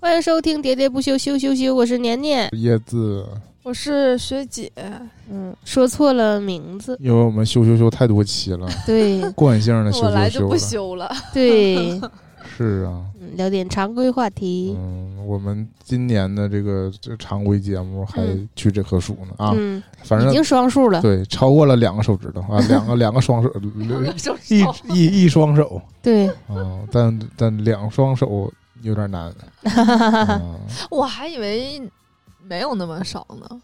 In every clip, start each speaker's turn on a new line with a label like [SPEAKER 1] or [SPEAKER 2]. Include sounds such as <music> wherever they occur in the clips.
[SPEAKER 1] 欢迎收听《喋喋不休》，休休休，我是年年，
[SPEAKER 2] 椰子，
[SPEAKER 3] 我是学姐，
[SPEAKER 1] 嗯，说错了名字，
[SPEAKER 2] 因为我们修修修太多期
[SPEAKER 1] <laughs>
[SPEAKER 2] 了，
[SPEAKER 1] 对
[SPEAKER 2] 惯性的修
[SPEAKER 3] 我来
[SPEAKER 2] 修
[SPEAKER 3] 就
[SPEAKER 2] 修
[SPEAKER 3] 不
[SPEAKER 2] 了，<laughs>
[SPEAKER 3] 修了。
[SPEAKER 1] <laughs> 对，
[SPEAKER 2] 是啊，
[SPEAKER 1] 嗯聊点常规话题，
[SPEAKER 2] 嗯，我们今年的这个这常规节目还
[SPEAKER 1] 嗯
[SPEAKER 2] 屈指可数呢啊，
[SPEAKER 1] 嗯，
[SPEAKER 2] 反
[SPEAKER 1] 已
[SPEAKER 2] 正
[SPEAKER 1] 经双数了，
[SPEAKER 2] 对超过了两个手指头
[SPEAKER 1] <laughs>
[SPEAKER 2] 啊，两个两个双手，呃
[SPEAKER 3] 手
[SPEAKER 2] 一
[SPEAKER 3] 手
[SPEAKER 2] 一一双手
[SPEAKER 1] 对，
[SPEAKER 2] 啊，但但两双手有点
[SPEAKER 1] <laughs>
[SPEAKER 2] 难，啊、
[SPEAKER 3] 我还以为没有那么少呢。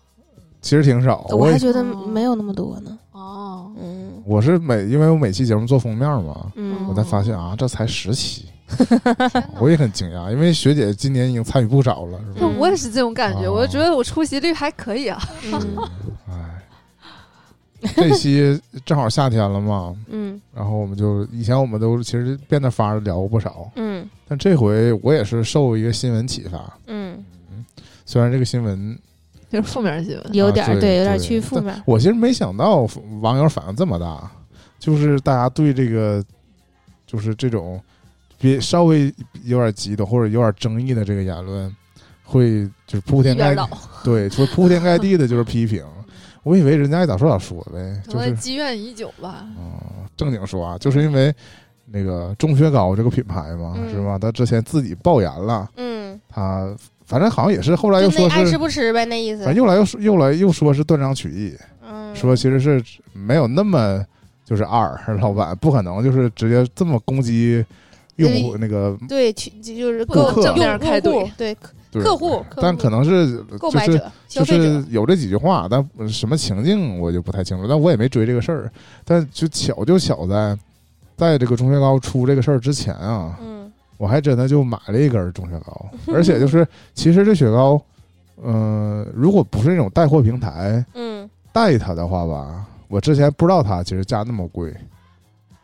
[SPEAKER 2] 其实挺少，
[SPEAKER 1] 我
[SPEAKER 2] 我
[SPEAKER 1] 还
[SPEAKER 2] 也
[SPEAKER 1] 觉得没有那么多呢，
[SPEAKER 3] 哦，
[SPEAKER 1] 嗯
[SPEAKER 2] 我是每因为我每期节目做封面嘛，
[SPEAKER 1] 嗯，
[SPEAKER 2] 我才发现啊，这才十期。
[SPEAKER 3] 天哪
[SPEAKER 2] 我也很惊讶，因为学姐今年已经参与不少了，是
[SPEAKER 3] 就
[SPEAKER 2] 吧？
[SPEAKER 3] 我也是这种感觉，
[SPEAKER 2] 哦
[SPEAKER 3] 我就觉得我出席率还可以啊。
[SPEAKER 2] <laughs>
[SPEAKER 1] 嗯
[SPEAKER 2] 哎，这期正好夏天了嘛，
[SPEAKER 1] 嗯
[SPEAKER 2] 然后我们就以前我们都其实变着法儿聊过不少，
[SPEAKER 1] 嗯
[SPEAKER 2] 但这回我也是受一个新闻启发，
[SPEAKER 1] 嗯，
[SPEAKER 2] 虽然这个新闻
[SPEAKER 3] 就是负面新闻，
[SPEAKER 1] 有点
[SPEAKER 2] 啊
[SPEAKER 1] 儿
[SPEAKER 2] 对
[SPEAKER 1] 有点儿
[SPEAKER 2] 对
[SPEAKER 1] 去负面，
[SPEAKER 2] 我其实没想到网友反应这么大，就是大家对这个就是这种别稍微有点极端或者有点争议的这个言论，会就是铺
[SPEAKER 3] 一
[SPEAKER 2] 天盖地
[SPEAKER 3] 边倒，，
[SPEAKER 1] <laughs>
[SPEAKER 2] 对，就铺天盖地的就是批评。我以为人家爱咋说咋说呗，
[SPEAKER 3] 可
[SPEAKER 2] 就
[SPEAKER 3] 能
[SPEAKER 2] 是哦
[SPEAKER 3] 积怨已久吧。
[SPEAKER 2] 正经说啊，就是因为那个钟薛高这个品牌嘛，
[SPEAKER 1] 嗯
[SPEAKER 2] 是吧？他之前自己爆言了，
[SPEAKER 1] 嗯，
[SPEAKER 2] 他反正好像也是后来
[SPEAKER 1] 就
[SPEAKER 2] 又
[SPEAKER 1] 那
[SPEAKER 2] 说
[SPEAKER 1] 爱吃
[SPEAKER 2] 是，
[SPEAKER 1] 不吃呗，那意思
[SPEAKER 2] 反正，又来又说又来又说是断章取义，
[SPEAKER 1] 嗯，
[SPEAKER 2] 说其实是没有那么就是二老板不可能就是直接这么攻击用户那个
[SPEAKER 1] 对，去就是
[SPEAKER 3] 不能
[SPEAKER 1] 购
[SPEAKER 2] 客
[SPEAKER 1] 用
[SPEAKER 3] 正面开怼
[SPEAKER 1] 用户对
[SPEAKER 2] 对
[SPEAKER 1] 客户客户
[SPEAKER 2] 但可能是
[SPEAKER 1] 购
[SPEAKER 2] 就
[SPEAKER 1] 买
[SPEAKER 2] 是
[SPEAKER 1] 者、消
[SPEAKER 2] 就
[SPEAKER 1] 费
[SPEAKER 2] 是
[SPEAKER 1] 者，
[SPEAKER 2] 有这几句话，但什么情境我就不太清楚，但我也没追这个事儿，但就巧就巧在在这个钟薛高出这个事儿之前啊，
[SPEAKER 1] 嗯
[SPEAKER 2] 我还真的就买了一根中雪糕，而且就是其实这雪糕，嗯、如果不是那种带货平台
[SPEAKER 1] 嗯
[SPEAKER 2] 带它的话吧，我之前不知道它其实价那么贵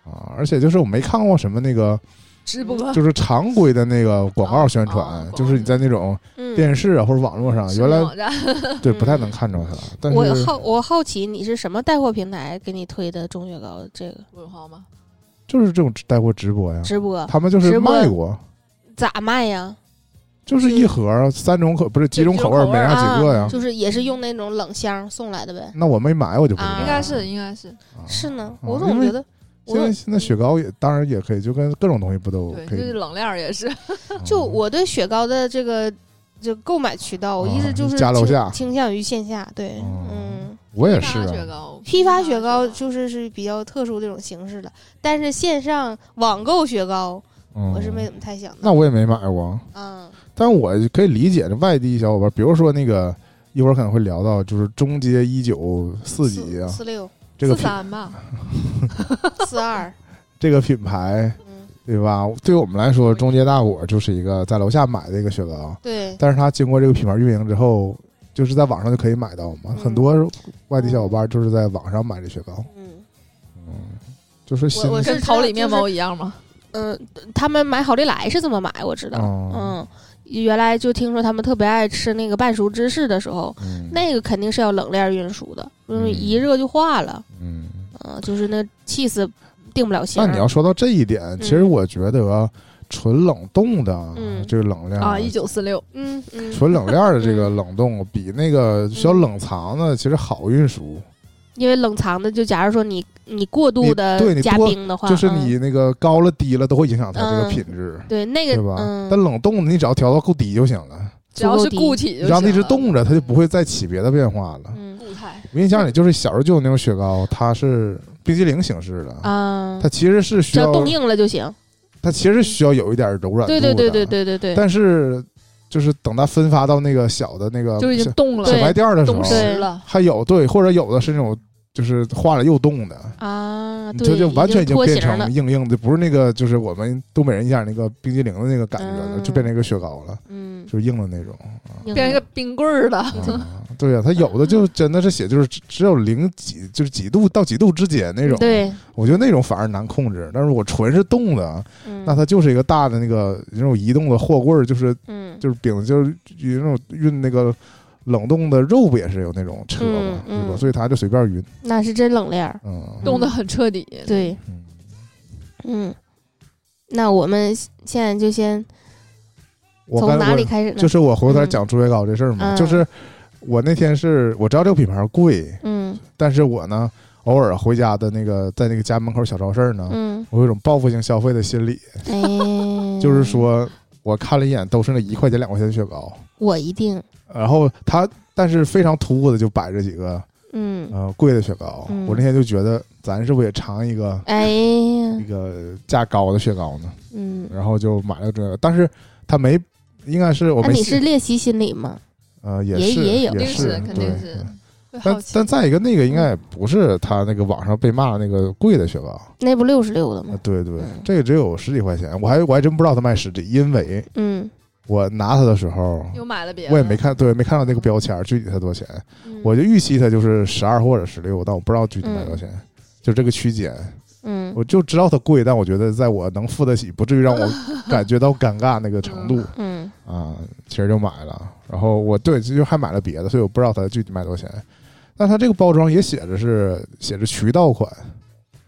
[SPEAKER 2] 啊，而且就是我没看过什么那个
[SPEAKER 3] 直播
[SPEAKER 2] 就是常规的那个广告宣传，
[SPEAKER 3] 哦哦哦嗯
[SPEAKER 2] 就是你在那种
[SPEAKER 1] 嗯，
[SPEAKER 2] 电视啊或者网络上，
[SPEAKER 3] 视
[SPEAKER 2] 原
[SPEAKER 3] 频
[SPEAKER 2] 来
[SPEAKER 3] 网站
[SPEAKER 2] 对不太能看着它，但
[SPEAKER 1] 我
[SPEAKER 2] 是
[SPEAKER 1] 好我好奇你是什么带货平台给你推的中雪糕这个
[SPEAKER 3] 文化吗？
[SPEAKER 2] 就是这种带货直播呀，
[SPEAKER 1] 直播
[SPEAKER 2] 他们就
[SPEAKER 1] 直
[SPEAKER 2] 是
[SPEAKER 1] 播
[SPEAKER 2] 卖过。
[SPEAKER 1] 咋卖呀？
[SPEAKER 2] 就是一盒三种口不是几种口味儿，
[SPEAKER 3] 几种口
[SPEAKER 2] 每
[SPEAKER 3] 味儿
[SPEAKER 2] 样几个呀？
[SPEAKER 1] 啊就是也是用那种冷箱送来的呗？
[SPEAKER 2] 那我没买，我就不知道
[SPEAKER 1] 啊
[SPEAKER 2] 了。
[SPEAKER 3] 应该是，应该是，
[SPEAKER 2] 啊
[SPEAKER 1] 是呢，
[SPEAKER 2] 啊
[SPEAKER 1] 我
[SPEAKER 2] 因
[SPEAKER 1] 总
[SPEAKER 2] 为
[SPEAKER 1] 觉得我
[SPEAKER 2] 现在现在雪糕也当然也可以，就跟各种东西不都
[SPEAKER 3] 对，
[SPEAKER 2] 哦可
[SPEAKER 3] 就
[SPEAKER 2] 以
[SPEAKER 3] 是？冷链儿也是，
[SPEAKER 2] 嗯
[SPEAKER 1] 就我对雪糕的这个就购买渠道，我一直
[SPEAKER 2] 啊
[SPEAKER 1] 就是
[SPEAKER 2] 家楼
[SPEAKER 1] 倾
[SPEAKER 2] 下
[SPEAKER 1] 倾向于线下，对，
[SPEAKER 2] 哦
[SPEAKER 1] 嗯。
[SPEAKER 2] 我也
[SPEAKER 3] 大
[SPEAKER 2] 是
[SPEAKER 3] 雪
[SPEAKER 2] 啊，
[SPEAKER 3] 糕，
[SPEAKER 1] 批发雪糕就是是比较特殊这种形式的，但是线上网购雪糕
[SPEAKER 2] 嗯
[SPEAKER 1] 我是没怎么太想的。
[SPEAKER 2] 那我也没买过，
[SPEAKER 1] 嗯
[SPEAKER 2] 但我可以理解这外地小伙伴，比如说那个一会儿可能会聊到，就是中街一九四几啊，
[SPEAKER 1] 四六
[SPEAKER 2] 这个
[SPEAKER 3] 四
[SPEAKER 2] 品
[SPEAKER 3] 三吧，
[SPEAKER 1] 四二，
[SPEAKER 2] 这个品牌
[SPEAKER 1] 嗯，
[SPEAKER 2] 对吧？对我们来说，中街大伙就是一个在楼下买的一个雪糕，
[SPEAKER 1] 对，
[SPEAKER 2] 但是它经过这个品牌运营之后。就是在网上就可以买到嘛，
[SPEAKER 1] 嗯
[SPEAKER 2] 很多外地小伙伴就是在网上买这雪糕，
[SPEAKER 1] 嗯
[SPEAKER 2] 嗯，就是新
[SPEAKER 1] 我嗯是
[SPEAKER 3] 跟
[SPEAKER 1] 知
[SPEAKER 3] 桃
[SPEAKER 1] 道
[SPEAKER 3] 李
[SPEAKER 1] 就
[SPEAKER 3] 面
[SPEAKER 1] 是
[SPEAKER 3] 包一样吗？
[SPEAKER 1] 嗯，他们买好利来是怎么买？我知道，
[SPEAKER 2] 哦
[SPEAKER 1] 嗯，原来就听说他们特别爱吃那个半熟芝士的时候，
[SPEAKER 2] 嗯
[SPEAKER 1] 那个肯定是要冷链运输的，因为
[SPEAKER 2] 嗯
[SPEAKER 1] 一热就化了，
[SPEAKER 2] 嗯，
[SPEAKER 1] 嗯、就是那气死定不了型
[SPEAKER 2] 那
[SPEAKER 1] 儿。
[SPEAKER 2] 你要说到这一点，其实我觉得纯冷冻的
[SPEAKER 1] 嗯
[SPEAKER 2] 这个冷链
[SPEAKER 3] 啊，一九四六，
[SPEAKER 1] 嗯嗯，
[SPEAKER 2] 纯冷链的这个冷冻比那个需要冷藏
[SPEAKER 1] 嗯
[SPEAKER 2] 的其实好运输，
[SPEAKER 1] 因为冷藏的，就假如说你你过度
[SPEAKER 2] 你对
[SPEAKER 1] 的
[SPEAKER 2] 你
[SPEAKER 1] 加
[SPEAKER 2] 多
[SPEAKER 1] 冰的话，
[SPEAKER 2] 就是
[SPEAKER 1] 嗯
[SPEAKER 2] 你那个高了低了都会影响它这个品质，
[SPEAKER 1] 对那个
[SPEAKER 2] 对吧？但
[SPEAKER 1] 嗯，
[SPEAKER 2] 冷冻的你只要调到够低就行了，
[SPEAKER 3] 只要是
[SPEAKER 1] 足够低
[SPEAKER 3] 固体就
[SPEAKER 2] 你让它一
[SPEAKER 3] 行
[SPEAKER 2] 直
[SPEAKER 3] 了
[SPEAKER 2] 冻着，它就不会再起别的变化了。
[SPEAKER 1] 嗯
[SPEAKER 3] 固态，
[SPEAKER 2] 我印象里就是小时候就有那种雪糕，它是冰激凌形式的，
[SPEAKER 1] 啊
[SPEAKER 2] 它，其实是需
[SPEAKER 1] 只要
[SPEAKER 2] 要
[SPEAKER 1] 冻硬了就行。
[SPEAKER 2] 它其实是需要有一点柔软度
[SPEAKER 1] 对
[SPEAKER 2] 的，
[SPEAKER 1] 对对对对对对，
[SPEAKER 2] 但是就是等它分发到那个小的那个
[SPEAKER 3] 就已
[SPEAKER 2] 小
[SPEAKER 3] 经冻了
[SPEAKER 1] 对，
[SPEAKER 2] 小白店儿的时候
[SPEAKER 3] 冻，
[SPEAKER 1] 对
[SPEAKER 3] 实了，
[SPEAKER 2] 还有对，或者有的是那种就是化了又冻的，
[SPEAKER 1] 啊，
[SPEAKER 2] 它
[SPEAKER 1] 对，
[SPEAKER 2] 就完全已经
[SPEAKER 1] 脱
[SPEAKER 2] 变
[SPEAKER 1] 形了
[SPEAKER 2] 成，硬硬的，不是那个就是我们东北人印象那个冰激凌的那个感觉了，
[SPEAKER 1] 嗯
[SPEAKER 2] 就变成一个雪糕了，
[SPEAKER 1] 嗯，
[SPEAKER 2] 就硬的那
[SPEAKER 1] <laughs>
[SPEAKER 2] 种。
[SPEAKER 1] 硬
[SPEAKER 3] 变成一个冰棍儿
[SPEAKER 1] 嗯
[SPEAKER 3] 了。
[SPEAKER 2] 啊对呀、它有的就真的是写就是只只有零几就是几度到几度之间那种，
[SPEAKER 1] 对，
[SPEAKER 2] 我觉得那种反而难控制。但是我纯是冻的，
[SPEAKER 1] 嗯
[SPEAKER 2] 那它就是一个大的那个那种移动的货柜儿，就是
[SPEAKER 1] 嗯
[SPEAKER 2] 就是饼就是有那种运那个冷冻的肉不也是有那种车嘛，
[SPEAKER 1] 嗯
[SPEAKER 2] 对吧？
[SPEAKER 1] 嗯
[SPEAKER 2] 所以它就随便匀，
[SPEAKER 1] 那是真冷链儿，
[SPEAKER 2] 嗯，
[SPEAKER 3] 冻得很彻底。，
[SPEAKER 1] 对，
[SPEAKER 2] 嗯
[SPEAKER 1] 嗯，那我们现在就先
[SPEAKER 2] 我
[SPEAKER 1] 从
[SPEAKER 2] 刚
[SPEAKER 1] 哪
[SPEAKER 2] 我
[SPEAKER 1] 里开始呢？
[SPEAKER 2] 就是我回头
[SPEAKER 1] 嗯
[SPEAKER 2] 讲猪血糕这事儿
[SPEAKER 1] 嗯
[SPEAKER 2] 嘛，就是我那天是我知道这个品牌贵，
[SPEAKER 1] 嗯
[SPEAKER 2] 但是我呢偶尔回家的那个在那个家门口小超市呢，
[SPEAKER 1] 嗯，
[SPEAKER 2] 我有一种报复性消费的心理，
[SPEAKER 1] 哎
[SPEAKER 2] <laughs> 就是说我看了一眼都是那一块钱两块钱的雪糕，
[SPEAKER 1] 我一定，
[SPEAKER 2] 然后它但是非常突兀的就摆着几个
[SPEAKER 1] 嗯，
[SPEAKER 2] 呃贵的雪糕，
[SPEAKER 1] 嗯
[SPEAKER 2] 我那天就觉得咱是不是也尝一个
[SPEAKER 1] 哎
[SPEAKER 2] 那
[SPEAKER 1] 呀，
[SPEAKER 2] 个价高的雪糕呢？
[SPEAKER 1] 嗯，
[SPEAKER 2] 然后就买了个这个，但是它没。应该是我
[SPEAKER 1] 那
[SPEAKER 2] 没
[SPEAKER 1] 啊你
[SPEAKER 2] 细
[SPEAKER 1] 是猎奇心理吗？
[SPEAKER 2] 呃，也
[SPEAKER 1] 也
[SPEAKER 2] 是
[SPEAKER 1] 也有
[SPEAKER 3] 肯定
[SPEAKER 2] 是
[SPEAKER 3] 是，肯定
[SPEAKER 2] 对
[SPEAKER 3] 是。会
[SPEAKER 2] 但
[SPEAKER 3] 好奇
[SPEAKER 2] 但再一个，那个应该也不是他那个网上被骂那个贵的雪糕，
[SPEAKER 1] 那不六十六的
[SPEAKER 2] 啊
[SPEAKER 1] 吗？
[SPEAKER 2] 对对
[SPEAKER 1] 嗯，
[SPEAKER 2] 这个只有十几块钱，我还我还真不知道他卖十几，因为
[SPEAKER 1] 嗯，
[SPEAKER 2] 我拿它的时候，
[SPEAKER 3] 又买了别的，
[SPEAKER 2] 我也没看，对，没看到那个标签儿具体它多少钱，
[SPEAKER 1] 嗯
[SPEAKER 2] 我就预期它就是十二或者十六，但我不知道具体卖多少钱，就这个区间，
[SPEAKER 1] 嗯
[SPEAKER 2] 我就知道它贵，但我觉得在我能付得起，不至
[SPEAKER 1] <laughs>
[SPEAKER 2] 于让我感觉到尴尬那个程度
[SPEAKER 1] 嗯
[SPEAKER 2] 啊，其实就买了，然后我对就还买了别的，所以我不知道它具体卖多少钱。但它这个包装也写着是写着渠道款，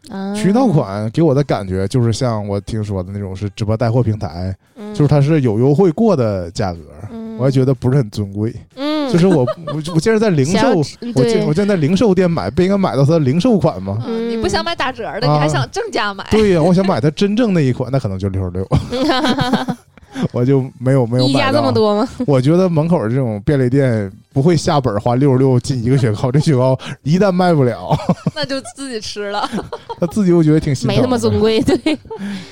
[SPEAKER 1] 啊，
[SPEAKER 2] 渠道款给我的感觉就是像我听说的那种是直播带货平台，
[SPEAKER 1] 嗯，
[SPEAKER 2] 就是它是有优惠过的价格，
[SPEAKER 1] 嗯，
[SPEAKER 2] 我还觉得不是很尊贵。
[SPEAKER 1] 嗯，
[SPEAKER 2] 就是我我我竟然在零
[SPEAKER 1] 想要
[SPEAKER 2] 售，
[SPEAKER 1] 吃
[SPEAKER 2] 我竟
[SPEAKER 1] 对
[SPEAKER 2] 我竟然在零售店买，不应该买到它的零售
[SPEAKER 1] <laughs>
[SPEAKER 2] 款吗？
[SPEAKER 3] 嗯你不想买打折的，
[SPEAKER 2] 啊
[SPEAKER 3] 你还想正价买？
[SPEAKER 2] 对呀、我想买它真正那一款，那可能就六十六，
[SPEAKER 1] <laughs>
[SPEAKER 2] 我就没有没有
[SPEAKER 1] 溢
[SPEAKER 2] 买
[SPEAKER 1] 价这
[SPEAKER 2] 到
[SPEAKER 1] 么。多吗？
[SPEAKER 2] 我觉得门口这种便利店不会下本花六十六进一个雪糕，这雪糕一旦卖不了，
[SPEAKER 3] 那就自己吃了。
[SPEAKER 2] 他自己我觉得挺心疼
[SPEAKER 1] 没
[SPEAKER 2] 的，
[SPEAKER 1] 那么尊贵，对，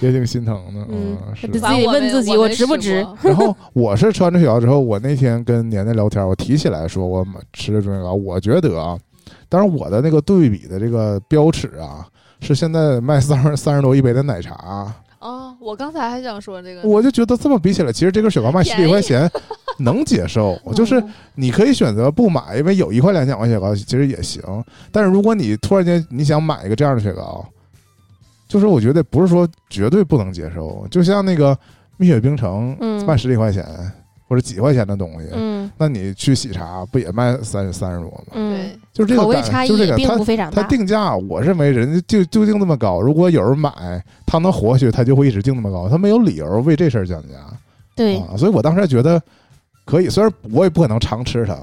[SPEAKER 2] 也挺心疼的。
[SPEAKER 1] 嗯
[SPEAKER 2] 是
[SPEAKER 1] 那自己
[SPEAKER 3] 完我没
[SPEAKER 1] 问自己
[SPEAKER 3] 我
[SPEAKER 1] 我
[SPEAKER 3] 没
[SPEAKER 1] 值不
[SPEAKER 3] 试
[SPEAKER 1] 值
[SPEAKER 3] 过
[SPEAKER 2] 然后我是吃完这雪糕之后，我那天跟年年聊天，我提起来说我买吃的中雪糕，我觉得啊，当然我的那个对比的这个标尺啊，是现在卖三十三十多一杯的奶茶，啊
[SPEAKER 3] 哦，我刚才还想说这个，
[SPEAKER 2] 我就觉得这么比起来，其实这个雪糕卖十
[SPEAKER 3] 便
[SPEAKER 2] 几
[SPEAKER 3] 宜
[SPEAKER 2] 块钱
[SPEAKER 1] <laughs>
[SPEAKER 2] 能接受，
[SPEAKER 1] 嗯
[SPEAKER 2] 就是你可以选择不买，因为有一块两两块雪糕其实也行。但是如果你突然间你想买一个这样的雪糕，就是我觉得不是说绝对不能接受，就像那个蜜雪冰城
[SPEAKER 1] 嗯
[SPEAKER 2] 卖十几块钱、或者几块钱的东西，
[SPEAKER 1] 嗯
[SPEAKER 2] 那你去喜茶不也卖三三十多吗？
[SPEAKER 1] 嗯，
[SPEAKER 3] 对，
[SPEAKER 2] 就是这
[SPEAKER 1] 口
[SPEAKER 2] 个
[SPEAKER 1] 味
[SPEAKER 2] 感，
[SPEAKER 1] 差异
[SPEAKER 2] 就是这
[SPEAKER 1] 也
[SPEAKER 2] 个
[SPEAKER 1] 并不
[SPEAKER 2] 它。
[SPEAKER 1] 非常
[SPEAKER 2] 它
[SPEAKER 1] 大，
[SPEAKER 2] 定价，我认为人家就就定这么高。如果有人买，他能活下去，他就会一直定那么高。他没有理由为这事儿降价。
[SPEAKER 1] 对，
[SPEAKER 2] 啊，所以我当时还觉得可以，虽然我也不可能常吃它，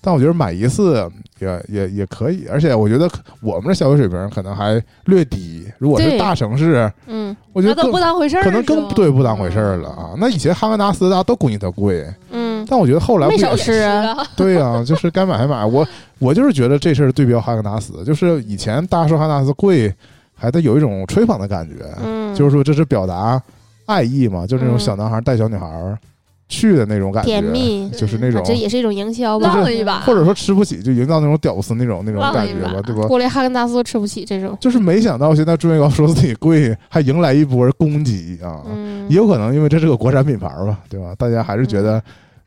[SPEAKER 2] 但我觉得买一次也也也可以，而且我觉得我们的消费水平可能还略低，如果是
[SPEAKER 1] 对
[SPEAKER 2] 大城市，
[SPEAKER 1] 嗯
[SPEAKER 2] 我觉
[SPEAKER 3] 那
[SPEAKER 2] 得
[SPEAKER 3] 都
[SPEAKER 2] 更
[SPEAKER 3] 不当回事儿，
[SPEAKER 2] 可能
[SPEAKER 3] 是
[SPEAKER 2] 更
[SPEAKER 3] 吗
[SPEAKER 2] 不对不当回事儿了啊。那以前哈根达斯大家都估计它贵，
[SPEAKER 1] 嗯，
[SPEAKER 2] 但我觉得后来不
[SPEAKER 1] 没
[SPEAKER 2] 也
[SPEAKER 1] 少
[SPEAKER 2] 是
[SPEAKER 1] 吃啊， <laughs>
[SPEAKER 3] 啊，
[SPEAKER 2] 对啊，就是该买还买。我我就是觉得这事儿对标哈根达斯，就是以前大家说哈根达斯贵，还得有一种吹捧的感觉，
[SPEAKER 1] 嗯，
[SPEAKER 2] 啊就是说这是表达爱意嘛，就是那种
[SPEAKER 1] 嗯
[SPEAKER 2] 小男孩带小女孩儿去的那种感觉，
[SPEAKER 1] 甜蜜，
[SPEAKER 2] 就是那种
[SPEAKER 1] 啊，这也是一种营销吧，
[SPEAKER 3] 浪了一
[SPEAKER 2] <laughs>
[SPEAKER 3] 把，
[SPEAKER 2] 或者说吃不起就营造那种屌丝那种那种
[SPEAKER 3] 浪
[SPEAKER 2] 感
[SPEAKER 3] 一
[SPEAKER 2] 觉
[SPEAKER 3] 把
[SPEAKER 2] 吧，对吧？
[SPEAKER 1] 我连哈根达斯都吃不起这种，
[SPEAKER 2] 就是没想到现在中雪糕说自己贵，还迎来一波攻击啊！
[SPEAKER 1] 嗯
[SPEAKER 2] 也，有可能因为这是个国产品牌吧，对吧？大家还是觉得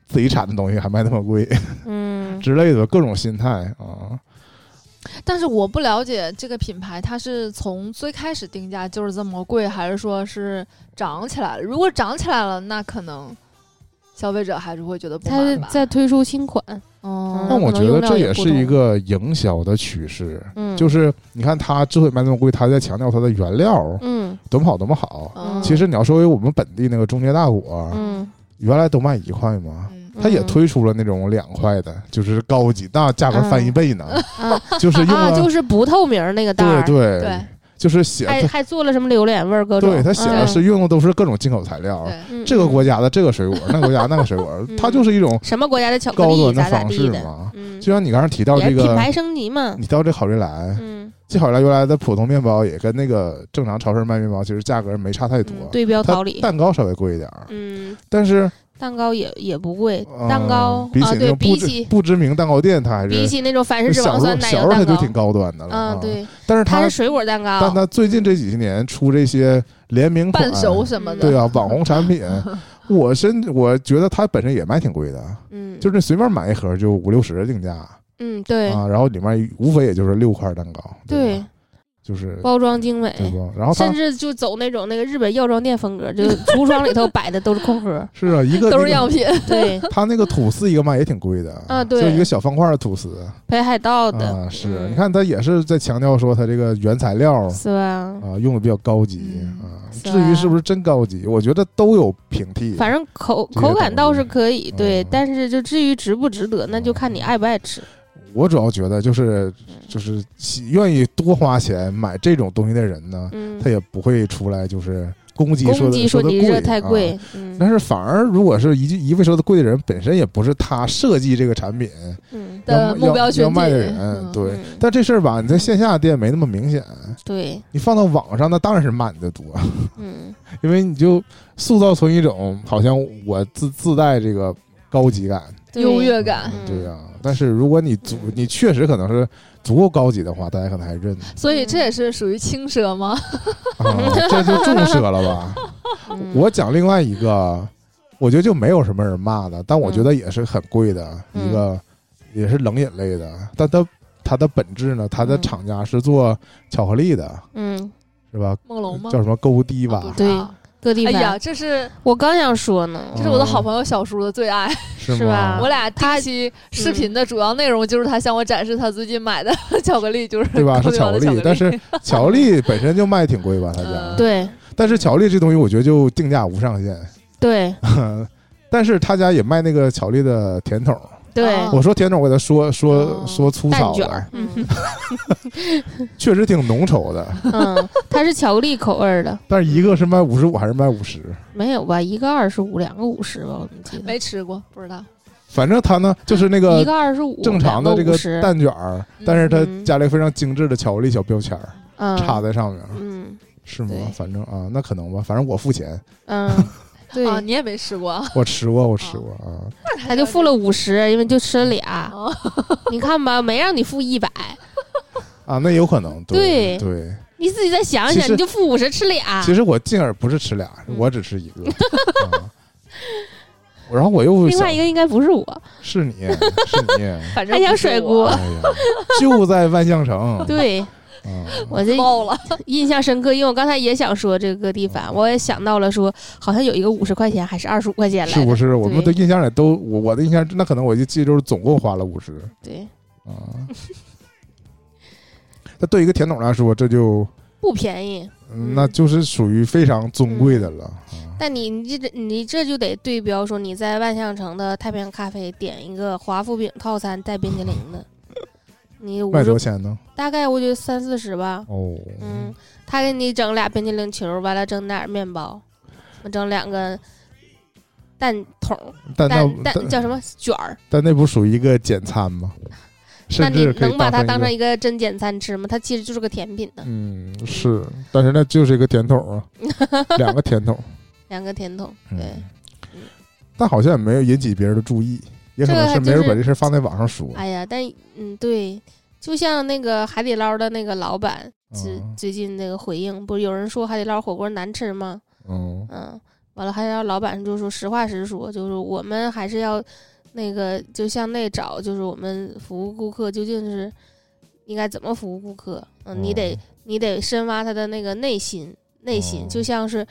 [SPEAKER 2] 自己产的东西还卖那么贵 <laughs>
[SPEAKER 1] 嗯
[SPEAKER 2] 之类的各种心态啊。
[SPEAKER 3] 但是我不了解这个品牌，它是从最开始定价就是这么贵，还是说是涨起来了？如果涨起来了，那可能消费者还是会觉得不
[SPEAKER 1] 它
[SPEAKER 3] 买吧。
[SPEAKER 1] 在推出新款，
[SPEAKER 3] 哦，
[SPEAKER 2] 但我觉得这也是一
[SPEAKER 1] 可能用
[SPEAKER 2] 个营销的趋势，
[SPEAKER 1] 嗯，，
[SPEAKER 2] 就是是你看它之所以卖那么贵，它在强调它的原料
[SPEAKER 1] 嗯
[SPEAKER 2] 多么好多么好。
[SPEAKER 3] 嗯
[SPEAKER 2] 其实你要说回我们本地那个中街大果，
[SPEAKER 1] 嗯，
[SPEAKER 2] 原来都卖一块嘛，
[SPEAKER 3] 嗯
[SPEAKER 2] 它也
[SPEAKER 1] 嗯
[SPEAKER 2] 推出了那种两块的，就是高级，那价格翻一倍呢，
[SPEAKER 1] 啊
[SPEAKER 2] 就是
[SPEAKER 1] <laughs>
[SPEAKER 2] 用
[SPEAKER 1] 啊，
[SPEAKER 2] 了，
[SPEAKER 1] 就是不透明儿那个袋
[SPEAKER 2] 对
[SPEAKER 1] 儿，
[SPEAKER 2] 对
[SPEAKER 3] 对，
[SPEAKER 2] 就是写
[SPEAKER 1] 还还做了什么榴莲味儿各种，
[SPEAKER 2] 对他写的
[SPEAKER 1] 嗯
[SPEAKER 2] 是用的都是各种进口材料，
[SPEAKER 3] 对，
[SPEAKER 1] 嗯
[SPEAKER 2] 这个国
[SPEAKER 1] 嗯
[SPEAKER 2] 家的这个水果，那个国家那个水果，
[SPEAKER 1] 嗯
[SPEAKER 2] 它就是一种
[SPEAKER 1] 什么国家的巧克
[SPEAKER 2] 高
[SPEAKER 1] 力
[SPEAKER 2] 端的
[SPEAKER 1] 咋咋
[SPEAKER 2] 方
[SPEAKER 1] 地
[SPEAKER 2] 式
[SPEAKER 1] 的，
[SPEAKER 2] 嘛。
[SPEAKER 1] 嗯，
[SPEAKER 2] 就像你刚才提到
[SPEAKER 1] 也
[SPEAKER 2] 这
[SPEAKER 1] 是品
[SPEAKER 2] 个，
[SPEAKER 1] 牌升级嘛，
[SPEAKER 2] 你提到这好利来，
[SPEAKER 1] 嗯，
[SPEAKER 2] 这好利来原来的普通面包也跟那个正常超市卖面包其实价格没差太多
[SPEAKER 1] 嗯，对标
[SPEAKER 2] 它
[SPEAKER 1] 桃李，
[SPEAKER 2] 蛋糕稍微贵一点儿，
[SPEAKER 1] 嗯，
[SPEAKER 2] 但是
[SPEAKER 1] 蛋糕也也不贵，
[SPEAKER 2] 呃
[SPEAKER 1] 蛋糕
[SPEAKER 2] 比
[SPEAKER 1] 啊，
[SPEAKER 2] 起那
[SPEAKER 1] 对
[SPEAKER 2] 种不
[SPEAKER 1] 比
[SPEAKER 2] 知
[SPEAKER 1] 起
[SPEAKER 2] 不知名蛋糕店，它还
[SPEAKER 1] 比
[SPEAKER 2] 是
[SPEAKER 1] 起那种反式脂肪
[SPEAKER 2] 小时
[SPEAKER 1] 酸
[SPEAKER 2] 候
[SPEAKER 1] 奶
[SPEAKER 2] 小
[SPEAKER 1] 油
[SPEAKER 2] 时候它
[SPEAKER 1] 蛋
[SPEAKER 2] 就
[SPEAKER 1] 糕
[SPEAKER 2] 挺，高端的了
[SPEAKER 1] 嗯，
[SPEAKER 2] 啊。
[SPEAKER 1] 对，
[SPEAKER 2] 但是
[SPEAKER 1] 它
[SPEAKER 2] 它
[SPEAKER 1] 是水果蛋
[SPEAKER 2] 但
[SPEAKER 1] 糕，
[SPEAKER 2] 它最近这几年出这些联名款
[SPEAKER 3] 半，熟什么
[SPEAKER 2] <laughs>
[SPEAKER 3] 的，
[SPEAKER 2] 对啊，网红产
[SPEAKER 1] <laughs>
[SPEAKER 2] 品，我真我觉得它本身也卖挺贵的，
[SPEAKER 1] 嗯，
[SPEAKER 2] 就是啊随便买一盒就五六十的定价
[SPEAKER 1] 嗯对
[SPEAKER 2] 啊，然后里面无非也就是六块蛋糕，
[SPEAKER 1] 对
[SPEAKER 2] 吧，就是
[SPEAKER 1] 包装精美，
[SPEAKER 2] 对不？然后它
[SPEAKER 1] 甚至就走那种那个日本药妆店风格，就是橱窗
[SPEAKER 2] <laughs>，
[SPEAKER 1] 里头摆的都是空盒
[SPEAKER 2] 是啊，一个那
[SPEAKER 3] 都是
[SPEAKER 2] 个
[SPEAKER 3] 样品，
[SPEAKER 1] 对， <laughs>
[SPEAKER 2] 他那个吐司一个卖也挺贵的
[SPEAKER 1] 啊对
[SPEAKER 2] 就一个小方块的吐司
[SPEAKER 1] 北海道的、
[SPEAKER 2] 啊，是、
[SPEAKER 1] 嗯
[SPEAKER 2] 你看他也是在强调说他这个原材料
[SPEAKER 1] 是吧？
[SPEAKER 2] 啊用的比较高级、
[SPEAKER 3] 嗯
[SPEAKER 2] 啊，
[SPEAKER 1] 嗯是
[SPEAKER 2] 至于
[SPEAKER 1] 吧
[SPEAKER 2] 是不是真高级，我觉得都有平替。
[SPEAKER 1] 反正口
[SPEAKER 2] 这些
[SPEAKER 1] 口感倒
[SPEAKER 2] 东西
[SPEAKER 1] 是可以，对，
[SPEAKER 2] 嗯
[SPEAKER 1] 但是就至于值不值得，那就看你爱不爱吃。
[SPEAKER 2] 我主要觉得就是就是喜愿意多花钱买这种东西的人呢，
[SPEAKER 1] 嗯
[SPEAKER 2] 他，也不会出来就是攻击说
[SPEAKER 1] 公
[SPEAKER 2] 的
[SPEAKER 1] 鸡说
[SPEAKER 2] 的
[SPEAKER 1] 你这太
[SPEAKER 2] 贵啊。
[SPEAKER 1] 贵，嗯
[SPEAKER 2] 但是反而，如果是一句一味说的贵的人，本身也不是他设计这个产品
[SPEAKER 1] 嗯，
[SPEAKER 3] 的
[SPEAKER 2] 要
[SPEAKER 3] 目标
[SPEAKER 2] 要
[SPEAKER 3] 群
[SPEAKER 2] 要卖的
[SPEAKER 3] 体
[SPEAKER 2] 人，
[SPEAKER 3] 嗯
[SPEAKER 2] 对。
[SPEAKER 1] 嗯
[SPEAKER 2] 但这事儿吧，你在线下店没那么明显，
[SPEAKER 1] 对，
[SPEAKER 2] 你放到网上那当然是慢的多， <laughs>
[SPEAKER 1] 嗯
[SPEAKER 2] 因为你就塑造成一种好像我自自带这个高级感，
[SPEAKER 1] 对
[SPEAKER 3] 优越感。
[SPEAKER 2] 嗯对呀、但是如果你足，你确实可能是足够高级的话，大家可能还认呢。
[SPEAKER 3] 所
[SPEAKER 1] 嗯
[SPEAKER 3] 以这也是属于轻
[SPEAKER 1] <laughs>
[SPEAKER 3] 奢吗？
[SPEAKER 2] 啊，这就重奢了吧？
[SPEAKER 1] 嗯
[SPEAKER 2] 我讲另外一个，我觉得就没有什么人骂的，但我觉得也是很贵的、
[SPEAKER 1] 嗯
[SPEAKER 2] 一个，也是冷饮类的，但它它的本质呢，它的
[SPEAKER 1] 嗯
[SPEAKER 2] 厂家是做巧克力的，
[SPEAKER 1] 嗯，
[SPEAKER 2] 是吧？
[SPEAKER 3] 梦龙吗？
[SPEAKER 2] 叫什么 Godiva？、
[SPEAKER 3] 啊不知
[SPEAKER 1] 对
[SPEAKER 3] 道
[SPEAKER 1] 各地
[SPEAKER 3] 哎呀，
[SPEAKER 1] 版，
[SPEAKER 3] 这是
[SPEAKER 1] 我刚想说
[SPEAKER 2] 啊
[SPEAKER 1] 呢
[SPEAKER 3] 这，是我的好朋友小叔的最爱。
[SPEAKER 2] 是
[SPEAKER 1] 是
[SPEAKER 2] 吗
[SPEAKER 1] 吧？
[SPEAKER 2] <laughs>
[SPEAKER 3] 我俩第一期视频的主要内容就是他向我展示他最近买的巧克力，就是 <laughs>
[SPEAKER 2] 对吧？
[SPEAKER 3] 各
[SPEAKER 2] 是
[SPEAKER 3] 种
[SPEAKER 2] 巧克
[SPEAKER 3] 各样
[SPEAKER 2] 力，
[SPEAKER 3] 的
[SPEAKER 2] 但是巧克力本身就卖挺贵吧，他家
[SPEAKER 3] 嗯。
[SPEAKER 1] 对
[SPEAKER 2] 但是巧克力这东西，我觉得就定价无上限。 <laughs>
[SPEAKER 1] 对
[SPEAKER 2] 但是他家也卖那个巧克力的甜筒，
[SPEAKER 1] 对，
[SPEAKER 3] 啊
[SPEAKER 2] 我说甜筒，我给他说说
[SPEAKER 3] 哦
[SPEAKER 2] 说粗
[SPEAKER 1] 嗯蛋
[SPEAKER 2] 糙
[SPEAKER 1] 卷
[SPEAKER 2] 的
[SPEAKER 1] 儿，，哦嗯
[SPEAKER 2] 确实挺浓稠的。
[SPEAKER 1] 嗯，它是巧克力口味儿的，
[SPEAKER 2] 但是一个是卖五十五还是卖五十？
[SPEAKER 1] 没有吧？一个二十五，两个五十吧，我怎么记得？
[SPEAKER 3] <laughs> 没吃过，不知道。
[SPEAKER 2] 反正他呢，就是那
[SPEAKER 1] 一
[SPEAKER 2] 个
[SPEAKER 1] 个二十五，
[SPEAKER 2] 正常的这
[SPEAKER 1] 两
[SPEAKER 2] 个
[SPEAKER 1] 50，
[SPEAKER 2] 蛋卷儿，但是他加了一个非常精致的巧克力小标签儿
[SPEAKER 1] 嗯，
[SPEAKER 2] 插在上面，
[SPEAKER 1] 嗯
[SPEAKER 2] 是吗
[SPEAKER 1] 对？
[SPEAKER 2] 反正啊，那可能吧，反正我付钱，
[SPEAKER 1] <laughs> 嗯，对，
[SPEAKER 3] 啊，你也没吃
[SPEAKER 1] <laughs>
[SPEAKER 3] 过啊？
[SPEAKER 2] 我吃过，我吃过啊。
[SPEAKER 1] 他就付了五十，因为就吃了俩。
[SPEAKER 3] 啊，
[SPEAKER 1] 你看吧，没让你付一百，
[SPEAKER 2] 啊，那有可能，对
[SPEAKER 1] 对
[SPEAKER 2] 对。
[SPEAKER 1] 你自己再想
[SPEAKER 2] 其
[SPEAKER 1] 想，
[SPEAKER 2] 实
[SPEAKER 1] 你就付五十吃俩。
[SPEAKER 2] 其实我进而不是吃俩，
[SPEAKER 1] 啊嗯
[SPEAKER 2] 我只吃一
[SPEAKER 1] <laughs>
[SPEAKER 2] 个。啊然后我又
[SPEAKER 1] 另
[SPEAKER 2] 想
[SPEAKER 1] 外一个应该不是我，
[SPEAKER 2] 是你，是你，
[SPEAKER 3] 反正
[SPEAKER 1] 还想甩锅。
[SPEAKER 2] 哎呀，就在万象城。
[SPEAKER 1] 对
[SPEAKER 2] 啊，
[SPEAKER 1] 我这
[SPEAKER 3] <laughs> 爆了，
[SPEAKER 1] 印象深刻，因为我刚才也想说这个地
[SPEAKER 2] 嗯
[SPEAKER 1] 方，我也想到了说，好像有一个五十块钱还是二十五块钱来
[SPEAKER 2] 是
[SPEAKER 1] 的，
[SPEAKER 2] 不是？我们的
[SPEAKER 1] 对
[SPEAKER 2] 印象里都，我我的印象，那可能我就记就是总共花了五十。
[SPEAKER 1] 对， <laughs>
[SPEAKER 2] 啊。那对一个甜筒来说，这就、
[SPEAKER 1] 不便宜。
[SPEAKER 2] 嗯
[SPEAKER 1] 嗯
[SPEAKER 2] 那就是属于非常尊贵的了。啊
[SPEAKER 1] 但你你这你这就得对标说你在万象城的太平洋咖啡点一个华夫饼套餐带冰淇淋
[SPEAKER 2] <laughs>
[SPEAKER 1] 的，你五
[SPEAKER 2] 卖多
[SPEAKER 1] 十
[SPEAKER 2] 少钱呢？
[SPEAKER 1] 大概我觉得三四十吧，
[SPEAKER 2] 哦，
[SPEAKER 1] 嗯，他给你整俩冰淇淋球，完了整点儿面包，整两个蛋筒、
[SPEAKER 2] 但那
[SPEAKER 1] 蛋蛋
[SPEAKER 2] 但
[SPEAKER 1] 叫什么卷儿？
[SPEAKER 2] 但那不属于一个简餐吗？
[SPEAKER 1] 那
[SPEAKER 2] 甚
[SPEAKER 1] 你
[SPEAKER 2] 至可以
[SPEAKER 1] 能把它当
[SPEAKER 2] 成
[SPEAKER 1] 成
[SPEAKER 2] 一个
[SPEAKER 1] 一个真简餐吃吗？它其实就是个甜品呢，
[SPEAKER 2] 嗯是，但是那就是一个甜筒
[SPEAKER 1] <laughs>
[SPEAKER 2] 啊，两个甜筒。
[SPEAKER 1] 两个甜筒。
[SPEAKER 2] 嗯
[SPEAKER 1] 对，嗯
[SPEAKER 2] 但好像也没有引起别人的注意，也可
[SPEAKER 1] 这个
[SPEAKER 2] 能是
[SPEAKER 1] 还
[SPEAKER 2] 没
[SPEAKER 1] 就
[SPEAKER 2] 人
[SPEAKER 1] 是
[SPEAKER 2] 把这事儿放在网上说。
[SPEAKER 1] 哎呀，但嗯，对，就像那个海底捞的那个老板，最、
[SPEAKER 2] 嗯
[SPEAKER 1] 最近那个回应，不是有人说海底捞火锅难吃吗？
[SPEAKER 2] 嗯，
[SPEAKER 1] 嗯，完了还要老板就说实话实说，就是我们还是要那个就向内找，就是我们服务顾客究竟是应该怎么服务顾客？嗯，你得
[SPEAKER 2] 嗯
[SPEAKER 1] 你得深挖他的那个内心，内心
[SPEAKER 2] 哦
[SPEAKER 1] 就像是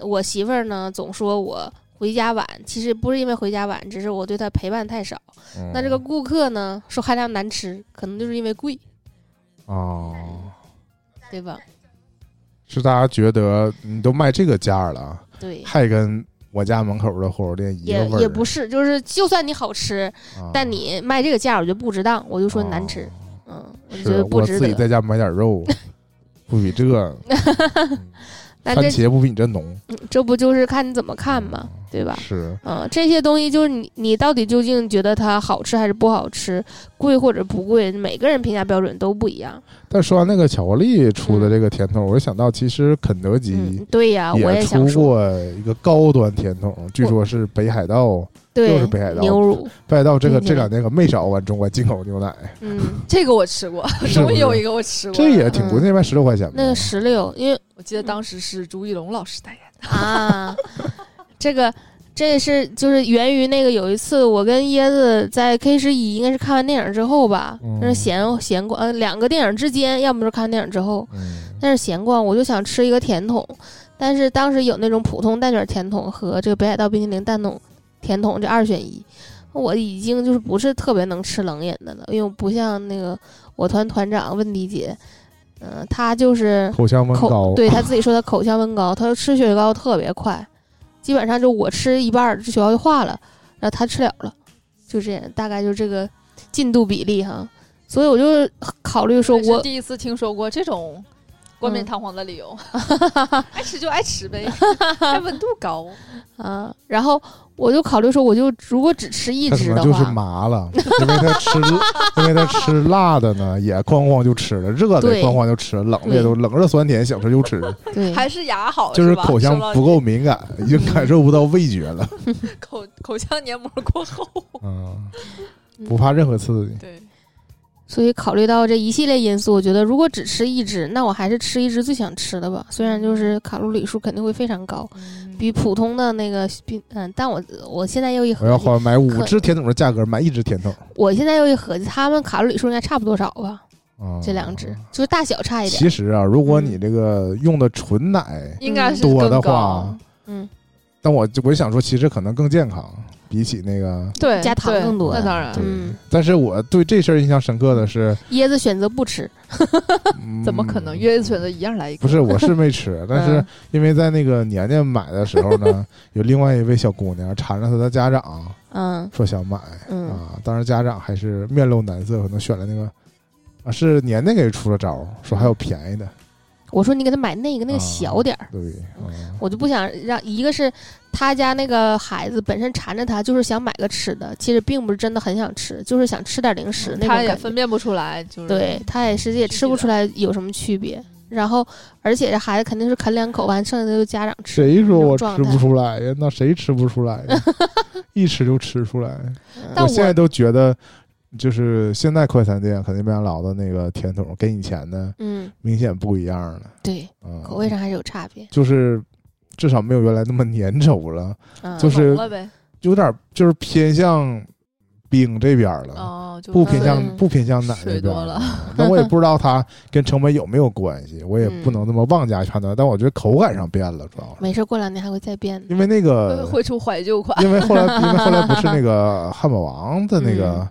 [SPEAKER 1] 我媳妇儿呢，总说我。回家晚，其实不是因为回家晚，只是我对他陪伴太少。
[SPEAKER 2] 嗯
[SPEAKER 1] 那这个顾客呢，说汉料难吃，可能就是因为贵，
[SPEAKER 2] 哦，
[SPEAKER 1] 对吧？
[SPEAKER 2] 是大家觉得你都卖这个价了，
[SPEAKER 1] 对，
[SPEAKER 2] 还跟我家门口的火锅店一个
[SPEAKER 1] 也
[SPEAKER 2] 味儿，
[SPEAKER 1] 也不是，就是就算你好吃，
[SPEAKER 2] 啊
[SPEAKER 1] 但你卖这个价，我就不值当，我就说难吃。嗯，
[SPEAKER 2] 哦
[SPEAKER 1] 我觉
[SPEAKER 2] 是
[SPEAKER 1] 得不
[SPEAKER 2] 我
[SPEAKER 1] 值
[SPEAKER 2] 自己
[SPEAKER 1] <laughs> 得。
[SPEAKER 2] 在家买点肉，不比这个嗯
[SPEAKER 1] 那
[SPEAKER 2] 番
[SPEAKER 1] 这
[SPEAKER 2] 茄不比你这浓，
[SPEAKER 1] 这不就是看你怎么看嘛，
[SPEAKER 2] 嗯
[SPEAKER 1] <laughs> 对吧？
[SPEAKER 2] 是
[SPEAKER 1] 嗯，这些东西就是你你到底究竟觉得它好吃还是不好吃，贵或者不贵，每个人评价标准都不一样。
[SPEAKER 2] 但说完那个巧克力出的这个甜筒，我就想到其实肯德
[SPEAKER 1] 嗯
[SPEAKER 2] 基，。
[SPEAKER 1] 对呀，我
[SPEAKER 2] 也
[SPEAKER 1] 想
[SPEAKER 2] 出
[SPEAKER 1] 说，
[SPEAKER 2] 过一个高端甜筒，据说是北海道，
[SPEAKER 1] 对
[SPEAKER 2] 是北海道
[SPEAKER 1] 牛乳，
[SPEAKER 2] 北海道这个
[SPEAKER 1] 听起
[SPEAKER 2] 这
[SPEAKER 1] 来
[SPEAKER 2] 两年可没少玩中国进口
[SPEAKER 1] <laughs>
[SPEAKER 2] 牛奶，
[SPEAKER 1] 嗯，
[SPEAKER 3] 这个我吃过，
[SPEAKER 2] 是不
[SPEAKER 3] 终于
[SPEAKER 2] 是
[SPEAKER 3] 有一个我吃过。
[SPEAKER 2] 这也挺贵，
[SPEAKER 1] 嗯
[SPEAKER 2] 那卖十六块钱吧。
[SPEAKER 1] 那个
[SPEAKER 2] <laughs>
[SPEAKER 1] 石榴，因为
[SPEAKER 3] 我记得当时是朱一龙老师代言。
[SPEAKER 1] 啊，这个这是就是源于那个有一次我跟椰子在 K 十一，应该是看完电影之后吧，
[SPEAKER 2] 嗯
[SPEAKER 1] 但是闲闲逛，呃，两个电影之间，要么就是看电影之后，
[SPEAKER 2] 嗯
[SPEAKER 1] 但是闲逛，我就想吃一个甜筒，但是当时有那种普通蛋卷甜筒和这个北海道冰淇淋蛋筒甜筒这二选一，我已经就是不是特别能吃冷饮的了，因为我不像那个我团团长温迪姐，嗯、她就是
[SPEAKER 2] 口腔温高
[SPEAKER 1] 口，
[SPEAKER 2] <laughs>
[SPEAKER 1] 对他自己说他口腔温高，他就吃雪糕特别快，基本上就我吃一半儿，这雪糕就化了，然后他吃了了，就这样，大概就这个进度比例哈。所以我就考虑说
[SPEAKER 3] 我是
[SPEAKER 1] 我，
[SPEAKER 3] 第一次听说过这种冠冕
[SPEAKER 1] 嗯
[SPEAKER 3] 堂皇的
[SPEAKER 1] <laughs>
[SPEAKER 3] 理由，爱吃就爱吃呗，还温度高。
[SPEAKER 1] 啊，然后我就考虑说，我就如果只吃一
[SPEAKER 2] 他可
[SPEAKER 1] 只
[SPEAKER 2] 能
[SPEAKER 1] 的
[SPEAKER 2] 就是
[SPEAKER 1] 话，
[SPEAKER 2] 麻了， <laughs> 因为他吃，因为他吃辣的呢，也哐哐就吃了，热的
[SPEAKER 1] 对
[SPEAKER 2] 也哐哐就吃，冷的也都冷热酸甜想吃就吃，
[SPEAKER 1] <laughs> 对，
[SPEAKER 3] 还是牙好，
[SPEAKER 2] 就是
[SPEAKER 3] 吧
[SPEAKER 2] 口腔
[SPEAKER 3] 受到
[SPEAKER 2] 不够敏感，已经感受不到味觉
[SPEAKER 1] <laughs>
[SPEAKER 2] 了，
[SPEAKER 3] 口口腔黏膜过厚。
[SPEAKER 2] 嗯，不怕任何刺激，
[SPEAKER 3] 对，
[SPEAKER 1] 所以考虑到这一系列因素，我觉得如果只吃一只，那我还是吃一只最想吃的吧。虽然就是卡路里数肯定会非常高，比普通的那个冰，嗯，但我我现在又一
[SPEAKER 2] 我
[SPEAKER 1] 合
[SPEAKER 2] 要
[SPEAKER 1] 计，
[SPEAKER 2] 花买五
[SPEAKER 1] 可
[SPEAKER 2] 只甜筒的价格买一只甜筒，
[SPEAKER 1] 我现在又一合计，他们卡路里数应该差不多少吧？
[SPEAKER 2] 啊，
[SPEAKER 1] 这两只就是大小差一点。
[SPEAKER 2] 其实啊，如果你这个用的纯奶，
[SPEAKER 3] 应该是
[SPEAKER 2] 多的
[SPEAKER 3] 嗯更
[SPEAKER 2] 话
[SPEAKER 3] 高，
[SPEAKER 1] 嗯，
[SPEAKER 2] 但我就我就想说，其实可能更健康，比起那个。
[SPEAKER 3] 对，
[SPEAKER 1] 加糖
[SPEAKER 3] 对
[SPEAKER 1] 更多
[SPEAKER 3] 那当然
[SPEAKER 2] 对，
[SPEAKER 1] 嗯
[SPEAKER 2] 但是我对这事儿印象深刻的是，
[SPEAKER 1] 椰子选择不吃，
[SPEAKER 2] 嗯
[SPEAKER 3] <laughs> 怎么可能？约选择一样来一
[SPEAKER 2] 不
[SPEAKER 3] 个，
[SPEAKER 2] 是，我是没
[SPEAKER 3] <laughs>
[SPEAKER 2] 吃，但是
[SPEAKER 3] 嗯
[SPEAKER 2] 因为在那个年年买的时候
[SPEAKER 3] <laughs>
[SPEAKER 2] 呢，有另外一位小姑娘缠着她的家长
[SPEAKER 1] 嗯
[SPEAKER 2] 说想买
[SPEAKER 1] 嗯
[SPEAKER 2] 啊，当时家长还是面露难色，可能选了那个啊，是年年给出了招儿，说还有便宜的，
[SPEAKER 1] 我说你给他买那个那个
[SPEAKER 2] 啊
[SPEAKER 1] 小点儿，
[SPEAKER 2] 对啊，
[SPEAKER 1] 我就不想让一个是他家那个孩子本身缠着他，就是想买个吃的，其实并不是真的很想吃，就是想吃点零食那种
[SPEAKER 3] 嗯他也
[SPEAKER 1] 感觉
[SPEAKER 3] 分辨不出来，就是
[SPEAKER 1] 对，他也实际也吃不出来有什么区别。然后，而且这孩子肯定是啃两口，完剩下的就家长吃。
[SPEAKER 2] 谁说我
[SPEAKER 1] 这种
[SPEAKER 2] 吃不出来呀？那谁吃不出来
[SPEAKER 3] <laughs>
[SPEAKER 2] 呀？一吃就吃出来。
[SPEAKER 3] 但
[SPEAKER 2] 我
[SPEAKER 3] 我
[SPEAKER 2] 现在都觉得，就是现在快餐店肯定麦当劳的那个甜筒跟以前的
[SPEAKER 1] 嗯，
[SPEAKER 2] 明显不一样了，
[SPEAKER 1] 对，
[SPEAKER 2] 嗯，
[SPEAKER 1] 口味上还是有差别。
[SPEAKER 2] 就是至少没有原来那么粘稠了，
[SPEAKER 1] 嗯
[SPEAKER 2] 就是
[SPEAKER 3] 浓了呗，
[SPEAKER 2] 有点儿就是偏向饼这边儿了。
[SPEAKER 3] 哦，就
[SPEAKER 2] 不
[SPEAKER 3] 是
[SPEAKER 2] 偏向
[SPEAKER 1] 嗯
[SPEAKER 2] 不偏向奶这
[SPEAKER 3] 水
[SPEAKER 2] 边
[SPEAKER 3] 多
[SPEAKER 2] 儿
[SPEAKER 3] 了
[SPEAKER 2] 了，那我也不知道
[SPEAKER 3] <laughs>
[SPEAKER 2] 它跟成本有没有关系，我也不
[SPEAKER 3] 嗯
[SPEAKER 2] 能那么妄加判断。但我觉得口感上变了，主要是
[SPEAKER 1] 嗯没事，过两年还会再变的。
[SPEAKER 2] 因为那
[SPEAKER 3] 会
[SPEAKER 2] 个
[SPEAKER 3] 会出怀旧款，
[SPEAKER 2] <laughs> 因为后来，因为后来不是那
[SPEAKER 3] <laughs>
[SPEAKER 2] 个汉堡王的那
[SPEAKER 3] 嗯
[SPEAKER 2] 个，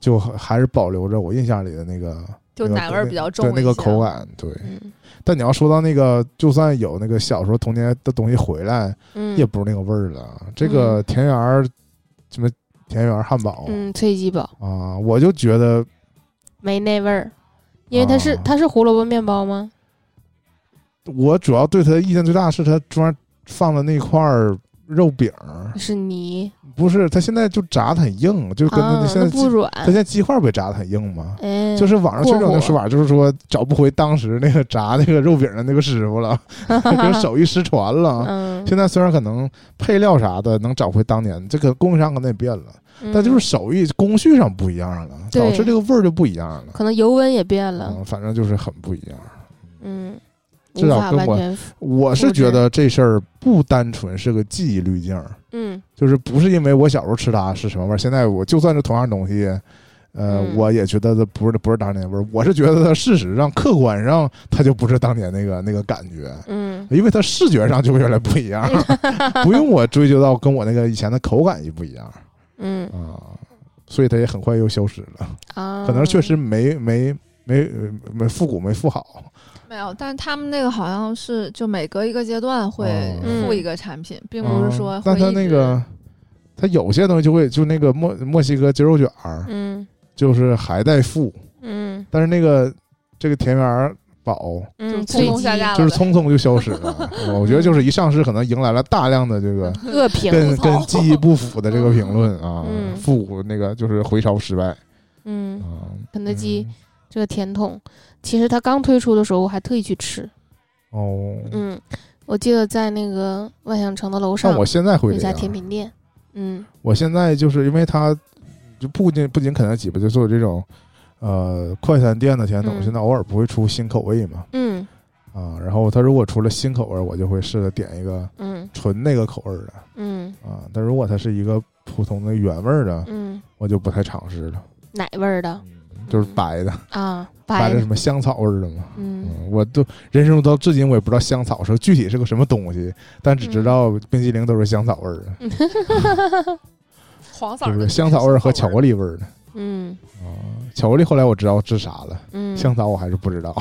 [SPEAKER 2] 就还是保留着我印象里的那个，
[SPEAKER 3] 就
[SPEAKER 2] 那个
[SPEAKER 3] 奶味儿比较重
[SPEAKER 2] 对那个
[SPEAKER 3] 一些
[SPEAKER 2] 口感，对。
[SPEAKER 1] 嗯
[SPEAKER 2] 但你要说到那个，就算有那个小时候童年的东西回来，
[SPEAKER 1] 嗯，
[SPEAKER 2] 也不是那个味儿了。这
[SPEAKER 3] 嗯
[SPEAKER 2] 个田园儿，什么田园儿汉堡、
[SPEAKER 1] 嗯，脆鸡堡
[SPEAKER 2] 啊，我就觉得
[SPEAKER 1] 没那味儿，因为它是、
[SPEAKER 2] 啊
[SPEAKER 1] 它是胡萝卜面包吗？
[SPEAKER 2] 我主要对它的意见最大是它中间放的那块儿肉饼儿，
[SPEAKER 1] 是泥
[SPEAKER 2] 不是它现在就炸的很硬，就跟它
[SPEAKER 1] 啊，
[SPEAKER 2] 现
[SPEAKER 1] 那
[SPEAKER 2] 在
[SPEAKER 1] 不
[SPEAKER 2] 鸡、
[SPEAKER 1] 软
[SPEAKER 2] 它。现在鸡块儿被炸的很硬嘛。
[SPEAKER 1] 哎， <laughs>
[SPEAKER 2] 就是网上确实有那
[SPEAKER 1] 过
[SPEAKER 2] 个
[SPEAKER 1] 火
[SPEAKER 2] 说法，就是说找不回当时那个炸那个肉饼的那个师
[SPEAKER 1] <laughs>
[SPEAKER 2] 傅了， <laughs> 这手艺失传了。
[SPEAKER 1] 嗯，
[SPEAKER 2] 现在虽然可能配料啥的能找回当年，这个供应商可能也变了，
[SPEAKER 1] 嗯
[SPEAKER 2] 但就是手艺工序上不一样了，
[SPEAKER 1] 对
[SPEAKER 2] 导致这个味儿就不一样了
[SPEAKER 1] 嗯、。可能油温也变了，
[SPEAKER 2] 嗯，反正就是很不一样。
[SPEAKER 1] 嗯，
[SPEAKER 2] 至
[SPEAKER 1] 无
[SPEAKER 2] 少
[SPEAKER 1] 法
[SPEAKER 2] 跟
[SPEAKER 1] 完
[SPEAKER 2] 我
[SPEAKER 1] 全，
[SPEAKER 2] 我是觉得这事儿不单纯是个记忆滤镜，
[SPEAKER 1] 嗯
[SPEAKER 2] 就是不是因为我小时候吃它是什么味儿，现在我就算是同样东西，呃，
[SPEAKER 1] 嗯
[SPEAKER 2] 我也觉得它不是不是当年味儿，我是觉得它事实上客观上它就不是当年那个那个感觉，
[SPEAKER 1] 嗯
[SPEAKER 2] 因为它视觉上就原来不一
[SPEAKER 3] <laughs>
[SPEAKER 2] 样，不用我追究到跟我那个以前的口感也不一样
[SPEAKER 1] 嗯
[SPEAKER 2] 啊、所以它也很快又消失了，
[SPEAKER 1] 啊，
[SPEAKER 3] 嗯
[SPEAKER 2] 可能确实没没没呃没复古没复好，
[SPEAKER 3] 没有，但是他们那个好像是就每隔一个阶段会
[SPEAKER 2] 哦
[SPEAKER 3] 附一个产品，并
[SPEAKER 2] 并
[SPEAKER 3] 不是说会
[SPEAKER 2] 啊但它
[SPEAKER 3] 一
[SPEAKER 2] 那
[SPEAKER 3] 直
[SPEAKER 2] 个。它有些东西就会，就那个墨墨西哥鸡肉卷儿，
[SPEAKER 1] 嗯
[SPEAKER 2] 就是还在附，
[SPEAKER 1] 嗯
[SPEAKER 2] 但是那个这个田园儿堡
[SPEAKER 1] 嗯，
[SPEAKER 3] 就匆
[SPEAKER 1] 脆
[SPEAKER 3] 匆
[SPEAKER 1] 鸡
[SPEAKER 3] 下架了
[SPEAKER 2] 就是匆匆就消失
[SPEAKER 1] <laughs>
[SPEAKER 2] 了。嗯我觉得就是一上市，可能迎来了大量的这个
[SPEAKER 3] <laughs>
[SPEAKER 1] 恶评，
[SPEAKER 2] 跟
[SPEAKER 3] 吐槽
[SPEAKER 2] 跟记忆不符的这个评论啊
[SPEAKER 1] <laughs> 嗯，
[SPEAKER 2] 复古那个就是回潮失败
[SPEAKER 1] 嗯，
[SPEAKER 2] 啊。
[SPEAKER 1] 肯德基这个甜筒，其实它刚推出的时候我还特意去吃，
[SPEAKER 2] 嗯哦，
[SPEAKER 1] 嗯，我记得在那个万象城的楼上
[SPEAKER 2] 像我现在会
[SPEAKER 1] 有一
[SPEAKER 2] 这
[SPEAKER 1] 家
[SPEAKER 2] 样，
[SPEAKER 1] 甜品店，嗯
[SPEAKER 2] 我现在就是因为它就不仅不仅肯德基吧，就是有这种呃快餐店的甜筒，
[SPEAKER 1] 嗯
[SPEAKER 2] 现在偶尔不会出新口味嘛
[SPEAKER 1] 嗯
[SPEAKER 2] 啊。然后它如果出了新口味，我就会试着点一个
[SPEAKER 1] 嗯
[SPEAKER 2] 纯那个口味的。
[SPEAKER 1] 嗯
[SPEAKER 2] 啊，但如果它是一个普通的原味儿的，
[SPEAKER 1] 嗯，
[SPEAKER 2] 我就不太尝试了，
[SPEAKER 1] 奶味儿的
[SPEAKER 2] 就是白的，
[SPEAKER 1] 啊，
[SPEAKER 2] 白
[SPEAKER 1] 白
[SPEAKER 2] 的
[SPEAKER 1] 的
[SPEAKER 2] 什，么香草味儿的嘛。
[SPEAKER 1] 嗯
[SPEAKER 2] 嗯，我都人生到至今我也不知道香草是具体是个什么东西，但只知道冰激凌都是香草味儿的，
[SPEAKER 3] 黄色
[SPEAKER 2] 对
[SPEAKER 3] 儿
[SPEAKER 2] 不
[SPEAKER 3] 的
[SPEAKER 2] 对？
[SPEAKER 3] 那
[SPEAKER 2] 香
[SPEAKER 3] 种
[SPEAKER 2] 草味儿和
[SPEAKER 3] 香
[SPEAKER 2] 巧克力味儿的。
[SPEAKER 1] 嗯
[SPEAKER 2] 啊，巧克力后来我知道是啥了，
[SPEAKER 1] 嗯， <laughs>
[SPEAKER 2] 香草我还是不知道。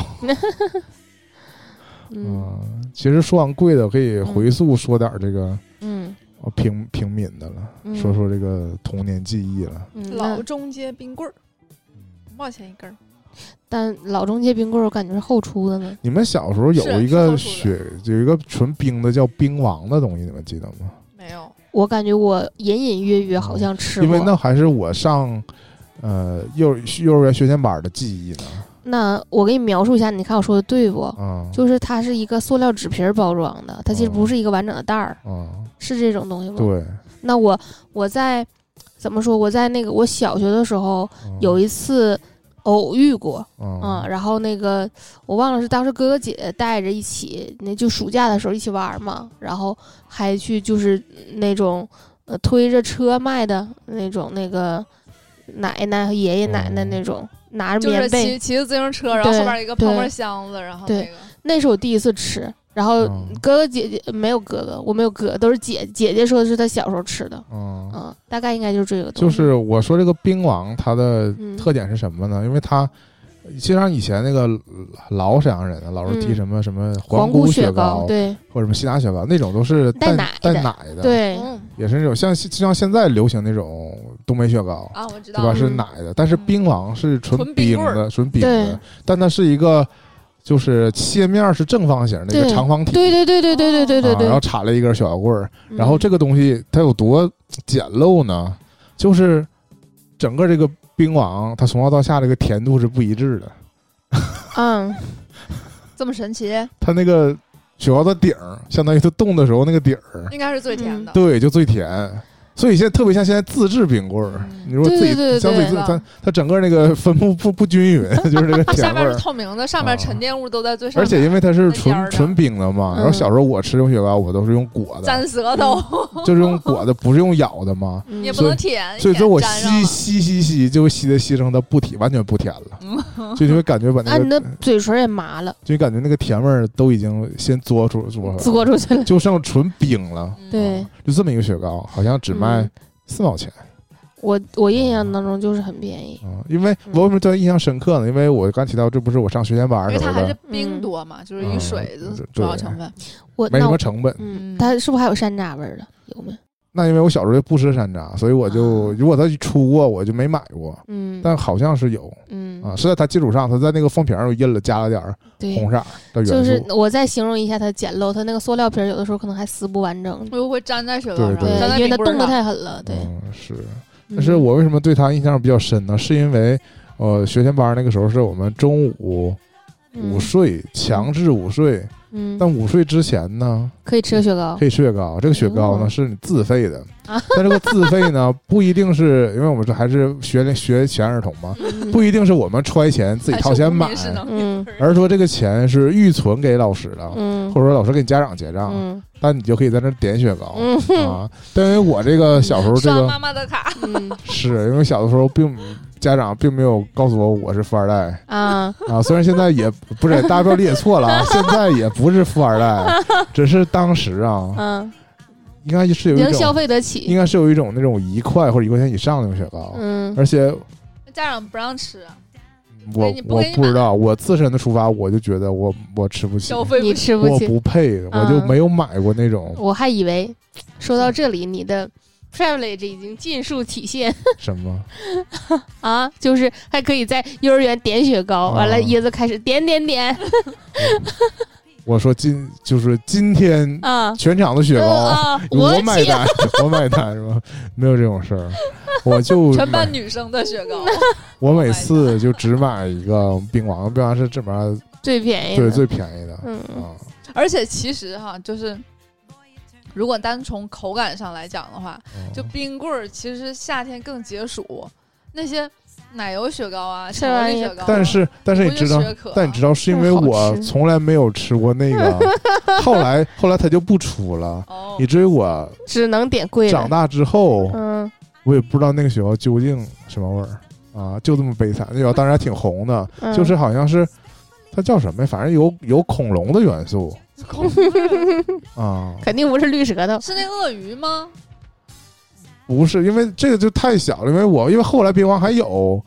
[SPEAKER 1] 嗯
[SPEAKER 2] 嗯，其实说完贵的，我可以回溯说点儿这个
[SPEAKER 1] 嗯
[SPEAKER 2] 呃平平民的了，
[SPEAKER 1] 嗯
[SPEAKER 2] 说说这个童年记忆了。
[SPEAKER 1] 嗯，
[SPEAKER 3] 老
[SPEAKER 1] 那
[SPEAKER 3] 中街冰棍儿，五毛钱一根儿，
[SPEAKER 1] 但老中街冰棍儿我感觉是后出的呢，
[SPEAKER 2] 你们小时候有
[SPEAKER 3] 是
[SPEAKER 2] 一个
[SPEAKER 3] 是
[SPEAKER 2] 雪，有一个纯冰的叫冰王的东西，你们记得吗？
[SPEAKER 3] 没有。
[SPEAKER 1] 我感觉我隐隐约约好像吃过，
[SPEAKER 2] 因为那还是我上呃幼幼儿园学前班的记忆呢。
[SPEAKER 1] 那我给你描述一下，你看我说的对不？
[SPEAKER 2] 啊，
[SPEAKER 1] 哦就是它是一个塑料纸皮儿包装的，它其实不是一个完整的袋儿，
[SPEAKER 2] 啊，
[SPEAKER 1] 是这种东西吗？
[SPEAKER 2] 哦对，
[SPEAKER 1] 那我我在怎么说？我在那个我小学的时候
[SPEAKER 2] 嗯
[SPEAKER 1] 有一次偶遇过，嗯，
[SPEAKER 2] 啊
[SPEAKER 1] 然后那个我忘了是当时哥哥姐姐带着一起，那就暑假的时候一起玩儿嘛，然后还去就是那种呃推着车卖的那种那个奶奶和爷爷奶奶
[SPEAKER 2] 嗯
[SPEAKER 1] 那种，拿着
[SPEAKER 3] 就
[SPEAKER 1] 棉
[SPEAKER 3] 是
[SPEAKER 1] 被，
[SPEAKER 3] 骑骑着自行车，然后
[SPEAKER 1] 对
[SPEAKER 3] 后边一个泡沫
[SPEAKER 1] 对
[SPEAKER 3] 箱子，然后
[SPEAKER 1] 对
[SPEAKER 3] 那个
[SPEAKER 1] 那是我第一次吃，然后
[SPEAKER 2] 嗯
[SPEAKER 1] 哥哥姐姐没有哥哥，我没有哥，都是姐姐姐说的是她小时候吃的，
[SPEAKER 2] 啊。
[SPEAKER 1] 嗯，大概应该就是这个东
[SPEAKER 2] 就
[SPEAKER 1] 西，
[SPEAKER 2] 是我说这个冰王，它的
[SPEAKER 1] 嗯
[SPEAKER 2] 特点是什么呢？因为它，其实上以前那个老沈阳人啊，老是提
[SPEAKER 1] 嗯
[SPEAKER 2] 什么什么
[SPEAKER 1] 皇
[SPEAKER 2] 姑
[SPEAKER 1] 雪
[SPEAKER 2] 糕，
[SPEAKER 1] 对
[SPEAKER 2] 或者什么西达雪糕，那种都是
[SPEAKER 1] 带
[SPEAKER 2] 带
[SPEAKER 1] 奶
[SPEAKER 2] 带
[SPEAKER 1] 的
[SPEAKER 2] 奶的，，
[SPEAKER 1] 对，
[SPEAKER 3] 嗯
[SPEAKER 2] 也是那种像就像现在流行那种东北雪糕，
[SPEAKER 3] 啊，我知
[SPEAKER 2] 对
[SPEAKER 3] 道
[SPEAKER 2] 吧？
[SPEAKER 3] 了，
[SPEAKER 2] 是
[SPEAKER 1] 嗯
[SPEAKER 2] 奶的，但是冰王是纯
[SPEAKER 3] 纯冰
[SPEAKER 2] 冰
[SPEAKER 3] 棍儿
[SPEAKER 2] 的，纯冰
[SPEAKER 1] 对
[SPEAKER 2] 的，但它是一个就是切面是正方形的一个
[SPEAKER 1] 对
[SPEAKER 2] 长方体，
[SPEAKER 1] 对对对对对对对对
[SPEAKER 2] 啊，
[SPEAKER 1] 对
[SPEAKER 2] 然，后插了一根小摇棍儿，
[SPEAKER 1] 嗯
[SPEAKER 2] 然后这个东西它有多简陋呢？就是整个这个冰王，它从上到下这个甜度是不一致的。
[SPEAKER 1] 嗯
[SPEAKER 3] 这么神奇，
[SPEAKER 2] 它那个雪糕的顶儿，相当于它冻的时候那个顶儿，
[SPEAKER 3] 应该是最甜的。
[SPEAKER 2] 对，就最甜。所以现在特别像现在自制冰棍儿
[SPEAKER 3] 嗯，
[SPEAKER 2] 你说自
[SPEAKER 1] 对
[SPEAKER 2] 己
[SPEAKER 1] 对对
[SPEAKER 2] 像自己自
[SPEAKER 3] 对
[SPEAKER 2] 它它整个那个分布不不均匀， <laughs> 就是这个
[SPEAKER 3] 啊下
[SPEAKER 2] 甜味
[SPEAKER 3] 面是
[SPEAKER 2] 儿。
[SPEAKER 3] 透明的，上面
[SPEAKER 2] 啊
[SPEAKER 3] 沉淀物都在最
[SPEAKER 2] 而
[SPEAKER 3] 上面，
[SPEAKER 2] 且因为它是
[SPEAKER 3] 那边儿
[SPEAKER 2] 纯
[SPEAKER 3] 的
[SPEAKER 2] 纯冰的嘛，
[SPEAKER 1] 嗯
[SPEAKER 2] 然后小时候我吃这种雪糕，我都是用裹的，
[SPEAKER 3] 粘舌头，
[SPEAKER 2] 嗯
[SPEAKER 3] <laughs>
[SPEAKER 2] 就是用裹的，不是用咬的嘛。
[SPEAKER 1] 嗯
[SPEAKER 3] 也不能舔，
[SPEAKER 2] 所以说我
[SPEAKER 3] 一舔粘上
[SPEAKER 2] 吸
[SPEAKER 3] 了
[SPEAKER 2] 吸吸吸，就吸的吸成它不甜，完全不甜
[SPEAKER 3] <laughs> 嗯
[SPEAKER 2] 了，就你会嗯感觉把
[SPEAKER 1] 啊，
[SPEAKER 2] 那
[SPEAKER 1] 你
[SPEAKER 2] 个，
[SPEAKER 1] 的嘴唇也麻了，
[SPEAKER 2] 就感觉那个甜味儿都已经先嘬出嘬出来
[SPEAKER 1] 嘬出去了
[SPEAKER 2] 了，，就剩纯冰了。
[SPEAKER 3] 嗯
[SPEAKER 1] 对
[SPEAKER 2] 啊，就这么一个雪糕，好像只卖哦
[SPEAKER 1] 嗯
[SPEAKER 2] 四毛钱
[SPEAKER 1] 我我印象当中就是很便宜，
[SPEAKER 2] 啊。因
[SPEAKER 3] 嗯
[SPEAKER 2] 为我为什么对它印象深刻呢？因为我刚提到，这不是我上学前班
[SPEAKER 3] 因
[SPEAKER 2] 儿
[SPEAKER 3] 为
[SPEAKER 2] 什
[SPEAKER 3] 它
[SPEAKER 2] 么
[SPEAKER 3] 还是
[SPEAKER 2] 的，
[SPEAKER 1] 嗯
[SPEAKER 3] 冰多嘛，就是以
[SPEAKER 2] 嗯
[SPEAKER 3] 水的
[SPEAKER 2] 对
[SPEAKER 3] 主要成分。
[SPEAKER 1] 我
[SPEAKER 2] 没
[SPEAKER 1] 那
[SPEAKER 2] 什
[SPEAKER 1] 我
[SPEAKER 2] 么成本。
[SPEAKER 1] 嗯，
[SPEAKER 3] 嗯
[SPEAKER 1] 它是不是还有山楂味儿的？有没有？
[SPEAKER 2] 那因为我小时候就不吃山楂，所以我就
[SPEAKER 1] 啊
[SPEAKER 2] 如果它出过，我就没买过。
[SPEAKER 1] 嗯，
[SPEAKER 2] 但好像是有
[SPEAKER 1] 嗯
[SPEAKER 2] 啊，是在它基础上，它在那个封瓶儿又印了加了点儿
[SPEAKER 1] 对，
[SPEAKER 2] 红色儿的元素。
[SPEAKER 1] 就
[SPEAKER 2] 嗯
[SPEAKER 1] 是我再形容一下它简陋，它那个塑料皮儿有的时候可能还撕不完整，呃
[SPEAKER 3] 我又会粘在雪糕
[SPEAKER 2] 对
[SPEAKER 3] 上，
[SPEAKER 2] 对
[SPEAKER 3] 粘在
[SPEAKER 1] 因为它
[SPEAKER 3] 冰棍
[SPEAKER 1] 冻
[SPEAKER 3] 儿
[SPEAKER 1] 得太
[SPEAKER 3] 上
[SPEAKER 1] 狠了，对。
[SPEAKER 2] 嗯，是。
[SPEAKER 1] 嗯
[SPEAKER 2] 但是我为什么对他印象比较深呢？是因为，呃，学前班儿那个时候是我们中午午睡，强制午睡。
[SPEAKER 1] 嗯，
[SPEAKER 2] 但午睡之前呢，
[SPEAKER 1] 可以吃个雪糕
[SPEAKER 2] 可，以吃雪糕。这个雪糕呢
[SPEAKER 1] 哦
[SPEAKER 2] 是你自费的
[SPEAKER 1] 啊，
[SPEAKER 2] 但这个自费
[SPEAKER 1] <laughs>
[SPEAKER 2] 呢不一定是因为我们这还是学学前儿童嘛，
[SPEAKER 1] 嗯
[SPEAKER 2] 不一定是我们揣钱自己
[SPEAKER 3] 还
[SPEAKER 2] 掏
[SPEAKER 3] 是
[SPEAKER 2] 钱
[SPEAKER 3] 无
[SPEAKER 2] 买
[SPEAKER 3] 名，氏能
[SPEAKER 1] 嗯
[SPEAKER 3] 冰棍儿
[SPEAKER 2] 而是说这个钱是预存给老师的，
[SPEAKER 1] 嗯
[SPEAKER 2] 或者说老师给家长结账，
[SPEAKER 1] 嗯
[SPEAKER 2] 但你就可以在那儿点雪糕
[SPEAKER 1] 嗯
[SPEAKER 2] 啊。但因为我这个小时候这
[SPEAKER 3] 刷
[SPEAKER 2] 个
[SPEAKER 3] 妈妈的卡，
[SPEAKER 1] 嗯
[SPEAKER 2] 是因为小的时候并家长并没有告诉我我是富二代
[SPEAKER 1] 啊，
[SPEAKER 2] 啊，虽然现在也不是，大家不要理解错了啊，现在也不是富二代，只是当时啊，
[SPEAKER 1] 嗯，
[SPEAKER 2] 应该是有
[SPEAKER 1] 能
[SPEAKER 2] 一
[SPEAKER 1] 消
[SPEAKER 2] 种
[SPEAKER 1] 费得
[SPEAKER 2] 应
[SPEAKER 1] 起，
[SPEAKER 2] 该是有一种那种一块或者一块钱以上的那种雪糕，
[SPEAKER 1] 嗯
[SPEAKER 2] 而且
[SPEAKER 3] 家长不让吃，
[SPEAKER 2] 我
[SPEAKER 3] 嗯你不
[SPEAKER 2] 我
[SPEAKER 3] 给你
[SPEAKER 2] 不
[SPEAKER 3] 买
[SPEAKER 2] 知道，我自身的出发，我就觉得我我吃不起，
[SPEAKER 3] 消费嗯
[SPEAKER 1] 你
[SPEAKER 3] 不起。
[SPEAKER 1] 吃不
[SPEAKER 2] 我
[SPEAKER 1] 起。
[SPEAKER 2] 不配，我就没有买过那种
[SPEAKER 1] 我还以为说到这里，你的 privilege 已经尽数体现 <laughs>
[SPEAKER 2] 什么
[SPEAKER 1] 啊，就是还可以在幼儿园点雪糕，完了
[SPEAKER 2] 啊
[SPEAKER 1] 椰子开始点点点
[SPEAKER 2] 我说今就是今天
[SPEAKER 1] 啊。
[SPEAKER 2] 全场的雪糕。
[SPEAKER 1] 啊！
[SPEAKER 2] 我买
[SPEAKER 1] 去，
[SPEAKER 2] 单， <laughs> 我买单是吧？没有这种事儿，我就
[SPEAKER 3] 全
[SPEAKER 2] 买
[SPEAKER 3] 班女生的雪糕，
[SPEAKER 2] 我每次就只买一个冰王，冰王是这边儿
[SPEAKER 1] 最便宜的，
[SPEAKER 2] 对最便宜的
[SPEAKER 1] 哎嗯
[SPEAKER 2] 啊，
[SPEAKER 3] <laughs> 而且其实哈，就是如果单从口感上来讲的话，就
[SPEAKER 2] 嗯
[SPEAKER 3] 冰棍儿，其实夏天更解暑。那些奶油雪糕啊，
[SPEAKER 1] 这
[SPEAKER 3] 巧克
[SPEAKER 1] 玩
[SPEAKER 3] 力
[SPEAKER 1] 意儿
[SPEAKER 3] 雪糕啊，
[SPEAKER 2] 但
[SPEAKER 1] 哦
[SPEAKER 2] 是但是你知道
[SPEAKER 3] 不是雪可，
[SPEAKER 2] 但你知道是因为
[SPEAKER 1] 那好
[SPEAKER 2] 我
[SPEAKER 1] 吃
[SPEAKER 2] 从来没有吃过
[SPEAKER 1] <laughs>
[SPEAKER 2] 那个，后来后来它就不出了。
[SPEAKER 3] 哦
[SPEAKER 2] 以，至于我
[SPEAKER 1] 只能点贵
[SPEAKER 2] 长
[SPEAKER 1] 的。
[SPEAKER 2] 大之后，
[SPEAKER 1] 嗯，
[SPEAKER 2] 我也不知道那个雪糕究竟什么味儿啊，就这么悲惨。那雪糕当然还挺红的，
[SPEAKER 1] 嗯
[SPEAKER 2] 就是好像是它叫什么呀？反正有有恐龙的元素
[SPEAKER 3] 恐怖的
[SPEAKER 2] <laughs> 啊，
[SPEAKER 1] 肯定不是绿舌头。
[SPEAKER 3] 是那鳄鱼吗？
[SPEAKER 2] 不是因为这个就太小了，因为我因为后来冰王还有，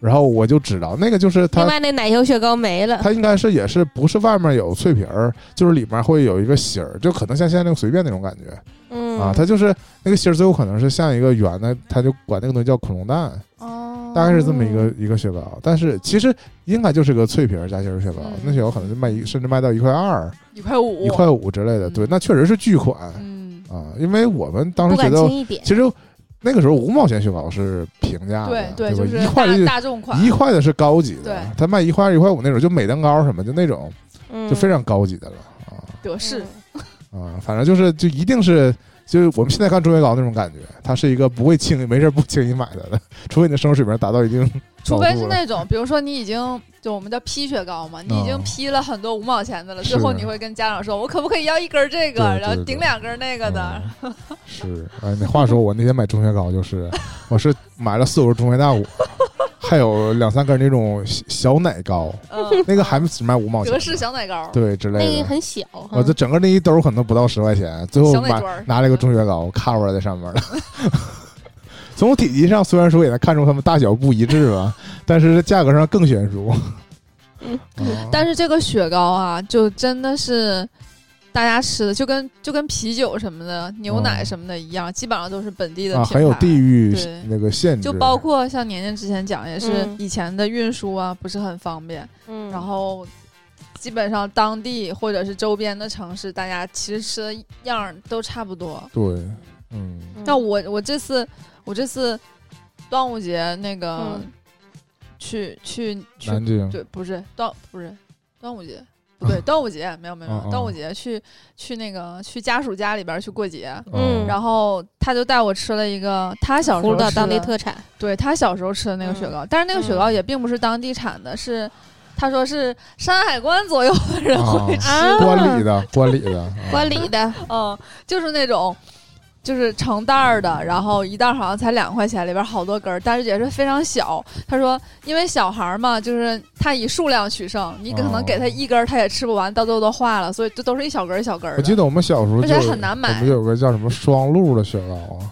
[SPEAKER 2] 然后我就知道那个就是
[SPEAKER 1] 另
[SPEAKER 2] 它。
[SPEAKER 1] 外那呃奶油雪糕没了，
[SPEAKER 2] 它应该是也是不是外面有脆皮儿，就是里面会有一个芯儿，就可能像现在那个随便那种感觉
[SPEAKER 1] 嗯
[SPEAKER 2] 啊。它就是那个芯儿最有可能是像一个圆的，它就管那个东西叫恐龙蛋，
[SPEAKER 1] 哦
[SPEAKER 2] 大概是这么一个一个雪糕。但是其实应该就是个脆皮儿夹心儿雪糕
[SPEAKER 3] 嗯，
[SPEAKER 2] 那雪糕可能就卖一甚至卖到一块二、
[SPEAKER 3] 一块五，
[SPEAKER 2] 一块五之类的。对，
[SPEAKER 3] 嗯
[SPEAKER 2] 那确实是巨款
[SPEAKER 3] 嗯，
[SPEAKER 2] 啊，因为我们当时
[SPEAKER 1] 不敢
[SPEAKER 2] 觉得
[SPEAKER 1] 轻，易点。
[SPEAKER 2] 其实那个时候五毛钱雪糕是平价
[SPEAKER 3] 对
[SPEAKER 2] 的，对吧？
[SPEAKER 3] 就是
[SPEAKER 2] 一块
[SPEAKER 3] 大
[SPEAKER 2] 就
[SPEAKER 3] 大众款，
[SPEAKER 2] 一块的是高级
[SPEAKER 3] 对
[SPEAKER 2] 的，他卖一块二一块五那种，就美蛋糕什么就那种。
[SPEAKER 1] 嗯
[SPEAKER 2] 就非常高级的了
[SPEAKER 3] 德式，
[SPEAKER 2] 啊啊！反正就是就一定是就是我们现在看中雪糕那种感觉，它是一个不会轻易没事儿不轻易买的了，除非你的生活水平达到一定
[SPEAKER 3] 除
[SPEAKER 2] 高
[SPEAKER 3] 非
[SPEAKER 2] 度
[SPEAKER 3] 是
[SPEAKER 2] 了。啊
[SPEAKER 3] 那种，比如说你已经就我们叫批雪糕嘛，你已经批了很多五毛钱的了，
[SPEAKER 2] 是
[SPEAKER 3] 最后你会跟家长说，我可不可以要一根儿这个，
[SPEAKER 2] 对对
[SPEAKER 3] 然后
[SPEAKER 2] 对
[SPEAKER 3] 顶两根儿那个的， <laughs>
[SPEAKER 2] 嗯是，哎，你话说，我那天买中雪糕就是，我是买了四五个中雪大五，还有两三根那种小小奶糕，
[SPEAKER 3] 嗯，
[SPEAKER 2] <laughs> 那个还只卖五毛钱
[SPEAKER 3] 德，式小奶糕，
[SPEAKER 2] 对之类
[SPEAKER 1] 那个
[SPEAKER 2] 的。
[SPEAKER 1] 很小哈，
[SPEAKER 2] 嗯哦我这整个那一兜可能不到十块钱，最后
[SPEAKER 3] 小奶
[SPEAKER 2] 买
[SPEAKER 3] 砖儿
[SPEAKER 2] 拿了一个中雪糕，cover 在上面了。 <laughs> 从体积上虽然说也能看出它们大小不一致吧，但是这价格上更悬殊。
[SPEAKER 1] 嗯
[SPEAKER 3] <laughs>
[SPEAKER 2] 啊
[SPEAKER 3] 但是这个雪糕啊，就真的是大家吃的，就跟就跟啤酒什么的、牛奶什么的一样，基本上都是本地的
[SPEAKER 2] 嗯啊，
[SPEAKER 3] 品牌。
[SPEAKER 2] 很有地域
[SPEAKER 3] 对
[SPEAKER 2] 那个限制，
[SPEAKER 3] 就包括像年年之前讲，也是
[SPEAKER 1] 嗯
[SPEAKER 3] 以前的运输啊不是很方便，
[SPEAKER 1] 嗯
[SPEAKER 3] 然后基本上当地或者是周边的城市，大家其实吃的样儿都差不多。
[SPEAKER 2] 对，嗯，
[SPEAKER 1] 嗯
[SPEAKER 3] 那我我这次我这次端午节那个
[SPEAKER 1] 嗯
[SPEAKER 3] 去去去
[SPEAKER 2] 南京
[SPEAKER 3] 对，不是端不是端午节，不对，端午节没有没有没
[SPEAKER 2] 嗯
[SPEAKER 3] 有，端午节去去那个去家属家里边儿去过节，
[SPEAKER 2] 哦
[SPEAKER 1] 嗯
[SPEAKER 3] 然后他就带我吃了一个他小时
[SPEAKER 1] 葫芦
[SPEAKER 3] 候
[SPEAKER 1] 岛
[SPEAKER 3] 吃
[SPEAKER 1] 当地
[SPEAKER 3] 的
[SPEAKER 1] 特产，
[SPEAKER 3] 对他小时候吃的那个雪
[SPEAKER 1] 嗯
[SPEAKER 3] 糕，但是那个雪
[SPEAKER 1] 嗯
[SPEAKER 3] 糕也并不是当地产的，是他说是山海关左右的人会
[SPEAKER 2] 啊
[SPEAKER 3] 吃，
[SPEAKER 1] <laughs> 啊
[SPEAKER 2] 关里的，关里的，啊
[SPEAKER 1] 关里的，
[SPEAKER 3] <laughs> 嗯，就是那种。就是成袋儿的，然后一袋儿好像才两块钱，里边儿好多根儿，但是也是非常小。他说，因为小孩儿嘛，就是他以数量取胜，你可
[SPEAKER 2] 哦
[SPEAKER 3] 能给他一根儿，他也吃不完，到最后都化了，所以这都是一小根儿一小根儿
[SPEAKER 2] 我
[SPEAKER 3] 的。
[SPEAKER 2] 记得我们小时候
[SPEAKER 3] 而且
[SPEAKER 2] 就
[SPEAKER 3] 很难买
[SPEAKER 2] 我们有个叫什么双鹿的雪糕啊，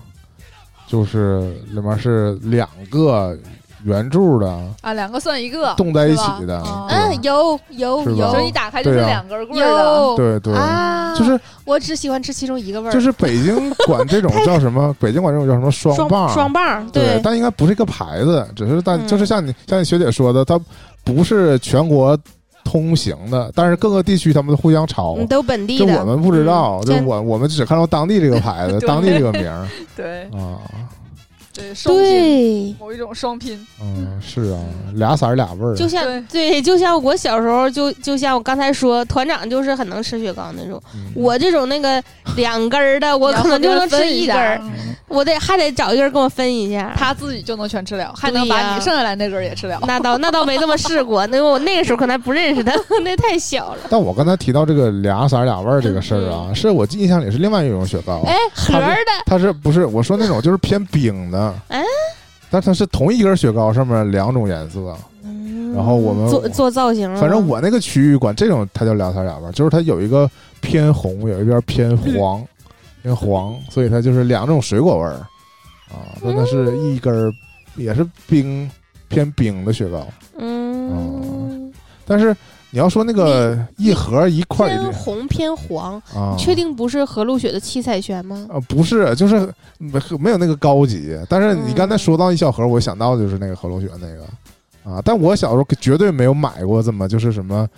[SPEAKER 2] 就是里面是两个圆柱的
[SPEAKER 3] 啊，两个算一个，
[SPEAKER 2] 冻在一起
[SPEAKER 3] 是
[SPEAKER 2] 的
[SPEAKER 3] 吧，
[SPEAKER 2] 对
[SPEAKER 3] 嗯
[SPEAKER 1] 嗯，有有
[SPEAKER 2] 是吧
[SPEAKER 3] 就
[SPEAKER 1] 有
[SPEAKER 3] 一打开就是
[SPEAKER 2] 对啊
[SPEAKER 3] 两根儿棍儿的。
[SPEAKER 1] 有
[SPEAKER 2] 对对，
[SPEAKER 1] 啊，
[SPEAKER 2] 就是
[SPEAKER 1] 我只喜欢吃其中一个味儿，
[SPEAKER 2] 就是北京管这种叫什么？北京管这种叫什么
[SPEAKER 1] 双
[SPEAKER 2] 双棒儿？
[SPEAKER 1] 双棒儿，
[SPEAKER 2] 对，但应该不是一个牌子，只是但
[SPEAKER 1] 嗯
[SPEAKER 2] 就是像你像你学姐说的，它不是全国通行的，但是各个地区他们都互相抄
[SPEAKER 1] 嗯，。都本地
[SPEAKER 2] 就
[SPEAKER 1] 的，
[SPEAKER 2] 我们不知道，
[SPEAKER 1] 嗯
[SPEAKER 2] 就
[SPEAKER 1] 像
[SPEAKER 2] 我我们只看到当地这个牌子，
[SPEAKER 3] 对
[SPEAKER 2] 当地这个名儿
[SPEAKER 3] 对
[SPEAKER 2] 啊，
[SPEAKER 3] 对，双拼，
[SPEAKER 1] 对，
[SPEAKER 3] 某一种双拼。
[SPEAKER 2] 嗯，是啊，俩色儿俩味儿，啊
[SPEAKER 1] 就像对，就像我小时候，就就像我刚才说，团长就是很能吃雪糕那种，
[SPEAKER 2] 嗯
[SPEAKER 1] 我这种那
[SPEAKER 2] <laughs>
[SPEAKER 1] 个两根儿的，我可能就能吃一根儿，
[SPEAKER 2] 嗯
[SPEAKER 1] 我得还得找一个人跟我分一下。
[SPEAKER 3] 他自己就能全吃了，还
[SPEAKER 1] 对
[SPEAKER 3] 能把
[SPEAKER 1] 呀
[SPEAKER 3] 你剩下来那根儿也吃了。
[SPEAKER 1] 那倒那倒没这么试过，那我那个时候可能还不认
[SPEAKER 2] <laughs>
[SPEAKER 1] 识他，那太小了。
[SPEAKER 2] 但我刚才提到这个俩色儿俩味儿这个事儿啊，是我印象里是另外一种雪糕，
[SPEAKER 1] 嗯哎，盒儿的，
[SPEAKER 2] 它是不是我说那种就是偏冰的？
[SPEAKER 1] 嗯
[SPEAKER 2] 但它是同一根雪糕上面两种颜
[SPEAKER 1] 哦
[SPEAKER 2] 色。然后我们
[SPEAKER 1] 做做造型了吗，
[SPEAKER 2] 反正我那个区域管这种，它叫两色俩味儿，就是它有一个偏红，有一边偏
[SPEAKER 1] 嗯
[SPEAKER 2] 黄，偏黄，所以它就是两种水果味儿啊。但它是一根儿也是冰偏冰的雪糕，
[SPEAKER 1] 嗯，
[SPEAKER 2] 但是你要说那个
[SPEAKER 1] 哦
[SPEAKER 2] 一盒一块儿一
[SPEAKER 1] 偏
[SPEAKER 2] 粒
[SPEAKER 1] 红偏黄，
[SPEAKER 2] 啊，
[SPEAKER 1] 确定不是何路雪的七彩轩吗？
[SPEAKER 2] 啊，不是，就是没没有那个高级。但是
[SPEAKER 1] 嗯
[SPEAKER 2] 你刚才说到一小盒，我想到的就是那个河洛雪那个啊。但我小时候绝对没有买过这么就是什么，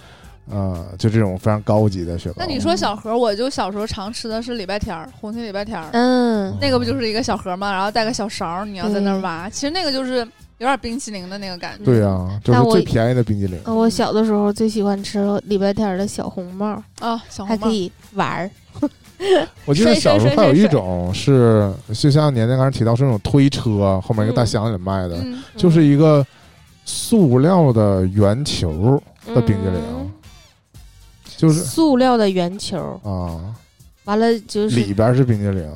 [SPEAKER 2] 呃，就这种非常高级的雪糕。
[SPEAKER 3] 那你说小盒，我就小时候常吃的是礼拜天儿，红星礼拜天儿，
[SPEAKER 1] 嗯，
[SPEAKER 3] 那个不就是一个小盒嘛，然后带个小勺儿，你要在那儿挖。其实那个就是有点冰淇淋的那个感觉。
[SPEAKER 2] 对呀、就
[SPEAKER 1] 嗯
[SPEAKER 2] 是
[SPEAKER 1] 那我
[SPEAKER 2] 最便宜的冰激凌
[SPEAKER 1] 啊我小的时候最喜欢吃礼拜天儿的小红帽，
[SPEAKER 3] 啊，小
[SPEAKER 1] 还
[SPEAKER 3] 红帽
[SPEAKER 1] 可以玩儿，
[SPEAKER 2] 我记得
[SPEAKER 1] 水
[SPEAKER 2] 小时候
[SPEAKER 1] 水
[SPEAKER 2] 还有
[SPEAKER 1] 水
[SPEAKER 2] 一
[SPEAKER 1] 水
[SPEAKER 2] 种是，就像年年刚才提到是那种推车，后面一个大
[SPEAKER 1] 嗯
[SPEAKER 2] 箱子里卖的，
[SPEAKER 3] 嗯，
[SPEAKER 2] 就是一个塑料的圆球的冰激凌
[SPEAKER 1] 嗯，
[SPEAKER 2] 就是
[SPEAKER 1] 塑料的圆球，
[SPEAKER 2] 啊，
[SPEAKER 1] 完了就是
[SPEAKER 2] 里边是冰激凌，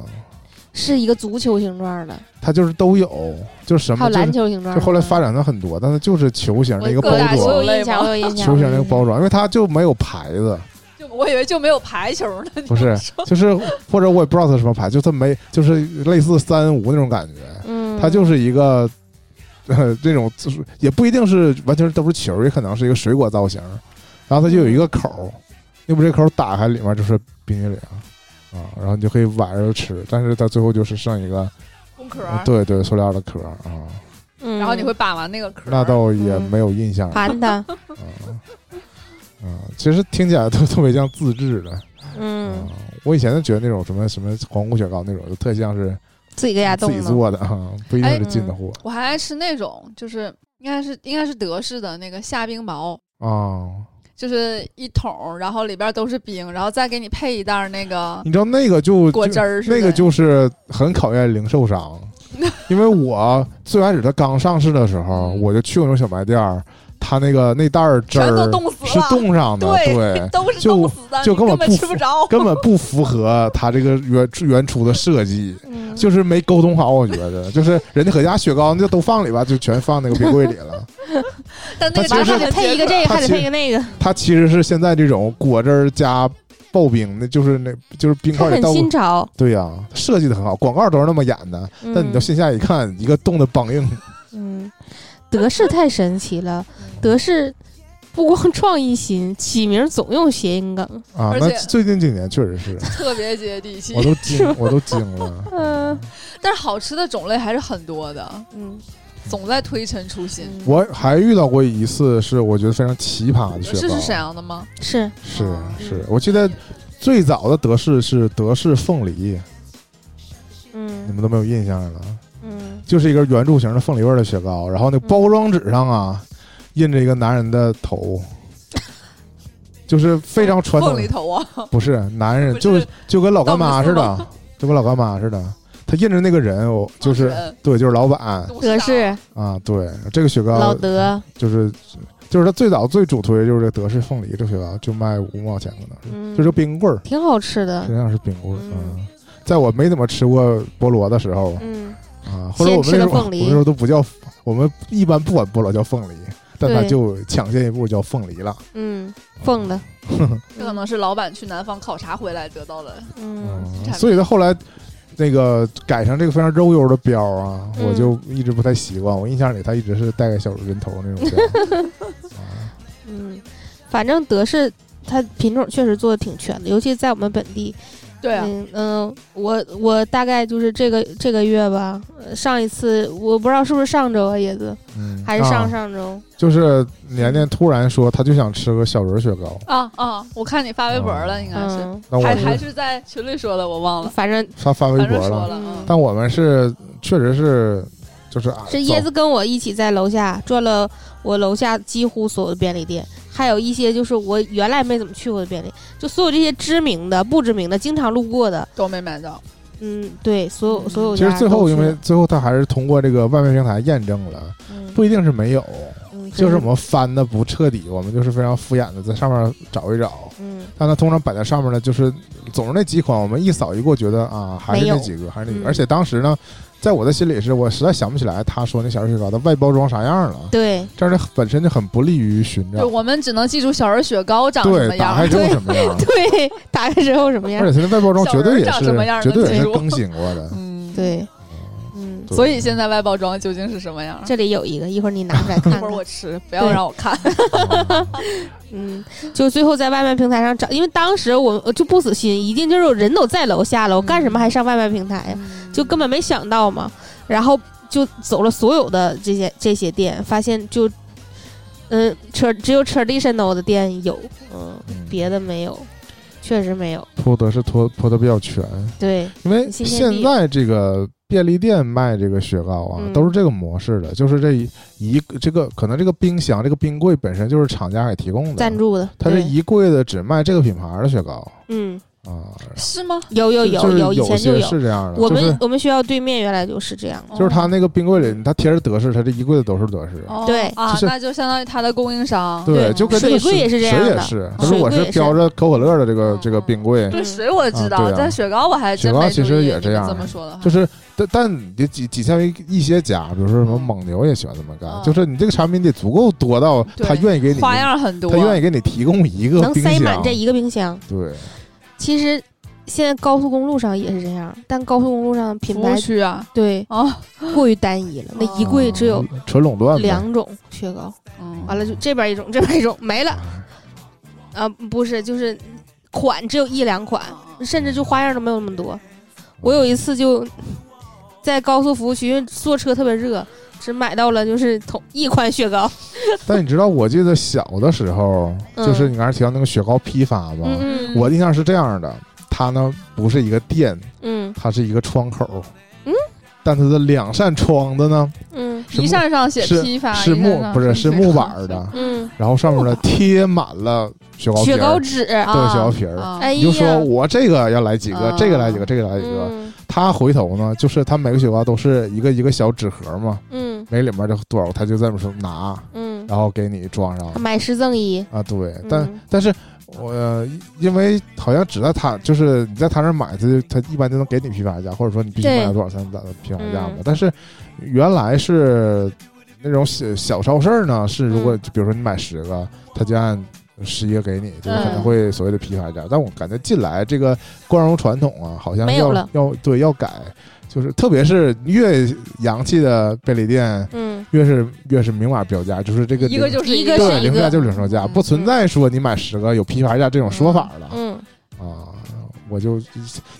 [SPEAKER 1] 是一个足球形状的，
[SPEAKER 2] 它就是都有，就是什
[SPEAKER 1] 还
[SPEAKER 2] 么
[SPEAKER 1] 有
[SPEAKER 2] 就
[SPEAKER 1] 篮
[SPEAKER 2] 是
[SPEAKER 1] 球形状的。
[SPEAKER 2] 就后来发展到很多，但是就是球形的一个包
[SPEAKER 3] 各大
[SPEAKER 1] 我
[SPEAKER 2] 装
[SPEAKER 1] 有
[SPEAKER 3] 球，类
[SPEAKER 1] 印象，
[SPEAKER 3] 吗
[SPEAKER 1] 我有印象。
[SPEAKER 2] 球形的一个包装，因为它就没有牌子，
[SPEAKER 3] 就我以为就没有排球呢。
[SPEAKER 2] <laughs> 不是，就是 <laughs> 或者我也不知道它什么牌，就它没，就是类似三无那种感觉，
[SPEAKER 1] 嗯，
[SPEAKER 2] 它就是一个。呃，这种就是也不一定是完全都是球，也可能是一个水果造型，然后它就有一个口儿，你把这口儿打开，里面就是冰激凌啊，然后你就可以晚上就吃，但是它最后就是剩一个，
[SPEAKER 3] 空壳儿，
[SPEAKER 2] 啊对对，塑料的壳儿啊，
[SPEAKER 1] 嗯，
[SPEAKER 3] 然后你会把玩那个壳儿。
[SPEAKER 2] 那倒也
[SPEAKER 1] 嗯
[SPEAKER 2] 没有印象了
[SPEAKER 1] 盘它，
[SPEAKER 2] 啊啊，其实听起来都 <laughs> 特别像自制的，啊
[SPEAKER 1] 嗯，，
[SPEAKER 2] 我以前就觉得那种什么什么皇姑雪糕那种，就特像是
[SPEAKER 1] 自己搁家
[SPEAKER 2] 自
[SPEAKER 1] 冻
[SPEAKER 2] 己
[SPEAKER 1] 的。
[SPEAKER 2] 做的啊，不一定
[SPEAKER 3] 哎
[SPEAKER 2] 是进的货
[SPEAKER 3] 我还爱吃那种，就是应该是应该是德式的那个夏冰雹，
[SPEAKER 2] 啊。
[SPEAKER 3] 就是一桶，然后里边都是冰，然后再给你配一袋儿那个
[SPEAKER 2] 你知道那个就
[SPEAKER 3] 果
[SPEAKER 2] 就
[SPEAKER 3] 汁儿似的。
[SPEAKER 2] 那个就是很考验零售
[SPEAKER 3] <laughs>
[SPEAKER 2] 商，因为我最开始它刚上市的时候，
[SPEAKER 3] 嗯
[SPEAKER 2] 我就去过那种小卖店儿，它那个那袋儿汁
[SPEAKER 3] 全
[SPEAKER 2] 儿
[SPEAKER 3] 都冻死了
[SPEAKER 2] 是冻上的，
[SPEAKER 3] 对，
[SPEAKER 2] 对
[SPEAKER 3] <laughs> 都是
[SPEAKER 2] 就
[SPEAKER 3] 冻死的，
[SPEAKER 2] 就
[SPEAKER 3] 你
[SPEAKER 2] 根本
[SPEAKER 3] 本
[SPEAKER 2] 不
[SPEAKER 3] 吃不着。
[SPEAKER 2] 根本不符合它这个原原初的设计，
[SPEAKER 1] 嗯
[SPEAKER 2] 就是没沟通好，我觉得， <laughs> 就是人家搁家雪糕那就都放里吧，就全放那个冰柜里了。
[SPEAKER 3] 但
[SPEAKER 2] 它
[SPEAKER 3] 那个
[SPEAKER 1] 嗯
[SPEAKER 2] 其
[SPEAKER 1] 完
[SPEAKER 2] 实
[SPEAKER 1] 了还
[SPEAKER 3] 就
[SPEAKER 1] 得
[SPEAKER 3] 是
[SPEAKER 1] 配一个这个，
[SPEAKER 2] 它
[SPEAKER 1] 还得
[SPEAKER 2] 其
[SPEAKER 1] 配一个那个，
[SPEAKER 2] 它其实是现在这种果汁儿加刨冰的，就是那就是冰
[SPEAKER 1] 它
[SPEAKER 2] 块里
[SPEAKER 1] 很
[SPEAKER 2] 倒。
[SPEAKER 1] 新潮。
[SPEAKER 2] 对呀、设计的很好，广告都是那么演的，但你到线下一看，一个冻的梆硬。
[SPEAKER 1] 嗯，德式太神奇了，德式不光创意新，起名总用谐音梗。
[SPEAKER 2] 啊，
[SPEAKER 3] 而
[SPEAKER 2] 那
[SPEAKER 3] 且
[SPEAKER 2] 最近几年确实是，
[SPEAKER 3] 特别接地气
[SPEAKER 2] 我，都惊，我都惊了。
[SPEAKER 1] 嗯
[SPEAKER 3] 但是好吃的种类还是很多的，
[SPEAKER 1] 嗯，
[SPEAKER 3] 总在推陈出新。
[SPEAKER 2] 我还遇到过一次是我觉得非常奇葩的雪糕，
[SPEAKER 3] 是是沈啊阳的吗？
[SPEAKER 1] 是
[SPEAKER 2] 是
[SPEAKER 3] 啊
[SPEAKER 2] 是我记得最早的德式是德式凤梨，你
[SPEAKER 1] 嗯
[SPEAKER 2] 们都没有印象了，
[SPEAKER 1] 嗯
[SPEAKER 2] 就是一个圆柱形的凤梨味儿的雪糕，然后那包装纸上啊印着一个男人的头，就是非常传统
[SPEAKER 3] 凤
[SPEAKER 2] 的
[SPEAKER 3] 梨，头啊，
[SPEAKER 2] 不是男人，
[SPEAKER 3] 不
[SPEAKER 2] 就是就跟老干妈似
[SPEAKER 3] 道
[SPEAKER 2] 的，就跟老干妈似的，他印着那个人，我就
[SPEAKER 3] <laughs> 就是
[SPEAKER 2] 是对，就是老板
[SPEAKER 1] 德式
[SPEAKER 2] 啊，对这个雪糕
[SPEAKER 1] 老德，
[SPEAKER 2] 就是就是他最早最主推就是德式凤梨这雪糕，就卖五毛钱可能是，
[SPEAKER 1] 嗯，
[SPEAKER 2] 就是冰棍儿，
[SPEAKER 1] 挺好吃的
[SPEAKER 2] 实。际上是冰棍儿。
[SPEAKER 1] 嗯
[SPEAKER 2] 嗯，在我没怎么吃过菠萝的时候
[SPEAKER 1] 嗯，
[SPEAKER 2] 啊，或者我们
[SPEAKER 1] 先吃
[SPEAKER 2] 那
[SPEAKER 1] 了
[SPEAKER 2] 时候我
[SPEAKER 1] 凤
[SPEAKER 2] 们
[SPEAKER 1] 梨
[SPEAKER 2] 那时候都不叫，我们一般不管菠萝叫凤梨，但它
[SPEAKER 1] 对
[SPEAKER 2] 就抢先一步叫凤梨了。
[SPEAKER 1] 嗯，凤
[SPEAKER 2] <laughs>
[SPEAKER 1] 的，
[SPEAKER 3] 这可能是老板去南方考察回来得到了。
[SPEAKER 1] 嗯
[SPEAKER 2] 嗯，
[SPEAKER 3] 产
[SPEAKER 2] 所以他后来。那个改成这个非常肉油的标啊，
[SPEAKER 1] 嗯
[SPEAKER 2] 我就一直不太习惯。我印象里他一直是带个小人头那
[SPEAKER 1] <laughs>
[SPEAKER 2] 种标，啊
[SPEAKER 1] 嗯，反正德式它品种确实做的挺全的，尤其在我们本地。
[SPEAKER 3] 对啊，
[SPEAKER 1] 嗯嗯，我我大概就是这个这个月吧，呃上一次我不知道是不是上周啊，叶子
[SPEAKER 2] 嗯，
[SPEAKER 1] 还是
[SPEAKER 2] 啊
[SPEAKER 1] 上上周。
[SPEAKER 2] 就是年年突然说，他就想吃个小人儿雪糕。
[SPEAKER 3] 啊啊！我看你发微博了，应该啊是，
[SPEAKER 1] 嗯，
[SPEAKER 2] 那我
[SPEAKER 3] 还
[SPEAKER 2] 是
[SPEAKER 3] 还是在群里说的，我忘了。
[SPEAKER 1] 反正
[SPEAKER 2] 发发微
[SPEAKER 3] 反正
[SPEAKER 2] 博
[SPEAKER 3] 说
[SPEAKER 2] 了，
[SPEAKER 3] 了，
[SPEAKER 1] 嗯
[SPEAKER 3] 嗯
[SPEAKER 2] 但我们是确实是就是啊，
[SPEAKER 1] 是椰
[SPEAKER 2] 走
[SPEAKER 1] 子跟我一起在楼下转了我楼下几乎所有的便利店，还有一些就是我原来没怎么去过的便利，就所有这些知名的、不知名的、经常路过的，
[SPEAKER 3] 都没买到。
[SPEAKER 1] 嗯，对，所有所有
[SPEAKER 2] 其实
[SPEAKER 1] 家
[SPEAKER 2] 最后
[SPEAKER 1] 都
[SPEAKER 2] 因
[SPEAKER 1] 去
[SPEAKER 2] 为
[SPEAKER 1] 了
[SPEAKER 2] 最后他还是通过这个外卖平台验证了，
[SPEAKER 1] 嗯
[SPEAKER 2] 不一定是没有， <laughs>
[SPEAKER 1] 嗯
[SPEAKER 2] 就是我们翻的不彻底，我们就是非常敷衍的在上面找一找。
[SPEAKER 1] 嗯
[SPEAKER 2] 但它通常摆在上面呢，就是总是那几款，我们一扫一过，觉得啊，还是
[SPEAKER 1] 没有
[SPEAKER 2] 那几个，还是那几
[SPEAKER 1] 嗯
[SPEAKER 2] 个。而且当时呢，在我的心里是我实在想不起来他说那小人雪糕的外包装啥样了，
[SPEAKER 1] 对
[SPEAKER 2] 这样的本身就很不利于寻
[SPEAKER 3] 对，
[SPEAKER 2] 找。
[SPEAKER 3] 我们只能记住小人雪糕长什
[SPEAKER 2] 对
[SPEAKER 3] 么，
[SPEAKER 2] 打
[SPEAKER 3] 样
[SPEAKER 2] 开
[SPEAKER 3] 儿，
[SPEAKER 2] 之后什么样？
[SPEAKER 1] 对，打开之后什么样
[SPEAKER 2] 而？且它的外包装绝对也
[SPEAKER 3] 小人长
[SPEAKER 2] 是
[SPEAKER 3] 什么样的
[SPEAKER 2] 绝对也
[SPEAKER 3] 记
[SPEAKER 2] 是
[SPEAKER 3] 住
[SPEAKER 2] 更新过的。
[SPEAKER 3] 嗯，。
[SPEAKER 1] 对，嗯，
[SPEAKER 2] 对
[SPEAKER 3] 所以现在外包装究竟是什么样儿？
[SPEAKER 1] 这里有一个，一会儿你拿出来
[SPEAKER 3] <laughs> 一
[SPEAKER 1] 看
[SPEAKER 3] 会儿
[SPEAKER 1] 看。
[SPEAKER 3] 我吃，不要让我看。
[SPEAKER 1] 嗯，就最后在外卖平台上找，因为当时我呃我就不死心，一定就是有人都在楼下了，我干
[SPEAKER 3] 嗯
[SPEAKER 1] 什么还上外卖平台啊呀？就根本没想到嘛。然后就走了所有的这些这些店，发现就，嗯，车只有 traditional 的店有，嗯，
[SPEAKER 2] 嗯
[SPEAKER 1] 别的没有，确实没有。
[SPEAKER 2] 铺的是拖铺的比较全，
[SPEAKER 1] 对，
[SPEAKER 2] 因为
[SPEAKER 1] 新天地
[SPEAKER 2] 现在这个便利店卖这个雪糕啊，
[SPEAKER 1] 嗯
[SPEAKER 2] 都是这个模式的，就是这一一个这个可能这个冰箱这个冰柜本身就是厂家给提供的
[SPEAKER 1] 赞，助的，
[SPEAKER 2] 它这
[SPEAKER 1] 对
[SPEAKER 2] 一柜子只卖这个品牌的雪糕
[SPEAKER 1] 嗯，
[SPEAKER 2] 啊，
[SPEAKER 3] 是吗？
[SPEAKER 1] 有有有
[SPEAKER 2] 就是有
[SPEAKER 1] 以前就
[SPEAKER 2] 些
[SPEAKER 1] 有。
[SPEAKER 2] 是这样的，
[SPEAKER 1] 我
[SPEAKER 2] 就是
[SPEAKER 1] 们哦我们学校对面原来就是这样，
[SPEAKER 2] 就是他那个冰柜里，他贴着德式，他这一柜子都是德式。
[SPEAKER 3] 哦
[SPEAKER 1] 对
[SPEAKER 3] 啊
[SPEAKER 2] 就，是
[SPEAKER 3] 那就相当于它的供应商。
[SPEAKER 1] 对
[SPEAKER 2] 就跟那个
[SPEAKER 1] 水柜也是这
[SPEAKER 2] 水
[SPEAKER 1] 样
[SPEAKER 2] 也
[SPEAKER 1] 的
[SPEAKER 2] 是。
[SPEAKER 1] 水
[SPEAKER 2] 可是我
[SPEAKER 1] 柜
[SPEAKER 2] 是
[SPEAKER 1] 也是哦
[SPEAKER 2] 标着可口乐的这个
[SPEAKER 3] 嗯
[SPEAKER 2] 这个冰柜，
[SPEAKER 3] 对水我知
[SPEAKER 2] 啊
[SPEAKER 3] 道，
[SPEAKER 2] 对啊
[SPEAKER 3] 但雪糕我还
[SPEAKER 2] 雪
[SPEAKER 3] 真
[SPEAKER 2] 糕
[SPEAKER 3] 没
[SPEAKER 2] 其实
[SPEAKER 3] 注意
[SPEAKER 2] 也
[SPEAKER 3] 你
[SPEAKER 2] 这样啊
[SPEAKER 3] 这么说的
[SPEAKER 1] 啊
[SPEAKER 3] 话，
[SPEAKER 2] 就是但但也仅仅限于一些家，比如说什么
[SPEAKER 1] 嗯
[SPEAKER 2] 蒙牛也喜欢这么干，
[SPEAKER 1] 啊
[SPEAKER 3] 嗯
[SPEAKER 2] 就是你这个产品得足够多到
[SPEAKER 3] 对
[SPEAKER 2] 他愿意给你，
[SPEAKER 3] 花
[SPEAKER 2] 他
[SPEAKER 3] 样很多。
[SPEAKER 2] 愿意给你提供一个
[SPEAKER 1] 能
[SPEAKER 2] 冰
[SPEAKER 1] 塞满
[SPEAKER 2] 箱。
[SPEAKER 1] 这一个冰箱。
[SPEAKER 2] 对，
[SPEAKER 1] 其实现在高速公路上也是这样，但高速公路上品
[SPEAKER 3] 服
[SPEAKER 1] 牌
[SPEAKER 3] 务区啊，
[SPEAKER 1] 对
[SPEAKER 3] 啊，
[SPEAKER 1] 过于单一了，那一柜只有
[SPEAKER 2] 嗯纯垄断呗。
[SPEAKER 1] 两种雪糕，
[SPEAKER 3] 嗯
[SPEAKER 1] 完了就这边一种，这边一种没了。
[SPEAKER 2] 哎
[SPEAKER 1] 啊，不是，就是款只有一两款，
[SPEAKER 2] 哦
[SPEAKER 1] 甚至就花样都没有那么多。我有一次就在高速服务区，因为坐车特别热，只买到了就是同一款雪糕。
[SPEAKER 2] 嗯但你知道，我记得小的时候，
[SPEAKER 1] 嗯
[SPEAKER 2] 就是你刚才提到那个雪糕批发吧，
[SPEAKER 1] 嗯嗯
[SPEAKER 2] 我的印象是这样的，它呢不是一个店，
[SPEAKER 1] 嗯
[SPEAKER 2] 它是一个窗口。
[SPEAKER 1] 嗯，
[SPEAKER 2] 但它的两扇窗子呢
[SPEAKER 1] 嗯
[SPEAKER 2] 是
[SPEAKER 3] 一
[SPEAKER 2] 木
[SPEAKER 3] 扇上写
[SPEAKER 2] 是
[SPEAKER 3] 批
[SPEAKER 1] 啊
[SPEAKER 3] 发，
[SPEAKER 2] 是
[SPEAKER 3] 一扇
[SPEAKER 2] 木
[SPEAKER 3] 上
[SPEAKER 2] 不是是
[SPEAKER 3] 写
[SPEAKER 2] 木
[SPEAKER 3] 批发
[SPEAKER 2] 板儿的，
[SPEAKER 1] 嗯，
[SPEAKER 2] 然后上面呢贴满了雪糕皮
[SPEAKER 1] 雪
[SPEAKER 2] 儿
[SPEAKER 1] 糕纸，
[SPEAKER 3] 啊
[SPEAKER 2] 对小皮儿
[SPEAKER 3] 啊
[SPEAKER 1] 哎
[SPEAKER 2] 哦你就说
[SPEAKER 1] 呀，
[SPEAKER 2] 我这个要来几个
[SPEAKER 3] 啊，
[SPEAKER 2] 这个来几个，这个来几个。
[SPEAKER 1] 嗯
[SPEAKER 2] 他回头呢，就是他每个雪糕都是一个一个小纸盒嘛，
[SPEAKER 1] 嗯
[SPEAKER 2] 每里面就多少，他就这么说拿，
[SPEAKER 1] 嗯，
[SPEAKER 2] 然后给你装上
[SPEAKER 1] 买十赠一，
[SPEAKER 2] 啊。对，但
[SPEAKER 1] 嗯
[SPEAKER 2] 但是我呃因为好像只在他就是你在他那儿买，他就他一般就能给你批发价，或者说你必须
[SPEAKER 1] 对
[SPEAKER 2] 买到多少才能达到批发价嘛
[SPEAKER 1] 嗯。
[SPEAKER 2] 但是原来是那种小小超市呢，是如果
[SPEAKER 1] 嗯
[SPEAKER 2] 就比如说你买十个，他就按十一个给你，就是可能
[SPEAKER 3] 嗯
[SPEAKER 2] 会所谓的批发价。但我感觉近来这个光荣传统啊，好像
[SPEAKER 1] 没有
[SPEAKER 2] 要
[SPEAKER 1] 了
[SPEAKER 2] 要对要改，就是特别是越洋气的便利店，
[SPEAKER 1] 嗯
[SPEAKER 2] 越是越是明码标价，就是这个
[SPEAKER 3] 一个
[SPEAKER 2] 零
[SPEAKER 3] 就是
[SPEAKER 1] 一个
[SPEAKER 2] 对
[SPEAKER 1] 是
[SPEAKER 2] 零售价就是零售价，
[SPEAKER 3] 嗯
[SPEAKER 2] 不存在说你买十个有批发价这种说法了
[SPEAKER 1] 嗯
[SPEAKER 2] 啊。我就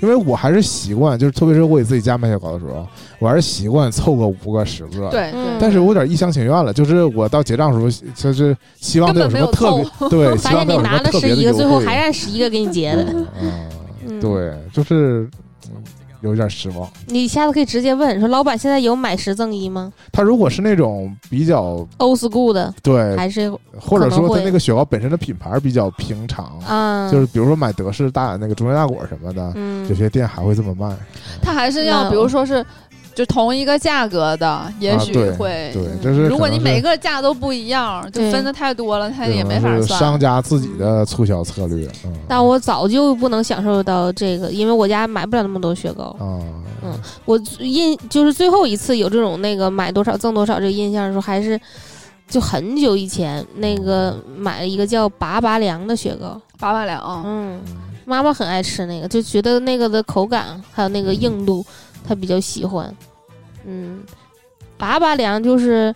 [SPEAKER 2] 因为我还是习惯，就是特别是我给自己家买雪糕的时候，我还是习惯凑个五个十个。
[SPEAKER 3] 对对
[SPEAKER 1] 嗯，
[SPEAKER 2] 但是我有点一厢情愿了，就是我到结账的时候，就是希望它什么特
[SPEAKER 3] 根
[SPEAKER 2] 别，
[SPEAKER 1] <laughs>
[SPEAKER 2] 对，希
[SPEAKER 1] 发现
[SPEAKER 2] 望
[SPEAKER 1] 你
[SPEAKER 2] 它有什
[SPEAKER 1] 拿
[SPEAKER 2] 么
[SPEAKER 1] 了
[SPEAKER 2] 特
[SPEAKER 1] 十
[SPEAKER 2] 别的
[SPEAKER 1] 一个，
[SPEAKER 2] 优
[SPEAKER 1] 最后
[SPEAKER 2] 惠
[SPEAKER 1] 还按十一个给你结的。
[SPEAKER 2] 嗯
[SPEAKER 1] 嗯
[SPEAKER 2] 对，就是嗯有点失望。
[SPEAKER 1] 你下次可以直接问说，老板现在有买十赠一吗
[SPEAKER 2] 他如果是那种比较
[SPEAKER 1] ？old school 的
[SPEAKER 2] 对，
[SPEAKER 1] 还是
[SPEAKER 2] 或者
[SPEAKER 1] 可能
[SPEAKER 2] 说他
[SPEAKER 1] 会
[SPEAKER 2] 那个雪糕本身的品牌比较平常，
[SPEAKER 3] 嗯
[SPEAKER 1] 啊，
[SPEAKER 2] 就是比如说买德式大那个中原大果什么的，有
[SPEAKER 1] 嗯
[SPEAKER 2] 些店还会这么卖。
[SPEAKER 3] 它还是
[SPEAKER 1] 那
[SPEAKER 3] 要比如说是就同一个价格的，也
[SPEAKER 2] 啊
[SPEAKER 3] 许
[SPEAKER 2] 对
[SPEAKER 3] 会。
[SPEAKER 2] 对
[SPEAKER 1] 嗯，
[SPEAKER 2] 这是
[SPEAKER 3] 哎如果
[SPEAKER 2] 可能
[SPEAKER 3] 你
[SPEAKER 2] 是
[SPEAKER 3] 每个价都不一样，就
[SPEAKER 1] 对
[SPEAKER 3] 分的太多了，它
[SPEAKER 2] 这
[SPEAKER 3] 也
[SPEAKER 2] 可
[SPEAKER 3] 没
[SPEAKER 2] 能
[SPEAKER 3] 法
[SPEAKER 2] 是
[SPEAKER 3] 算。
[SPEAKER 2] 商家自己的促销策略。嗯
[SPEAKER 1] 但我早就不能享受到这个，因为我家买不了那么多雪糕。
[SPEAKER 2] 啊，
[SPEAKER 1] 嗯我印就是最后一次有这种那个买多少赠多少这个印象的时候，还是就很久以前那
[SPEAKER 2] 哦
[SPEAKER 1] 个买了一个叫拔拔凉的雪糕，
[SPEAKER 3] 八万两啊，
[SPEAKER 1] 嗯，妈妈很爱吃那个，就觉得那个的口感还有那个硬度，她比较喜欢。嗯，拔拔凉就是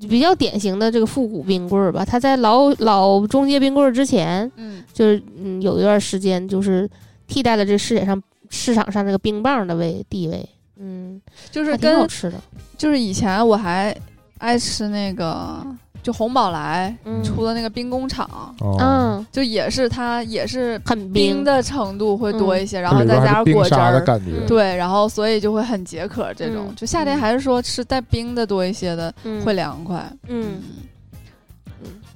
[SPEAKER 1] 比较典型的这个复古冰棍儿吧，它在老老中街冰棍儿之前，
[SPEAKER 3] 嗯，
[SPEAKER 1] 就是嗯，有一段时间就是替代了这世界上市场上这个冰棒的位地位，嗯，
[SPEAKER 3] 就
[SPEAKER 2] 啊
[SPEAKER 1] 还
[SPEAKER 3] 是
[SPEAKER 1] 挺好
[SPEAKER 3] 跟
[SPEAKER 1] 吃的，
[SPEAKER 3] 就是以前我还爱吃那个，就红宝来
[SPEAKER 1] 嗯
[SPEAKER 3] 出的那个冰工厂，
[SPEAKER 2] 哦，
[SPEAKER 1] 嗯，
[SPEAKER 3] 就也是它也是
[SPEAKER 1] 很
[SPEAKER 3] 冰
[SPEAKER 1] 冰，
[SPEAKER 3] 的程度会多一些，然
[SPEAKER 2] 这
[SPEAKER 3] 后
[SPEAKER 2] 里
[SPEAKER 3] 再
[SPEAKER 2] 边还
[SPEAKER 3] 加
[SPEAKER 2] 嗯是
[SPEAKER 3] 上
[SPEAKER 2] 冰
[SPEAKER 3] 果汁
[SPEAKER 2] 沙的
[SPEAKER 3] 儿。
[SPEAKER 2] 感觉。
[SPEAKER 3] 对，然后所以就会很解渴，这种、
[SPEAKER 1] 嗯
[SPEAKER 3] 就夏天还是说吃带冰的多一些的、
[SPEAKER 1] 嗯
[SPEAKER 3] 会凉快。
[SPEAKER 1] 嗯，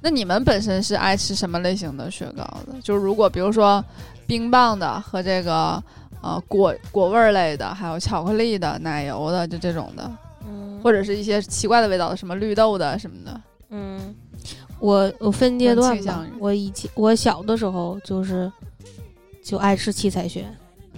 [SPEAKER 3] 那你们本身是爱吃什么类型的雪糕的？就是如果比如说冰棒的和这个呃果果味儿类的，还有巧克力的、奶油的，就这种的，
[SPEAKER 1] 嗯
[SPEAKER 3] 或者是一些奇怪的味道的，什么绿豆的什么的。
[SPEAKER 1] 嗯，我我分阶段
[SPEAKER 3] 倾
[SPEAKER 1] 吧
[SPEAKER 3] 向于，
[SPEAKER 1] 我以前我小的时候就是就爱吃七彩雪，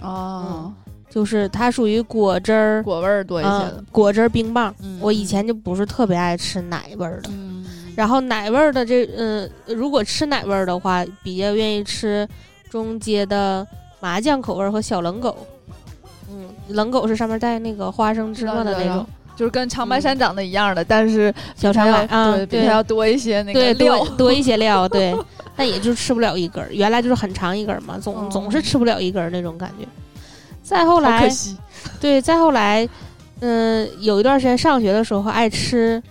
[SPEAKER 3] 哦，
[SPEAKER 1] 就是它属于果汁儿，
[SPEAKER 3] 果味儿多一些
[SPEAKER 1] 啊
[SPEAKER 3] 的。
[SPEAKER 1] 果汁儿冰棒，
[SPEAKER 3] 嗯
[SPEAKER 1] 我以前就不是特别爱吃奶味儿的。
[SPEAKER 3] 嗯，
[SPEAKER 1] 然后奶味儿的这，嗯、如果吃奶味儿的话，比较愿意吃中街的麻酱口味儿和小冷狗。嗯，冷狗是上面带那个花生芝麻的
[SPEAKER 3] 知道
[SPEAKER 1] 那种嗯
[SPEAKER 3] 就是跟长白山长得一样的，但是
[SPEAKER 1] 小
[SPEAKER 3] 它
[SPEAKER 1] 肠
[SPEAKER 3] 要
[SPEAKER 1] 奶啊，
[SPEAKER 3] 对比它要多一些那个
[SPEAKER 1] 对
[SPEAKER 3] 料
[SPEAKER 1] 多。多一些料，
[SPEAKER 3] <laughs>
[SPEAKER 1] 对，但也就吃不了一根儿。原来就是很长一根儿嘛，总、
[SPEAKER 3] 哦
[SPEAKER 1] 总是吃不了一根儿那种感觉。再后
[SPEAKER 3] 好可
[SPEAKER 1] 来，
[SPEAKER 3] 惜，
[SPEAKER 1] 对，再后来，嗯、有一段时间上学的时候爱吃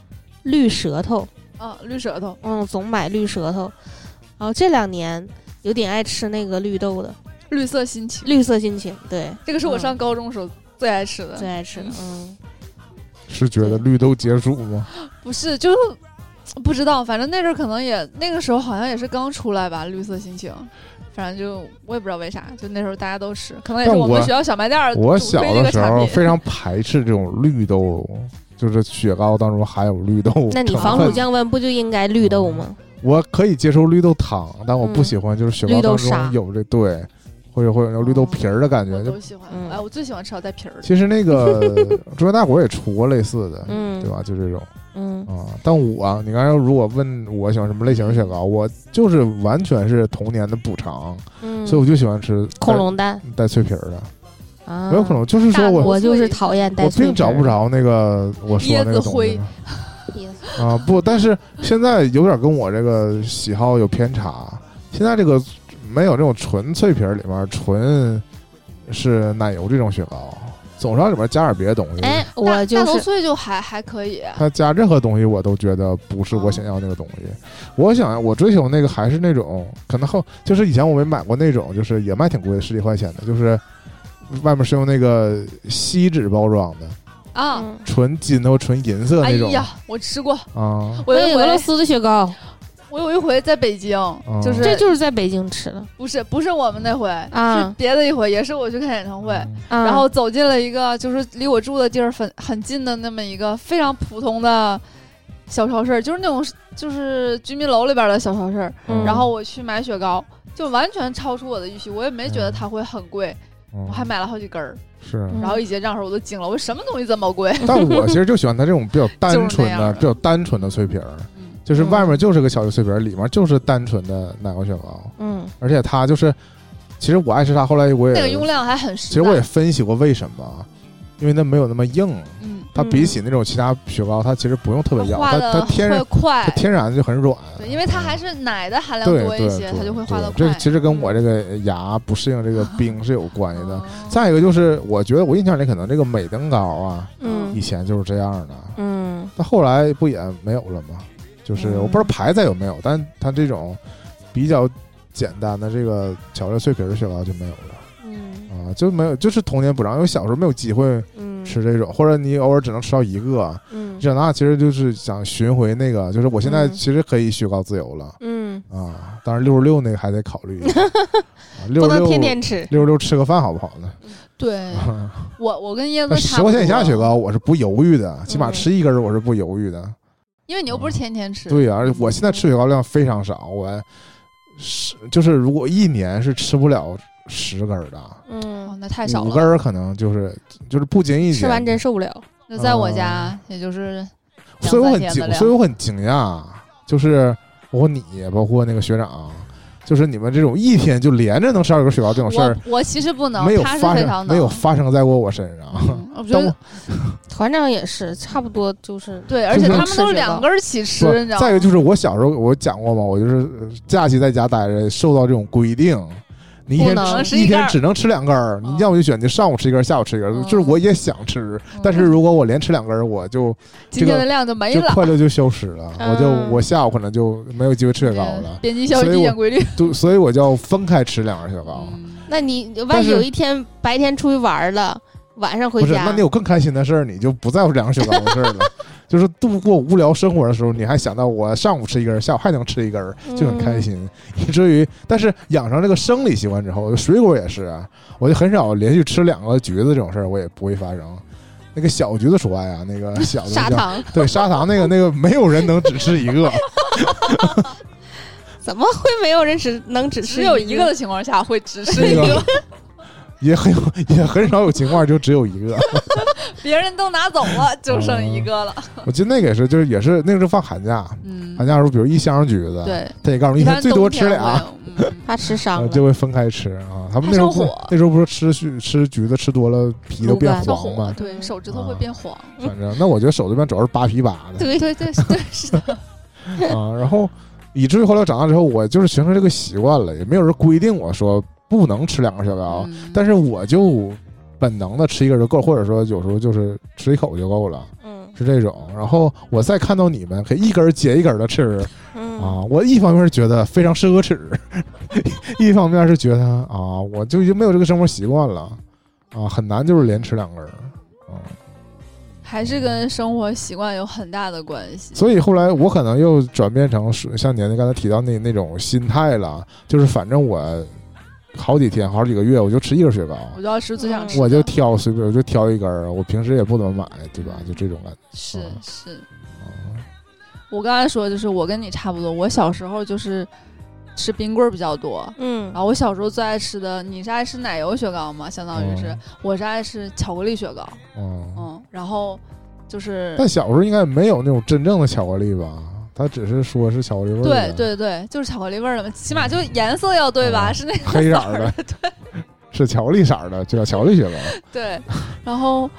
[SPEAKER 1] 绿舌头，
[SPEAKER 3] 啊，绿舌头
[SPEAKER 1] 嗯，总买绿舌头。然后这两年有点爱吃那个绿豆的，
[SPEAKER 3] 绿色心情，
[SPEAKER 1] 绿色心情，对，
[SPEAKER 3] 这个是我
[SPEAKER 1] 嗯
[SPEAKER 3] 上高中时候最爱吃的
[SPEAKER 1] 最。爱吃的，嗯
[SPEAKER 2] 是觉得绿豆解暑吗？
[SPEAKER 3] 不是，就不知道，反正那阵儿可能也那个时候好像也是刚出来吧，《绿色心情》反正就我也不知道为啥，就那时候大家都吃，可能也
[SPEAKER 2] 但
[SPEAKER 3] 是我们
[SPEAKER 2] 我
[SPEAKER 3] 学校小卖店儿
[SPEAKER 2] 我
[SPEAKER 3] 主
[SPEAKER 2] 小
[SPEAKER 3] 推这
[SPEAKER 2] 的
[SPEAKER 3] 个
[SPEAKER 2] 时
[SPEAKER 3] 产
[SPEAKER 2] 候
[SPEAKER 3] 品。
[SPEAKER 2] 非常排斥这种绿豆，就是雪糕当中含有绿豆成分。
[SPEAKER 1] 那你防暑降温不就应该绿豆吗？
[SPEAKER 2] 我可以接受绿豆汤，但我不
[SPEAKER 1] 嗯
[SPEAKER 2] 喜欢就是雪
[SPEAKER 1] 绿
[SPEAKER 2] 糕
[SPEAKER 1] 豆
[SPEAKER 2] 当
[SPEAKER 1] 沙
[SPEAKER 2] 中有这对，或者会有那种绿豆
[SPEAKER 3] 哦
[SPEAKER 2] 皮儿的感觉。
[SPEAKER 3] 我
[SPEAKER 2] 就
[SPEAKER 3] 都喜欢，
[SPEAKER 1] 嗯
[SPEAKER 3] 哎，我最喜欢吃到带皮儿的。
[SPEAKER 2] 其实那个
[SPEAKER 1] <laughs>
[SPEAKER 2] 中原大国也出过类似的，
[SPEAKER 1] 嗯
[SPEAKER 2] 对吧？就这种
[SPEAKER 1] 嗯，
[SPEAKER 2] 啊、但我、你刚才如果问我喜欢什么类型的雪糕，我就是完全是童年的补偿，
[SPEAKER 1] 嗯
[SPEAKER 2] 所以我就喜欢吃带
[SPEAKER 1] 恐龙蛋
[SPEAKER 2] 带脆皮儿的。
[SPEAKER 1] 啊，
[SPEAKER 2] 没有恐龙，就是说我
[SPEAKER 1] 我就是讨厌带
[SPEAKER 2] 我
[SPEAKER 1] 脆
[SPEAKER 2] 并
[SPEAKER 1] 皮儿
[SPEAKER 2] 找不着那个我说那个东西
[SPEAKER 3] 椰子
[SPEAKER 2] 了
[SPEAKER 1] 意思。
[SPEAKER 2] 啊，不，但是现在有点跟我这个喜好有偏差。现在这个没有这种纯脆皮儿里面纯是奶油这种雪糕，总是往里面加点别的东西。
[SPEAKER 1] 哎，
[SPEAKER 3] 大
[SPEAKER 1] 我就
[SPEAKER 3] 大头
[SPEAKER 1] 是
[SPEAKER 3] 碎就还还可以，啊
[SPEAKER 2] 它加任何东西我都觉得不是我想要那个东西。我想我追求那个还是那种可能后就是以前我没买过那种，就是也卖挺贵，十几块钱的，就是外面是用那个锡纸包装的，
[SPEAKER 3] 啊，
[SPEAKER 1] 嗯
[SPEAKER 2] 纯金的或纯银色
[SPEAKER 3] 哎
[SPEAKER 2] 那种
[SPEAKER 3] 呀，我吃过，
[SPEAKER 2] 啊。
[SPEAKER 1] 我
[SPEAKER 3] 我有一
[SPEAKER 1] 有俄罗
[SPEAKER 3] 回，
[SPEAKER 1] 斯的雪糕，
[SPEAKER 3] 我有一回在北京，就是
[SPEAKER 1] 这就是在北京吃的
[SPEAKER 3] 不是不是我们那回，
[SPEAKER 1] 啊
[SPEAKER 3] 是别的一回，也是我去看演唱会，
[SPEAKER 2] 嗯
[SPEAKER 1] 啊。
[SPEAKER 3] 然后走进了一个就是离我住的地儿很很近的那么一个非常普通的小超市，就是那种就是居民楼里边的小超市。
[SPEAKER 1] 嗯
[SPEAKER 3] 然后我去买雪糕，就完全超出我的预期，我也没觉得它会很贵，
[SPEAKER 2] 我
[SPEAKER 3] 我还买了好几根儿。
[SPEAKER 2] 嗯
[SPEAKER 3] <laughs>
[SPEAKER 2] 是，
[SPEAKER 1] 嗯
[SPEAKER 3] 然后一结账的时候我都惊了，我说什么东西这么贵？
[SPEAKER 2] 但我其实就喜欢它这种比较单
[SPEAKER 3] 就是那
[SPEAKER 2] 纯
[SPEAKER 3] 样
[SPEAKER 2] 的、
[SPEAKER 3] 的
[SPEAKER 2] 比较单纯的脆皮儿，就是外面就是个小脆皮儿，里面就是单纯的奶油雪糕，
[SPEAKER 1] 嗯
[SPEAKER 2] 而且它就是，其实我爱吃它，后来我也
[SPEAKER 3] 那个用量还很
[SPEAKER 2] 其
[SPEAKER 3] 实
[SPEAKER 2] 实我也
[SPEAKER 3] 在。
[SPEAKER 2] 分析过为什么，啊因为它没有那么硬，
[SPEAKER 3] 嗯，
[SPEAKER 2] 它比起那种其他雪糕，它其实不用特别咬，
[SPEAKER 3] 化
[SPEAKER 2] 它它
[SPEAKER 3] 的
[SPEAKER 2] 天
[SPEAKER 3] 会
[SPEAKER 2] 然它
[SPEAKER 3] 快，
[SPEAKER 2] 天然就很软，
[SPEAKER 3] 对，因为它还是奶的含量
[SPEAKER 2] 对
[SPEAKER 3] 多
[SPEAKER 2] 对
[SPEAKER 3] 一些，它就会化的
[SPEAKER 2] 对
[SPEAKER 3] 快嗯
[SPEAKER 2] 这。其实跟我这个牙不适应
[SPEAKER 3] <laughs>
[SPEAKER 2] 这个冰是有关系的。
[SPEAKER 3] 哦
[SPEAKER 2] 再一个就是，我觉得我印象里可能这个美登高啊，以
[SPEAKER 1] 嗯
[SPEAKER 2] 前就是这样的，
[SPEAKER 1] 嗯
[SPEAKER 2] 但后来不也没有了吗？就是
[SPEAKER 1] 嗯
[SPEAKER 2] 我不知道牌子有没有，但它这种比较简单的这个巧克力碎皮儿的雪糕就没有了
[SPEAKER 1] 嗯
[SPEAKER 2] 啊，就没有，就是童年补偿，因为小时候没有机会
[SPEAKER 1] 嗯，
[SPEAKER 2] 吃这种，或者你偶尔只能吃到一个。啊
[SPEAKER 1] 嗯
[SPEAKER 2] 长大其实就是想寻回那个，就是我现在
[SPEAKER 1] 嗯
[SPEAKER 2] 其实可以雪糕自由了
[SPEAKER 1] 嗯，
[SPEAKER 2] 啊，当然六十六那个还得考
[SPEAKER 1] <laughs>
[SPEAKER 2] 虑一下，啊六
[SPEAKER 1] 不
[SPEAKER 2] 十
[SPEAKER 1] 能
[SPEAKER 2] 六
[SPEAKER 1] 天天吃。
[SPEAKER 2] 六十六吃个饭好不好呢？
[SPEAKER 3] 对我，我跟椰
[SPEAKER 2] <laughs>
[SPEAKER 3] 子
[SPEAKER 2] 那
[SPEAKER 3] 差
[SPEAKER 2] 十
[SPEAKER 3] 不
[SPEAKER 2] 块钱以下
[SPEAKER 3] 多
[SPEAKER 2] 雪糕我是不犹豫的，起码
[SPEAKER 1] 嗯
[SPEAKER 2] 吃一根儿我是不犹豫的。
[SPEAKER 3] 因为你又不是天天吃，
[SPEAKER 2] 对呀、啊而且我现在吃雪糕量非常少，我是就是如果一年是吃不了十根儿的，
[SPEAKER 3] 哦，
[SPEAKER 1] 嗯，
[SPEAKER 3] 那太少
[SPEAKER 2] 五根
[SPEAKER 3] 了。
[SPEAKER 2] 儿可能就是就是不经意间
[SPEAKER 1] 吃完真，受不了。
[SPEAKER 3] 那在我家
[SPEAKER 2] 啊，
[SPEAKER 3] 也就是两
[SPEAKER 2] 所以我
[SPEAKER 3] 三
[SPEAKER 2] 很
[SPEAKER 3] 天的
[SPEAKER 2] 惊，
[SPEAKER 3] 量
[SPEAKER 2] 所以。我很惊讶，就是包括你，包括那个学长，就是你们这种一天就连着能吃二根雪糕这种事
[SPEAKER 3] 我
[SPEAKER 2] 儿，
[SPEAKER 3] 我其实不能
[SPEAKER 2] 没，有
[SPEAKER 3] 他是
[SPEAKER 2] 发
[SPEAKER 3] 非常
[SPEAKER 2] 生，没
[SPEAKER 3] 能。
[SPEAKER 2] 有发生在过我身 <laughs> 上。
[SPEAKER 3] 嗯我觉
[SPEAKER 2] 但
[SPEAKER 3] 得
[SPEAKER 2] 我
[SPEAKER 1] 团长也是，差不多就是
[SPEAKER 3] 对，而
[SPEAKER 2] 就
[SPEAKER 3] 且
[SPEAKER 2] 是
[SPEAKER 3] 他们都是两根儿起吃
[SPEAKER 2] 不，
[SPEAKER 3] 你知道吗？
[SPEAKER 2] 再一个就是我小时候我讲过嘛，我就是呃假期在家待着，受到这种规定，你一
[SPEAKER 1] 不能
[SPEAKER 2] 天
[SPEAKER 3] 吃
[SPEAKER 2] 只
[SPEAKER 3] 一
[SPEAKER 2] 一
[SPEAKER 3] 根
[SPEAKER 2] 天
[SPEAKER 3] 儿
[SPEAKER 2] 只能吃两根儿，你
[SPEAKER 3] 嗯
[SPEAKER 2] 要么就选择上午吃一根儿，下午吃一根儿。
[SPEAKER 3] 嗯
[SPEAKER 2] 就是我也想吃，
[SPEAKER 3] 嗯
[SPEAKER 2] 但是如果我连吃两根儿，我就
[SPEAKER 3] 今天的量就没
[SPEAKER 2] 就
[SPEAKER 3] 了。
[SPEAKER 2] 快乐就消失了，
[SPEAKER 1] 嗯
[SPEAKER 2] 我就我下午可能就没有机会吃雪糕了，
[SPEAKER 3] 编辑效
[SPEAKER 2] 所以
[SPEAKER 3] 率
[SPEAKER 2] 我
[SPEAKER 3] 一点
[SPEAKER 2] <laughs>
[SPEAKER 3] 规律。
[SPEAKER 2] 就所以我就要分开吃两根儿雪糕。
[SPEAKER 3] 嗯
[SPEAKER 1] 那你万一
[SPEAKER 2] 但是
[SPEAKER 1] 有一天白天出去玩儿了，晚上回
[SPEAKER 2] 不是，
[SPEAKER 1] 家，
[SPEAKER 2] 那你有更开心的事儿，你就不在乎两根儿雪糕的事儿了。就是度过无聊生活的时候，你还想到我上午吃一根儿，下午还能吃一根儿，就很开心，以至于，但是养成这个生理习惯之后，水果也是啊，我就很少连续吃两个橘子这种事儿，我也不会发生。那个小橘子除外啊，那个小
[SPEAKER 3] <laughs>
[SPEAKER 2] 的
[SPEAKER 1] 砂
[SPEAKER 2] 叫
[SPEAKER 1] 糖，
[SPEAKER 2] 对砂糖那个那个，没有人能只吃一个，
[SPEAKER 1] 怎么会没有人只能只吃
[SPEAKER 3] 只有一个的情况下会只吃
[SPEAKER 2] 那
[SPEAKER 3] 一
[SPEAKER 2] 个
[SPEAKER 3] 个，
[SPEAKER 2] 也很有也很少有情况就只有一个。
[SPEAKER 3] 别人都拿走了，就剩
[SPEAKER 2] 嗯
[SPEAKER 3] 一个了。
[SPEAKER 2] 我记得那个也是，就是也是那个是放寒假，
[SPEAKER 3] 嗯
[SPEAKER 2] 寒，假的时候比如一箱橘子，
[SPEAKER 3] 对，
[SPEAKER 2] 他也告诉你
[SPEAKER 3] 一
[SPEAKER 2] 一
[SPEAKER 3] 般
[SPEAKER 2] 天最多吃
[SPEAKER 3] 冬天
[SPEAKER 2] 俩。
[SPEAKER 3] 会有。嗯
[SPEAKER 2] <laughs>
[SPEAKER 1] 怕吃伤
[SPEAKER 2] 呃
[SPEAKER 1] 了，
[SPEAKER 2] 就会分开吃啊！他们那时候不
[SPEAKER 3] 怕上火
[SPEAKER 2] 那时候不是吃橘吃橘子吃多了皮都变
[SPEAKER 1] 乳
[SPEAKER 3] 上
[SPEAKER 2] 黄啊
[SPEAKER 3] 火 <laughs>
[SPEAKER 2] 吗？
[SPEAKER 3] 对手指头会变黄， <laughs>
[SPEAKER 2] 反正那我觉得手这边主要是扒皮扒的，
[SPEAKER 1] 对
[SPEAKER 3] 对对对，是的，
[SPEAKER 2] <laughs> 啊，然后以至于后来长大之后，我就是形成这个习惯了，也没有人规定我说不能吃两根雪糕，
[SPEAKER 3] 嗯
[SPEAKER 2] 啊但是我就本能的吃一根就够，或者说有时候就是吃一口就够了，
[SPEAKER 1] 嗯
[SPEAKER 2] 是这种。然后我再看到你们可以一根接一根的吃
[SPEAKER 1] 嗯
[SPEAKER 2] 啊，我一方面觉得非常奢侈， <laughs> 一方面是觉得啊，我就已经没有这个生活习惯了啊，很难就是连吃两根儿。啊。
[SPEAKER 3] 还是跟生活习惯有很大的关系。
[SPEAKER 2] 所以后来我可能又转变成是像年年刚才提到那那种心态了，就是反正我好几天、好几个月，我就吃一根雪糕，
[SPEAKER 4] 我就要吃最想吃的，
[SPEAKER 2] 我就挑随便，我就挑一根儿，我平时也不怎么买，对吧？就这种感觉。
[SPEAKER 3] 是
[SPEAKER 2] 嗯
[SPEAKER 3] 是，
[SPEAKER 2] 哦
[SPEAKER 3] 我刚才说就是我跟你差不多，我小时候就是吃冰棍儿比较多。
[SPEAKER 1] 嗯
[SPEAKER 3] 然，后我小时候最爱吃的，你是爱吃奶油雪糕吗？相当于是，
[SPEAKER 2] 嗯
[SPEAKER 3] 我是爱吃巧克力雪糕。
[SPEAKER 2] 嗯，
[SPEAKER 3] 嗯，然后就是
[SPEAKER 2] 但小时候应该没有那种真正的巧克力吧？他只是说是巧克力味儿
[SPEAKER 3] 对
[SPEAKER 2] 的，
[SPEAKER 3] 对对，就是巧克力味儿的嘛，起码就颜色要对吧？
[SPEAKER 2] 嗯
[SPEAKER 3] 是那个
[SPEAKER 2] 黑色
[SPEAKER 3] 色
[SPEAKER 2] 儿的
[SPEAKER 3] 儿的， <laughs> 对
[SPEAKER 2] 是巧克力色儿的，就叫巧克力雪糕。
[SPEAKER 3] 对。然后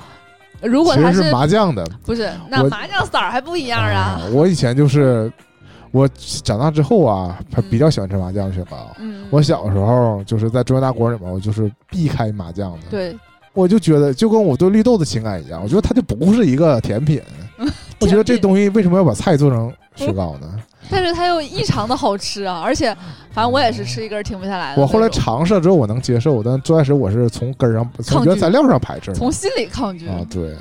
[SPEAKER 3] 如果
[SPEAKER 2] 其
[SPEAKER 3] 它
[SPEAKER 2] 实麻酱的，
[SPEAKER 3] 不是那
[SPEAKER 2] 我
[SPEAKER 3] 麻酱色儿还不一样啊？
[SPEAKER 2] 我以前就是，我长大之后啊，还比较喜欢吃麻酱雪糕。
[SPEAKER 3] 嗯，
[SPEAKER 2] 我小时候就是在中央大锅里面，我就是避开麻酱的。，
[SPEAKER 3] 对
[SPEAKER 2] 我就觉得就跟我对绿豆的情感一样，我觉得它就不是一个甜
[SPEAKER 3] <laughs>
[SPEAKER 2] 品。我觉得这东西为什么要把菜做成雪糕
[SPEAKER 3] <laughs>
[SPEAKER 2] 呢？
[SPEAKER 3] 但是它又异常的好吃啊！而且，反正我也是吃一根儿停不下来的那种。
[SPEAKER 2] 我后来尝试了之后，我能接受，但最开始我是从根儿上、从
[SPEAKER 3] 抗拒
[SPEAKER 2] 原材料上排斥的
[SPEAKER 3] 从心里抗拒。
[SPEAKER 2] 啊。对，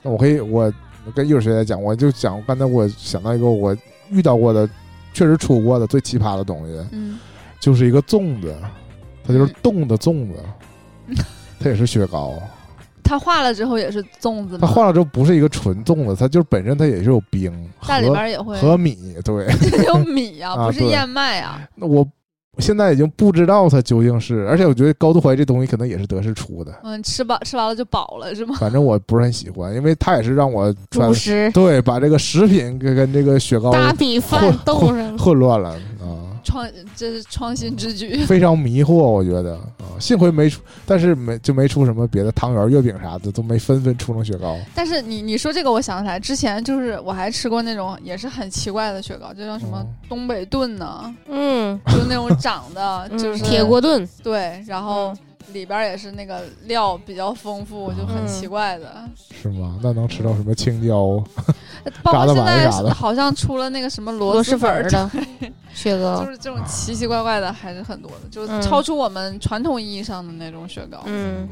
[SPEAKER 2] 那我可以，我跟艺术学家讲，我就讲刚才我想到一个我遇到过的，确实出过的最奇葩的东西，
[SPEAKER 3] 嗯，
[SPEAKER 2] 就是一个粽子，它就是冻的粽
[SPEAKER 3] <laughs>
[SPEAKER 2] 子，它也是雪糕。
[SPEAKER 3] 它化了之后也是粽子
[SPEAKER 2] 它
[SPEAKER 3] 嘛，
[SPEAKER 2] 化了之后不是一个纯粽子，它就是本身它也是有冰
[SPEAKER 3] 但里边
[SPEAKER 2] 和
[SPEAKER 3] 儿也会
[SPEAKER 2] 和 <laughs> 米。对，
[SPEAKER 3] 有米啊，
[SPEAKER 2] 啊
[SPEAKER 3] 不是
[SPEAKER 2] 对
[SPEAKER 3] 燕麦啊。
[SPEAKER 2] 那我现在已经不知道它究竟是，而且我觉得高度怀疑这东西可能也是德式出的，
[SPEAKER 3] 嗯，吃饱吃完了就饱了是吗？
[SPEAKER 2] 反正我不是很喜欢，因为它也是让我穿
[SPEAKER 1] 主食
[SPEAKER 2] 对把这个食品跟跟这个雪糕
[SPEAKER 1] 大米饭
[SPEAKER 2] 混
[SPEAKER 1] 冻上，
[SPEAKER 2] 混乱了啊。
[SPEAKER 3] 创这是创新之举。 <laughs>
[SPEAKER 2] 非常迷惑，我觉得啊，幸亏没出，但是没就没出什么别的汤圆、月饼啥的，都没纷纷出成雪糕。
[SPEAKER 3] 但是你你说这个，我想起来，之前就是我还吃过那种也是很奇怪的雪糕，就叫什么
[SPEAKER 2] 哦
[SPEAKER 3] 东北炖呢，
[SPEAKER 1] 嗯，
[SPEAKER 3] 就那种长的，
[SPEAKER 1] 嗯
[SPEAKER 3] <laughs> 就是
[SPEAKER 1] 铁锅嗯炖，
[SPEAKER 3] 对，然后里边儿也是那个料比较丰
[SPEAKER 2] 哦
[SPEAKER 3] 富，就很
[SPEAKER 1] 嗯
[SPEAKER 3] 奇怪的。
[SPEAKER 2] 是吗？那能吃到什么青椒？
[SPEAKER 3] 包
[SPEAKER 2] 嘎
[SPEAKER 3] 括
[SPEAKER 2] 达
[SPEAKER 3] 现
[SPEAKER 2] 丸
[SPEAKER 3] 在
[SPEAKER 2] 啥
[SPEAKER 3] 是
[SPEAKER 2] 的
[SPEAKER 3] 好像出了那个什么螺
[SPEAKER 1] 螺
[SPEAKER 3] 蛳
[SPEAKER 1] 蛳
[SPEAKER 3] 粉
[SPEAKER 1] 粉
[SPEAKER 3] 儿 <laughs>
[SPEAKER 1] 儿，的雪糕
[SPEAKER 3] 就，是这种奇奇怪怪的还是很多的，就是
[SPEAKER 1] 嗯
[SPEAKER 3] 超出我们传统意义上的那种雪糕。哎
[SPEAKER 1] 嗯，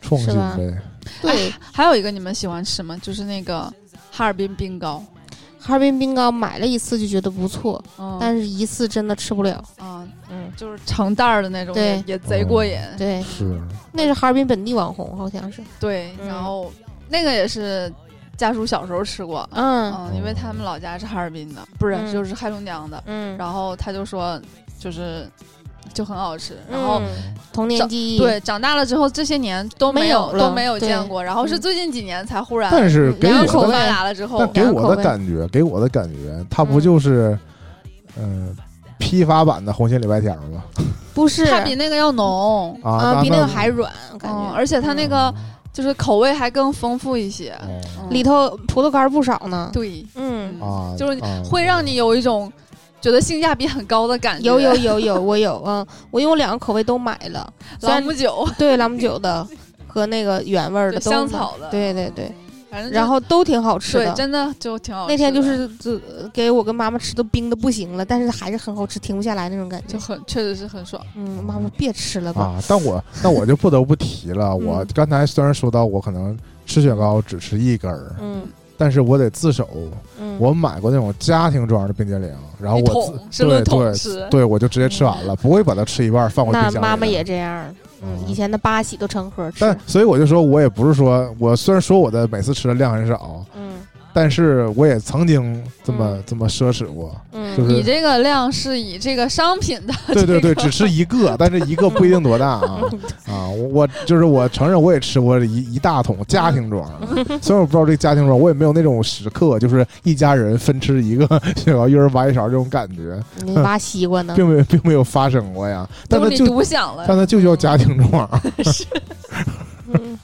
[SPEAKER 2] 创新
[SPEAKER 1] 是吧
[SPEAKER 2] 呗。
[SPEAKER 1] 对，
[SPEAKER 3] 还有一个你们喜欢吃吗？就是那个哈尔滨冰糕。
[SPEAKER 1] 哈尔滨冰糕买了一次就觉得不错，
[SPEAKER 3] 嗯，
[SPEAKER 1] 但是一次真的吃不了。
[SPEAKER 3] 啊，
[SPEAKER 1] 嗯，
[SPEAKER 3] 就是成袋儿的那种，也
[SPEAKER 1] 对
[SPEAKER 3] 也贼过瘾。
[SPEAKER 1] 对，
[SPEAKER 2] 是，
[SPEAKER 1] 那是哈尔滨本地网红，好像是。
[SPEAKER 3] 对，
[SPEAKER 1] 嗯
[SPEAKER 3] 然后那个也是家属小时候吃过，
[SPEAKER 1] 嗯
[SPEAKER 3] 嗯，因为他们老家是哈尔滨的，不是
[SPEAKER 1] 嗯
[SPEAKER 3] 就是黑龙江的，
[SPEAKER 1] 嗯，
[SPEAKER 3] 然后他就说就是就很好吃，然
[SPEAKER 1] 然
[SPEAKER 3] 后
[SPEAKER 1] 后童年
[SPEAKER 3] 长
[SPEAKER 1] 记忆，
[SPEAKER 3] 对，长大了之后这些年都
[SPEAKER 1] 没
[SPEAKER 3] 没有
[SPEAKER 1] 有了
[SPEAKER 3] 都没有见过，然后是
[SPEAKER 1] 嗯
[SPEAKER 3] 最近几年才忽然
[SPEAKER 2] 但是给
[SPEAKER 1] 两
[SPEAKER 2] 我
[SPEAKER 1] 个口
[SPEAKER 3] 呃口
[SPEAKER 1] 味
[SPEAKER 3] 啊
[SPEAKER 2] 的，
[SPEAKER 3] 发达了之后
[SPEAKER 2] 但，给
[SPEAKER 1] 两个
[SPEAKER 2] 我
[SPEAKER 1] 口
[SPEAKER 2] 的
[SPEAKER 1] 味
[SPEAKER 2] 感觉，给我的感觉，它
[SPEAKER 1] 嗯
[SPEAKER 2] 不就是，嗯、批发版的红心礼拜天吗？
[SPEAKER 1] 不是
[SPEAKER 3] 它比那个要浓，
[SPEAKER 2] 啊，
[SPEAKER 1] 啊，
[SPEAKER 2] 那
[SPEAKER 1] 比那个还软，
[SPEAKER 2] 哦
[SPEAKER 1] 感
[SPEAKER 3] 嗯，
[SPEAKER 1] 觉
[SPEAKER 3] 而且它那个
[SPEAKER 2] 嗯
[SPEAKER 3] 就是口味还更丰富一些，
[SPEAKER 2] 哦
[SPEAKER 3] 嗯
[SPEAKER 1] 里头葡萄干儿不少呢。
[SPEAKER 3] 对，
[SPEAKER 1] 嗯，
[SPEAKER 3] 哦
[SPEAKER 2] 啊，
[SPEAKER 3] 就是
[SPEAKER 2] 啊
[SPEAKER 3] 会让你有一种觉得性价比很高的感觉。
[SPEAKER 1] 有
[SPEAKER 3] <laughs>
[SPEAKER 1] 有有
[SPEAKER 2] <laughs>
[SPEAKER 1] 有，我有啊，嗯我因为我两个口味都买了，虽
[SPEAKER 3] 朗
[SPEAKER 1] 然
[SPEAKER 3] 姆酒、
[SPEAKER 1] 对朗姆酒的和那个原味儿的
[SPEAKER 3] 对
[SPEAKER 1] 都
[SPEAKER 3] 香
[SPEAKER 1] 买，
[SPEAKER 3] 草的，
[SPEAKER 1] 对对对，
[SPEAKER 3] 反正就
[SPEAKER 1] 然后都挺好吃
[SPEAKER 3] 对，
[SPEAKER 1] 的。
[SPEAKER 3] 真的就挺好吃的。
[SPEAKER 1] 那天就是呃给我跟妈妈吃都冰的不行了，但是还是很好吃，停不下来那种感觉
[SPEAKER 3] 就。很确实是很爽。
[SPEAKER 1] 嗯，妈妈别吃 <laughs> 了吧。
[SPEAKER 2] 啊，但我但我就不得不提
[SPEAKER 1] <laughs>
[SPEAKER 2] 了，
[SPEAKER 1] 嗯
[SPEAKER 2] 我刚才虽然说到我可能吃雪糕只吃一根儿，
[SPEAKER 1] 嗯
[SPEAKER 2] 但是我得自首，
[SPEAKER 1] 嗯，
[SPEAKER 2] 我买过那种家庭装的冰激凌，然后
[SPEAKER 3] 一
[SPEAKER 2] 我
[SPEAKER 3] 桶是
[SPEAKER 2] 自
[SPEAKER 3] 论
[SPEAKER 2] 对
[SPEAKER 3] 桶
[SPEAKER 2] 对
[SPEAKER 3] 吃，
[SPEAKER 2] 对，我就直接吃完了，不会把它吃一半儿放回
[SPEAKER 1] 嗯
[SPEAKER 2] 冰
[SPEAKER 1] 那
[SPEAKER 2] 箱里的。
[SPEAKER 1] 妈妈也这样，
[SPEAKER 2] 嗯
[SPEAKER 1] 嗯，以前的八喜都成盒吃。
[SPEAKER 2] 但所以我就说，我也不是说我虽然说我的每次吃的量很少，
[SPEAKER 1] 嗯
[SPEAKER 2] 但是我也曾经这么、这么奢侈过。
[SPEAKER 1] 嗯，
[SPEAKER 2] 就是
[SPEAKER 3] 你这个量是以这个商品的 <laughs>
[SPEAKER 2] 对对对，
[SPEAKER 3] 这个
[SPEAKER 2] 只吃一个，但是一个不一定多大
[SPEAKER 3] <laughs>
[SPEAKER 2] 啊啊！我我就是我承认我也吃过一一大桶家庭装，啊虽然我不知道这家庭装，我也没有那种时刻就是一家人分吃一个 <laughs> 雪糕，一人挖一勺这种感觉，
[SPEAKER 1] 你挖西瓜呢？
[SPEAKER 2] 并没有并没有发生过呀。但
[SPEAKER 3] 嗯都
[SPEAKER 2] 它
[SPEAKER 3] 你
[SPEAKER 2] 就
[SPEAKER 3] 独享
[SPEAKER 2] 但它
[SPEAKER 3] 了，
[SPEAKER 2] 就叫家庭装，啊
[SPEAKER 1] 嗯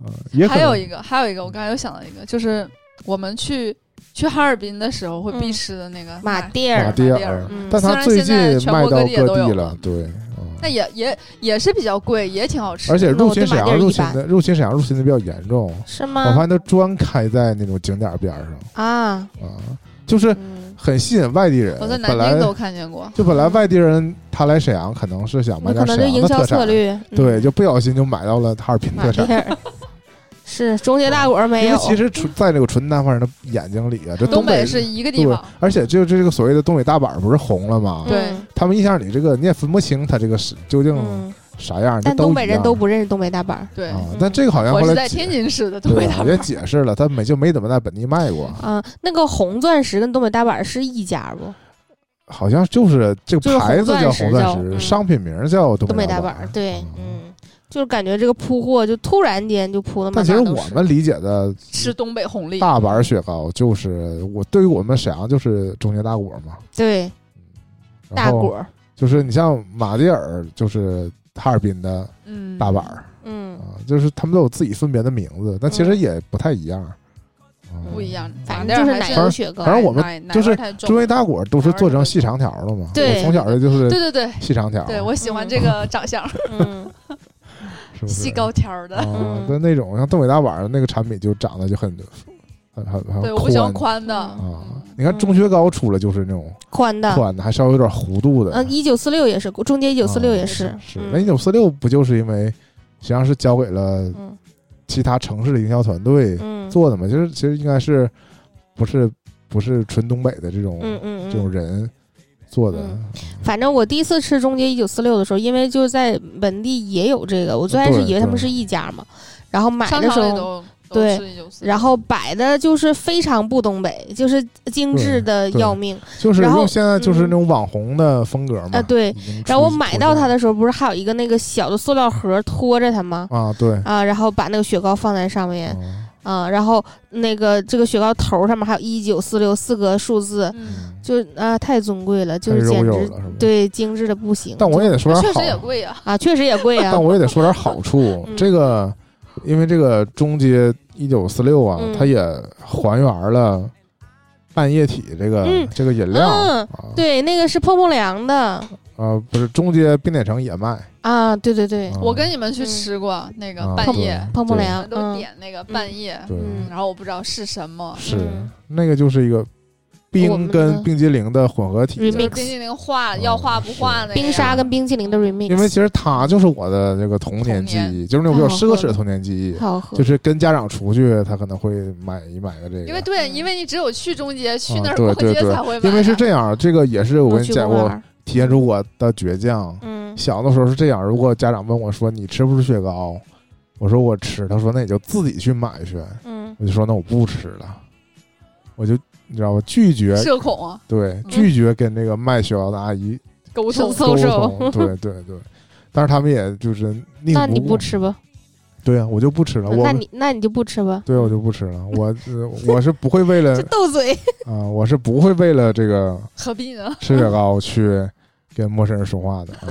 [SPEAKER 2] 嗯也可
[SPEAKER 3] 还
[SPEAKER 2] 能
[SPEAKER 3] 有一个，还有一个，我刚才又想到一个，就是我们去去哈尔滨的时候会必
[SPEAKER 1] 嗯
[SPEAKER 3] 吃的那个 <laughs>
[SPEAKER 1] 马
[SPEAKER 3] 甸，
[SPEAKER 1] 蒂
[SPEAKER 2] 马
[SPEAKER 1] 儿，
[SPEAKER 2] 蒂
[SPEAKER 3] 马迭
[SPEAKER 2] 尔
[SPEAKER 3] 尔，
[SPEAKER 1] 嗯
[SPEAKER 2] 啊但它最近
[SPEAKER 3] 虽然现在全
[SPEAKER 2] 卖
[SPEAKER 3] 国
[SPEAKER 2] 到
[SPEAKER 3] 各地也都有
[SPEAKER 2] 地了，对，嗯
[SPEAKER 3] 那也也也是比较贵，也挺好吃。
[SPEAKER 2] 而且
[SPEAKER 1] 那
[SPEAKER 2] 入
[SPEAKER 1] 我
[SPEAKER 2] 侵
[SPEAKER 1] 对
[SPEAKER 2] 沈
[SPEAKER 1] 马
[SPEAKER 2] 阳
[SPEAKER 1] 甸儿
[SPEAKER 2] 入
[SPEAKER 1] 一
[SPEAKER 2] 侵
[SPEAKER 1] 般
[SPEAKER 2] 的入侵沈阳入侵的比较严重，
[SPEAKER 1] 是
[SPEAKER 3] 嗯
[SPEAKER 2] 我发
[SPEAKER 1] 吗？
[SPEAKER 2] 现它专开在那种景点儿边儿上
[SPEAKER 1] 啊，
[SPEAKER 2] 啊，就是
[SPEAKER 1] 嗯
[SPEAKER 2] 很吸引外地人
[SPEAKER 3] 我在。南
[SPEAKER 2] 本来
[SPEAKER 3] 京都看见过，
[SPEAKER 2] 就本来外地人他来沈阳可能是想买
[SPEAKER 1] 那可
[SPEAKER 2] 点
[SPEAKER 1] 能
[SPEAKER 2] 沈
[SPEAKER 1] 就
[SPEAKER 2] 阳
[SPEAKER 1] 营
[SPEAKER 2] 的
[SPEAKER 1] 销
[SPEAKER 2] 啊特
[SPEAKER 1] 策
[SPEAKER 2] 产，
[SPEAKER 1] 略，嗯
[SPEAKER 2] 对，就不小心就买到了哈尔滨
[SPEAKER 1] 马
[SPEAKER 2] 特
[SPEAKER 1] 蒂
[SPEAKER 2] 产。
[SPEAKER 1] 尔。是中介大果没
[SPEAKER 2] 因为
[SPEAKER 1] 有，
[SPEAKER 2] 其实纯在这个纯南方人的眼睛里啊，这
[SPEAKER 1] 东
[SPEAKER 2] 北
[SPEAKER 3] 北是一个地方，
[SPEAKER 2] 而且就这个所谓的东北大板儿不是红了吗？
[SPEAKER 3] 对
[SPEAKER 1] 嗯
[SPEAKER 2] 他们印象里这个你也分不清他这个是究竟
[SPEAKER 1] 嗯，
[SPEAKER 2] 啥样，这
[SPEAKER 1] 但东北
[SPEAKER 2] 一样
[SPEAKER 1] 人都不认识东北大板儿
[SPEAKER 3] 对
[SPEAKER 2] 啊
[SPEAKER 1] 嗯。
[SPEAKER 2] 但这个好像
[SPEAKER 3] 我
[SPEAKER 2] 后
[SPEAKER 3] 是
[SPEAKER 2] 来
[SPEAKER 3] 在
[SPEAKER 2] 解
[SPEAKER 3] 天津市的东北
[SPEAKER 2] 对，
[SPEAKER 3] 大
[SPEAKER 2] 也
[SPEAKER 3] 板，
[SPEAKER 2] 解释了，他没就没怎么在本地卖过，
[SPEAKER 1] 啊。那个红钻石跟东北大板儿是一家不？
[SPEAKER 2] 好像就是这
[SPEAKER 1] 就是
[SPEAKER 2] 个牌子叫
[SPEAKER 1] 红钻石
[SPEAKER 2] 红钻
[SPEAKER 1] 叫
[SPEAKER 2] 石，
[SPEAKER 1] 嗯
[SPEAKER 2] 商品名叫东
[SPEAKER 1] 东北
[SPEAKER 2] 大
[SPEAKER 1] 大
[SPEAKER 2] 板
[SPEAKER 1] 板
[SPEAKER 2] 儿啊
[SPEAKER 1] 儿，。对，嗯，就是感觉这个铺货就突然间就铺的满
[SPEAKER 2] 但其
[SPEAKER 1] 哪
[SPEAKER 2] 实
[SPEAKER 1] 儿都
[SPEAKER 2] 我
[SPEAKER 1] 是。
[SPEAKER 2] 们理解的
[SPEAKER 5] 吃东北红利，
[SPEAKER 2] 大板儿雪糕，就是我对于我们沈阳就是中间大果嘛，
[SPEAKER 1] 对
[SPEAKER 2] 然
[SPEAKER 1] 大
[SPEAKER 2] 后
[SPEAKER 1] 果儿，
[SPEAKER 2] 就是你像马迭尔，就是哈尔滨的
[SPEAKER 5] 嗯，
[SPEAKER 2] 大板儿
[SPEAKER 1] 嗯，
[SPEAKER 2] 啊，就是他们都有自己分别的名字，但其实
[SPEAKER 1] 嗯
[SPEAKER 2] 也不太一样。啊
[SPEAKER 5] 不一样，
[SPEAKER 1] 反
[SPEAKER 5] 哪
[SPEAKER 1] 正就是
[SPEAKER 5] 儿还
[SPEAKER 1] 奶
[SPEAKER 2] 反
[SPEAKER 1] 油
[SPEAKER 2] 正
[SPEAKER 1] 雪糕
[SPEAKER 2] 反。正我们
[SPEAKER 5] 奶奶
[SPEAKER 2] 就
[SPEAKER 5] 味儿
[SPEAKER 2] 是
[SPEAKER 5] 太重
[SPEAKER 2] 中
[SPEAKER 5] 了
[SPEAKER 2] 间大果都是做成细长条了嘛，
[SPEAKER 1] 对
[SPEAKER 2] 我从小就是
[SPEAKER 5] 对对对，
[SPEAKER 2] 细长条，
[SPEAKER 5] 对我喜欢
[SPEAKER 1] 嗯
[SPEAKER 5] 这个长
[SPEAKER 2] <laughs>
[SPEAKER 5] 相，
[SPEAKER 1] 嗯，
[SPEAKER 2] 是不是
[SPEAKER 5] 细高条儿的，
[SPEAKER 2] 啊
[SPEAKER 1] 嗯，
[SPEAKER 2] 但那种像东北大碗儿那个产品就长得就很很很很
[SPEAKER 5] 对，我不喜欢
[SPEAKER 2] 宽
[SPEAKER 5] 宽的
[SPEAKER 1] 嗯，
[SPEAKER 2] 啊。你看中学高出来就是那种
[SPEAKER 1] 宽的，
[SPEAKER 2] 宽的，还稍微有点弧度的。啊
[SPEAKER 1] 嗯，一九四六也是，中间一九四六也是，
[SPEAKER 2] 是哎
[SPEAKER 1] 嗯
[SPEAKER 2] 那一九四六不就是因为实际上是交给了
[SPEAKER 1] 嗯
[SPEAKER 2] 其他城市的营销团队
[SPEAKER 1] 嗯，
[SPEAKER 2] 做的嘛？其实其实应该是不是不是纯东北的这种
[SPEAKER 1] 嗯嗯
[SPEAKER 2] 这种
[SPEAKER 1] 嗯，
[SPEAKER 2] 人做的
[SPEAKER 1] 嗯反正我第一次吃中街一九四六的时候，因为就是在本地也有这个，我最开始
[SPEAKER 2] 对
[SPEAKER 1] 以为他们
[SPEAKER 2] 对
[SPEAKER 1] 是一家嘛，然后买
[SPEAKER 5] 商
[SPEAKER 1] 的时
[SPEAKER 5] 场里
[SPEAKER 1] 候，
[SPEAKER 5] 都
[SPEAKER 1] 对，
[SPEAKER 5] 都是1944
[SPEAKER 1] 然后摆的就是非常不东北，就是精致的
[SPEAKER 2] 对对
[SPEAKER 1] 要命
[SPEAKER 2] 就是
[SPEAKER 1] 然后
[SPEAKER 2] 用现在就是
[SPEAKER 1] 嗯
[SPEAKER 2] 那种网红的风格嘛
[SPEAKER 1] 啊！。对
[SPEAKER 2] 已，经
[SPEAKER 1] 然后我
[SPEAKER 2] 出
[SPEAKER 1] 买到它
[SPEAKER 2] 出
[SPEAKER 1] 的时候，不是还有一个那个小的塑料盒托着它吗？
[SPEAKER 2] 现啊，对，
[SPEAKER 1] 啊，然后把那个雪糕放在上面，
[SPEAKER 2] 啊
[SPEAKER 1] 啊，然后那个这个雪糕头上面还有一九四六四个数字，
[SPEAKER 5] 嗯，
[SPEAKER 1] 就啊太尊贵了，就
[SPEAKER 2] 太
[SPEAKER 1] 是
[SPEAKER 2] 肉
[SPEAKER 1] 简
[SPEAKER 2] 肉
[SPEAKER 1] 直
[SPEAKER 2] 了是吧
[SPEAKER 1] 对精致的不行。
[SPEAKER 2] 但我也得说点
[SPEAKER 5] 确
[SPEAKER 2] 好
[SPEAKER 5] 实，也贵呀，
[SPEAKER 1] 啊，确实也贵啊
[SPEAKER 2] 但，我也得说点好处。
[SPEAKER 1] 嗯
[SPEAKER 2] 这个，因为这个中街一九四六啊
[SPEAKER 1] 嗯，
[SPEAKER 2] 它也还原了半液体这个
[SPEAKER 1] 嗯
[SPEAKER 2] 这个饮料
[SPEAKER 1] 嗯
[SPEAKER 2] 啊，
[SPEAKER 1] 对，那个是碰碰凉的
[SPEAKER 2] 啊，不是中街冰点城也卖。
[SPEAKER 1] 啊，对对对，
[SPEAKER 2] 啊
[SPEAKER 5] 我跟你们去
[SPEAKER 1] 嗯
[SPEAKER 5] 吃过那个
[SPEAKER 2] 啊
[SPEAKER 5] 半
[SPEAKER 2] 对
[SPEAKER 5] 夜，
[SPEAKER 1] 碰碰
[SPEAKER 2] 对
[SPEAKER 5] 我
[SPEAKER 1] 凉
[SPEAKER 5] 们，都
[SPEAKER 1] 嗯，
[SPEAKER 5] 点那个半夜，
[SPEAKER 2] 对，
[SPEAKER 1] 嗯
[SPEAKER 5] 然后我不知道是什么，
[SPEAKER 2] 是
[SPEAKER 1] 嗯
[SPEAKER 2] 那个就是一个
[SPEAKER 1] 我们
[SPEAKER 2] 冰
[SPEAKER 1] 的
[SPEAKER 2] 跟冰激凌的混合体
[SPEAKER 5] 就是
[SPEAKER 1] Remix
[SPEAKER 2] 的。
[SPEAKER 5] 冰激凌化
[SPEAKER 2] 嗯
[SPEAKER 5] 要化不化那
[SPEAKER 1] 冰沙跟冰淇淋的 remix，
[SPEAKER 2] 因为其实它就是我的这个童年
[SPEAKER 5] 童
[SPEAKER 2] 记
[SPEAKER 5] 年
[SPEAKER 2] 忆，就是那种比较
[SPEAKER 1] 嗯
[SPEAKER 2] 奢侈的童年记忆
[SPEAKER 1] 太，好喝
[SPEAKER 2] 就，是跟家长出去，他可能会买一买个这个。
[SPEAKER 5] 因为对，
[SPEAKER 1] 嗯
[SPEAKER 5] 因为你只有去中街，去
[SPEAKER 2] 啊
[SPEAKER 5] 那儿
[SPEAKER 2] 对
[SPEAKER 5] 逛街
[SPEAKER 2] 对对
[SPEAKER 5] 才会买。
[SPEAKER 2] 因为是，这样，这个也是我跟你讲
[SPEAKER 1] 都去公
[SPEAKER 2] 过
[SPEAKER 1] 园，儿
[SPEAKER 2] 体现出我的倔强。
[SPEAKER 1] 嗯
[SPEAKER 2] 小的时候是这样，如果家长问我说你吃不吃雪糕，我说我吃，他说那你就自己去买去，
[SPEAKER 1] 嗯，
[SPEAKER 2] 我就说那我不吃了，我就你知道吧，拒绝
[SPEAKER 5] 社恐啊，
[SPEAKER 2] 对拒绝跟那个卖雪糕的阿
[SPEAKER 1] 嗯
[SPEAKER 2] 姨
[SPEAKER 5] 沟通
[SPEAKER 1] 是
[SPEAKER 2] 沟
[SPEAKER 1] 搜手
[SPEAKER 2] 通，对对对，但是他们也就是宁
[SPEAKER 1] 那你
[SPEAKER 2] 不
[SPEAKER 1] 不吃吧？
[SPEAKER 2] 对啊，我就不吃了，我
[SPEAKER 1] 那你嗯那你就不吃吧？
[SPEAKER 2] 对我就不吃了，我呃我是不会为
[SPEAKER 1] <laughs>
[SPEAKER 2] 了
[SPEAKER 1] 这斗嘴，
[SPEAKER 2] 啊、我是不会为了这个
[SPEAKER 5] 何必呢？
[SPEAKER 2] 吃雪糕去跟陌生人说话的。啊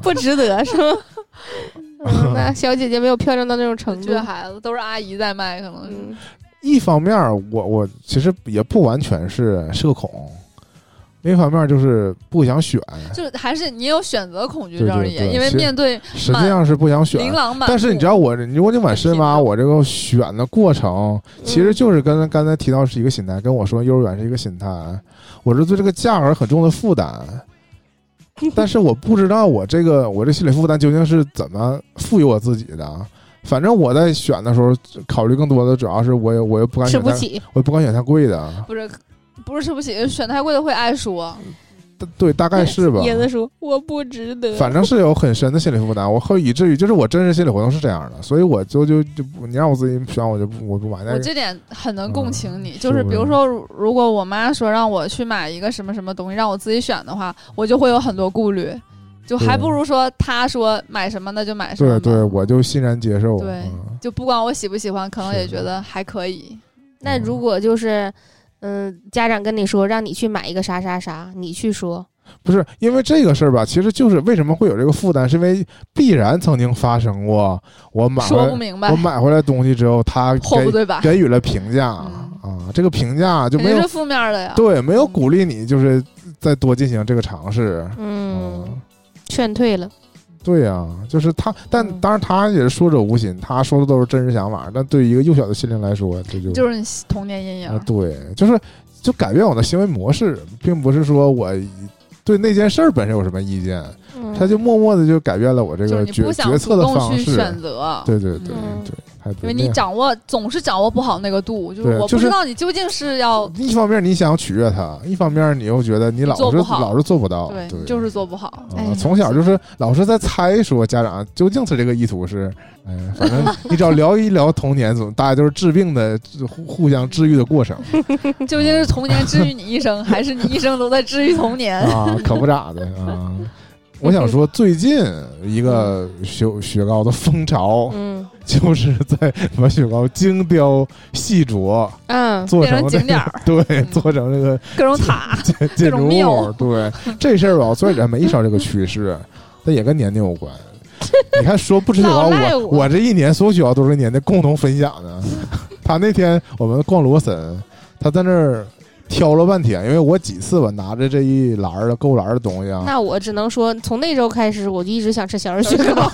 [SPEAKER 1] 不值得是
[SPEAKER 2] <laughs>
[SPEAKER 1] 吗？嗯那小姐姐没有漂亮到那种程度
[SPEAKER 5] 倔，孩子都是阿姨在卖，可能是
[SPEAKER 1] 嗯
[SPEAKER 2] 一方面儿我我其实也不完全是社恐，另一方面儿就是不想选，
[SPEAKER 5] 就是还是你有选择恐惧
[SPEAKER 2] 对
[SPEAKER 5] 症
[SPEAKER 2] 对
[SPEAKER 5] 也，
[SPEAKER 2] 对
[SPEAKER 5] 因为
[SPEAKER 2] 其实
[SPEAKER 5] 面对
[SPEAKER 2] 实际上是不想选
[SPEAKER 5] 琳。琅满目，
[SPEAKER 2] 但是你知道我，如果你往深挖，
[SPEAKER 5] 品种
[SPEAKER 2] 我这个选的过
[SPEAKER 1] 嗯
[SPEAKER 2] 程其实就是跟刚才提到是一个心态，跟我说幼儿园是一个心态，我是对这个价格很重的
[SPEAKER 1] <laughs>
[SPEAKER 2] 负担，但是我不知道我这个我这心理负担究竟是怎么赋予我自己的。反正我在选的时候，考虑更多的主要是我也我也不敢
[SPEAKER 1] 吃
[SPEAKER 2] 选
[SPEAKER 1] 不
[SPEAKER 2] 太，
[SPEAKER 1] 起，
[SPEAKER 2] 我也不敢选太贵的。
[SPEAKER 5] 不是不是吃不起，选太贵的会爱说，
[SPEAKER 2] 但对，大概是吧。
[SPEAKER 1] 椰子说我不值得，
[SPEAKER 2] 反正是有很深的心理负担，我会以至于就是我真实心理活动是这样的，所以我就就就不你让我自己选，我就不我不买那
[SPEAKER 5] 我
[SPEAKER 2] 个。
[SPEAKER 5] 这点很能共情你，
[SPEAKER 2] 哎嗯
[SPEAKER 5] 就是
[SPEAKER 2] 是不
[SPEAKER 5] 比
[SPEAKER 2] 是
[SPEAKER 5] 如说，如如果我妈说让我去买一个什么什么东西，让我自己选的话，我就会有很多顾虑，就还
[SPEAKER 2] 对
[SPEAKER 5] 不如说她说买什么那就买什么
[SPEAKER 2] 对
[SPEAKER 5] 吧，
[SPEAKER 2] 对，我就欣然接受。
[SPEAKER 5] 对
[SPEAKER 2] 嗯
[SPEAKER 5] 就不管我喜不喜欢，可能
[SPEAKER 2] 是
[SPEAKER 5] 也觉得还可以。
[SPEAKER 1] 那如果就是，嗯，家长跟你说让你去买一个啥啥啥，你去说，
[SPEAKER 2] 不是因为这个事儿吧，其实就是为什么会有这个负担，是因为必然曾经发生过，我买回
[SPEAKER 5] 说不
[SPEAKER 2] 来
[SPEAKER 5] 明白
[SPEAKER 2] 我，买回来东西之后，他
[SPEAKER 5] 货不
[SPEAKER 2] 给
[SPEAKER 5] 对版，
[SPEAKER 2] 给予了评价
[SPEAKER 5] 嗯
[SPEAKER 2] 啊，这个评价就
[SPEAKER 5] 肯
[SPEAKER 2] 没
[SPEAKER 5] 定
[SPEAKER 2] 有
[SPEAKER 5] 是嗯负面的呀。
[SPEAKER 2] 对没有鼓励你，就是再多进行这个尝试。
[SPEAKER 1] 嗯
[SPEAKER 2] 嗯，
[SPEAKER 1] 劝退了，
[SPEAKER 2] 对呀、就是他，但
[SPEAKER 1] 嗯
[SPEAKER 2] 当然他也是说者无心，他说的都是真实想法，但对于一个幼小的心灵来说，这就
[SPEAKER 5] 就是你童年阴
[SPEAKER 2] 啊
[SPEAKER 5] 影，，
[SPEAKER 2] 对，就是就改变我的行为模式，并不是说我对那件事儿本身有什么意见，
[SPEAKER 1] 嗯
[SPEAKER 2] 他就默默的就改变了我这
[SPEAKER 5] 就是
[SPEAKER 2] 个
[SPEAKER 5] 你
[SPEAKER 2] 决
[SPEAKER 5] 不想
[SPEAKER 2] 决策
[SPEAKER 5] 主
[SPEAKER 2] 的
[SPEAKER 5] 动
[SPEAKER 2] 方
[SPEAKER 5] 去
[SPEAKER 2] 式。
[SPEAKER 5] 选择，
[SPEAKER 2] 对对对
[SPEAKER 1] 嗯
[SPEAKER 2] 对，还
[SPEAKER 5] 因为你掌握总是掌握不好那个度，就是
[SPEAKER 2] 对
[SPEAKER 5] 我
[SPEAKER 2] 就
[SPEAKER 5] 不
[SPEAKER 2] 是
[SPEAKER 5] 知道你究竟是要
[SPEAKER 2] 一方面你想取悦他，一方面你又觉得你老
[SPEAKER 5] 做
[SPEAKER 2] 是
[SPEAKER 5] 不好
[SPEAKER 2] 老是做不到，
[SPEAKER 5] 对，
[SPEAKER 2] 对，
[SPEAKER 5] 就是做不好。
[SPEAKER 2] 啊、
[SPEAKER 1] 哎
[SPEAKER 2] 从小就是老是在猜说家长究竟是这个意图是，哎，
[SPEAKER 5] <laughs>
[SPEAKER 2] 反正你只要聊一聊童年，总大家就是治病的互互相治愈的过
[SPEAKER 5] <laughs>
[SPEAKER 2] 程
[SPEAKER 5] 究竟是童年治愈你一生，还是你一生都在治愈童年？
[SPEAKER 2] 啊，可不咋的啊。我想说，最近一个雪雪糕的风潮，
[SPEAKER 1] 嗯
[SPEAKER 2] <laughs> 就是在把雪糕精雕细琢，
[SPEAKER 1] 嗯，
[SPEAKER 2] 做
[SPEAKER 5] 变
[SPEAKER 2] 成
[SPEAKER 5] 成
[SPEAKER 2] 这
[SPEAKER 5] 景点
[SPEAKER 2] 个，
[SPEAKER 5] 儿，
[SPEAKER 2] <laughs>
[SPEAKER 5] 嗯
[SPEAKER 2] 对，做成这个
[SPEAKER 5] 各种
[SPEAKER 2] <laughs>
[SPEAKER 5] 塔，
[SPEAKER 2] 建建筑
[SPEAKER 5] 庙
[SPEAKER 2] 物。对这事儿吧，我虽然没少这个趋势，但也跟年龄
[SPEAKER 1] <laughs>
[SPEAKER 2] 有关。你看，说不吃雪糕，
[SPEAKER 1] 老赖
[SPEAKER 2] 我
[SPEAKER 1] 我
[SPEAKER 2] 我这一年所有雪糕都是年的共同分享的。 <laughs> 他那天我们逛罗森，他在那儿挑了半天，因为我几次吧拿着这一篮儿的购物篮儿的东西啊，
[SPEAKER 1] 那我只能说，从那周开始，我就一直想吃小人雪糕。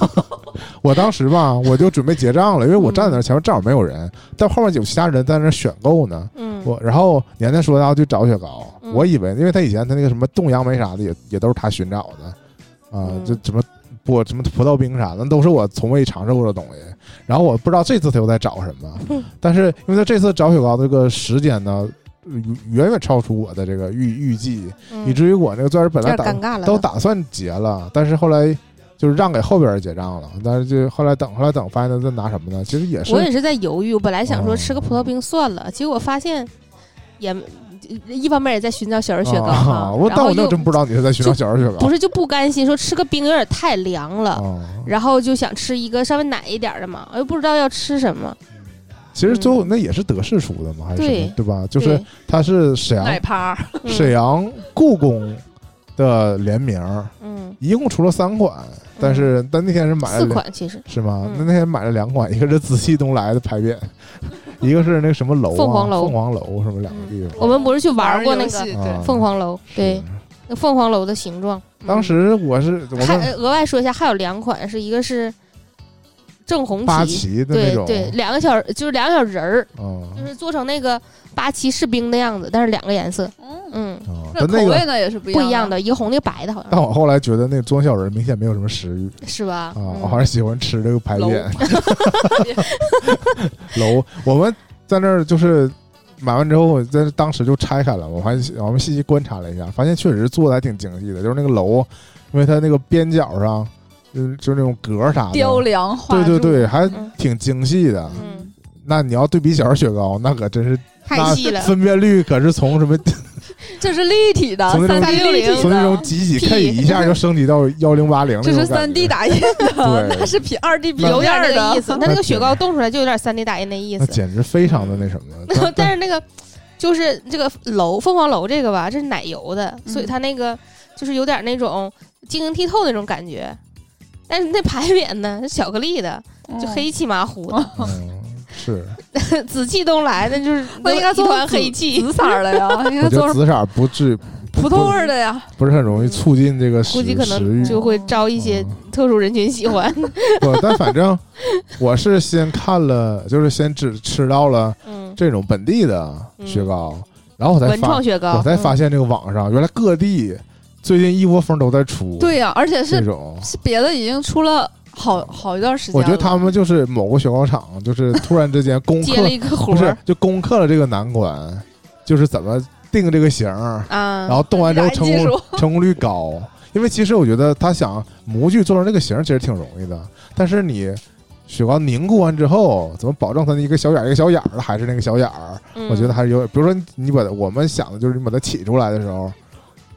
[SPEAKER 2] 我当时吧我就准备结账了，因为
[SPEAKER 1] 嗯
[SPEAKER 2] 我站在那儿前面正好没有人，但后面有其他人在那儿选购呢。
[SPEAKER 1] 嗯，
[SPEAKER 2] 我然后年年说他要去找雪糕，
[SPEAKER 1] 嗯
[SPEAKER 2] 我以为因为他以前他那个什么冻杨梅啥的也也都是他寻找的，啊、
[SPEAKER 1] 嗯
[SPEAKER 2] 就什么不什么葡萄冰啥的都是我从未尝试过的东西。然后我不知道这次他又在找什么，
[SPEAKER 1] 嗯
[SPEAKER 2] 但是因为他这次找雪糕这个时间呢，呃远远超出我的这个预预计，
[SPEAKER 1] 嗯
[SPEAKER 2] 以至于我那个钻石本
[SPEAKER 1] 有
[SPEAKER 2] 来
[SPEAKER 1] 点
[SPEAKER 2] 打
[SPEAKER 1] 尴尬了，
[SPEAKER 2] 都打算结了，但是后来。就是让给后边人结账了，但是就后来等，后来等，发现他在拿什么呢？其实也是
[SPEAKER 1] 我也是在犹豫，我本来想说
[SPEAKER 2] 哦
[SPEAKER 1] 吃个葡萄冰算了，结果发现也一方面也在寻找小人雪糕
[SPEAKER 2] 啊
[SPEAKER 1] 哈，
[SPEAKER 2] 我
[SPEAKER 1] 然
[SPEAKER 2] 但
[SPEAKER 1] 后
[SPEAKER 2] 我那
[SPEAKER 1] 又
[SPEAKER 2] 真不知道你是在寻找小人雪糕，
[SPEAKER 1] 不是就不甘心，说吃个冰有点太凉了，
[SPEAKER 2] 啊，
[SPEAKER 1] 然后就想吃一个稍微奶一点的嘛，哎我又不知道要吃什么，
[SPEAKER 2] 其实最后
[SPEAKER 1] 嗯
[SPEAKER 2] 那也是德式出的嘛，还是什么
[SPEAKER 1] 对嗯
[SPEAKER 2] 对吧？就是它是沈
[SPEAKER 5] 奶
[SPEAKER 2] 阳
[SPEAKER 5] 趴儿，
[SPEAKER 1] 对
[SPEAKER 2] 沈阳故宫的联名儿，
[SPEAKER 1] 嗯
[SPEAKER 2] 一共出了三款，但是但那天是买
[SPEAKER 1] 嗯四
[SPEAKER 2] 了两
[SPEAKER 1] 款其实
[SPEAKER 2] 是吗？
[SPEAKER 1] 嗯
[SPEAKER 2] 那那天买了两款，一个是紫气东来的牌匾，
[SPEAKER 1] <laughs>
[SPEAKER 2] 一个是那个什么楼啊，
[SPEAKER 1] 凤凰楼
[SPEAKER 2] 凤凰楼什么两个地方。
[SPEAKER 1] 我们不是去玩
[SPEAKER 5] 玩
[SPEAKER 1] 儿
[SPEAKER 5] 儿
[SPEAKER 1] 过
[SPEAKER 5] 游
[SPEAKER 1] 那
[SPEAKER 5] 戏
[SPEAKER 1] 个
[SPEAKER 2] 啊
[SPEAKER 5] 对，
[SPEAKER 1] 凤凰楼，对
[SPEAKER 2] 是，
[SPEAKER 1] 那凤凰楼的形状，嗯
[SPEAKER 2] 嗯当时我是我
[SPEAKER 1] 还
[SPEAKER 2] 们
[SPEAKER 1] 呃额外说一下，还有两款是一个是正红
[SPEAKER 2] 八
[SPEAKER 1] 旗，
[SPEAKER 2] 旗的那
[SPEAKER 1] 对
[SPEAKER 2] 种，
[SPEAKER 1] 对，两个小就是两个小人儿，
[SPEAKER 2] 啊
[SPEAKER 1] 就是做成那个八旗士兵的样子，但是两个颜色，
[SPEAKER 5] 嗯，
[SPEAKER 1] 嗯，
[SPEAKER 2] 啊，
[SPEAKER 5] 这
[SPEAKER 2] 但那
[SPEAKER 5] 口
[SPEAKER 2] 个
[SPEAKER 5] 味呢也是不
[SPEAKER 1] 不一样
[SPEAKER 5] 的。
[SPEAKER 1] 的，一个红的，一个白的，好
[SPEAKER 2] 但
[SPEAKER 1] 像
[SPEAKER 2] 我后来觉得那装小人明显没有什么食欲，
[SPEAKER 1] 是吧？
[SPEAKER 2] 啊，
[SPEAKER 1] 嗯
[SPEAKER 2] 我还是喜欢吃这个牌
[SPEAKER 5] 楼 <laughs>
[SPEAKER 2] 匾。楼，我们在那儿就是买完之后，我在当时就拆开了，我还我们细细观察了一下，发现确实做的还挺精细的，就是那个楼，因为它那个边角上，嗯，就那种格啥
[SPEAKER 5] 雕
[SPEAKER 2] 的，
[SPEAKER 5] 梁画
[SPEAKER 2] 对对
[SPEAKER 5] 柱，
[SPEAKER 2] 对，还
[SPEAKER 1] 嗯
[SPEAKER 2] 挺精细的。
[SPEAKER 1] 嗯，
[SPEAKER 2] 那你要对比小人雪糕，那可真是
[SPEAKER 1] 太细了
[SPEAKER 2] 那，分辨率可是从什么
[SPEAKER 5] 这是立体的，
[SPEAKER 2] 从那种
[SPEAKER 5] 啊三 D 立体
[SPEAKER 2] 从那种
[SPEAKER 5] 的，
[SPEAKER 2] 几几 K
[SPEAKER 1] 屁
[SPEAKER 2] 一下就升级到幺零八零，
[SPEAKER 5] 这是三 D 打印的，
[SPEAKER 2] 对
[SPEAKER 5] 那是比二 D 比
[SPEAKER 2] 那
[SPEAKER 1] 有点
[SPEAKER 5] 样
[SPEAKER 1] 那
[SPEAKER 5] 的
[SPEAKER 1] 个意思。它那个雪糕冻出来就有点三 D 打印那意
[SPEAKER 2] 嗯那
[SPEAKER 1] 思，
[SPEAKER 2] 简直非常的那什么。
[SPEAKER 5] 嗯 <laughs>
[SPEAKER 1] <laughs>
[SPEAKER 2] 但
[SPEAKER 1] 但是那个就是这个楼凤凰楼这个吧，这是奶油的，所以它那个就是有点那种晶莹剔透那种感觉。但是那牌 <laughs> 匾呢是巧克力的，就黑漆麻糊的，
[SPEAKER 2] 嗯，是，
[SPEAKER 1] 紫气东来 <laughs> 那就是
[SPEAKER 5] 嗯那应该
[SPEAKER 1] 一
[SPEAKER 5] 做
[SPEAKER 1] 团
[SPEAKER 5] 紫
[SPEAKER 1] 黑气。
[SPEAKER 2] <laughs>
[SPEAKER 5] 紫色儿的呀，应
[SPEAKER 2] 我
[SPEAKER 5] 该
[SPEAKER 2] 觉得
[SPEAKER 5] 做
[SPEAKER 2] 紫色不至
[SPEAKER 5] 葡萄味儿的呀，
[SPEAKER 2] 不是很容易促进这个食
[SPEAKER 1] 估计可
[SPEAKER 2] 食欲
[SPEAKER 1] 能就会招一
[SPEAKER 2] 嗯
[SPEAKER 1] 些特殊人群喜欢。
[SPEAKER 2] 不，但反正我是先看了，就是先只吃到了
[SPEAKER 1] <laughs> 嗯，
[SPEAKER 2] 这种本地的雪糕，然后我才
[SPEAKER 1] 文
[SPEAKER 2] 发
[SPEAKER 1] 创，雪糕，
[SPEAKER 2] 我才发
[SPEAKER 1] 嗯
[SPEAKER 2] 现这个网上原来各地最近一窝蜂都在出
[SPEAKER 5] 对呀，而且
[SPEAKER 2] 这
[SPEAKER 5] 是
[SPEAKER 2] 种。
[SPEAKER 5] 是别的已经出了好好一段时间了。
[SPEAKER 2] 我觉得他们就是某个雪糕厂，就是突然之间攻
[SPEAKER 1] 接了
[SPEAKER 2] 克，
[SPEAKER 1] 一个活
[SPEAKER 2] 不是
[SPEAKER 1] 儿
[SPEAKER 2] 就攻克了这个难关，就是怎么定这个型儿，然
[SPEAKER 1] 啊，
[SPEAKER 2] 后动完之后
[SPEAKER 5] 染
[SPEAKER 2] 成
[SPEAKER 5] 嗯技
[SPEAKER 2] 功
[SPEAKER 5] 术
[SPEAKER 2] <laughs> 成功率高。因为其实我觉得他想模具做成这个型儿其实挺容易的，但是你雪糕凝固完之后，怎么保证它的一个小眼儿一个小眼儿的还是那个小眼儿？
[SPEAKER 1] 嗯
[SPEAKER 2] 我觉得还是有，比如说你你把它我们想的就是你把它起出来的时候，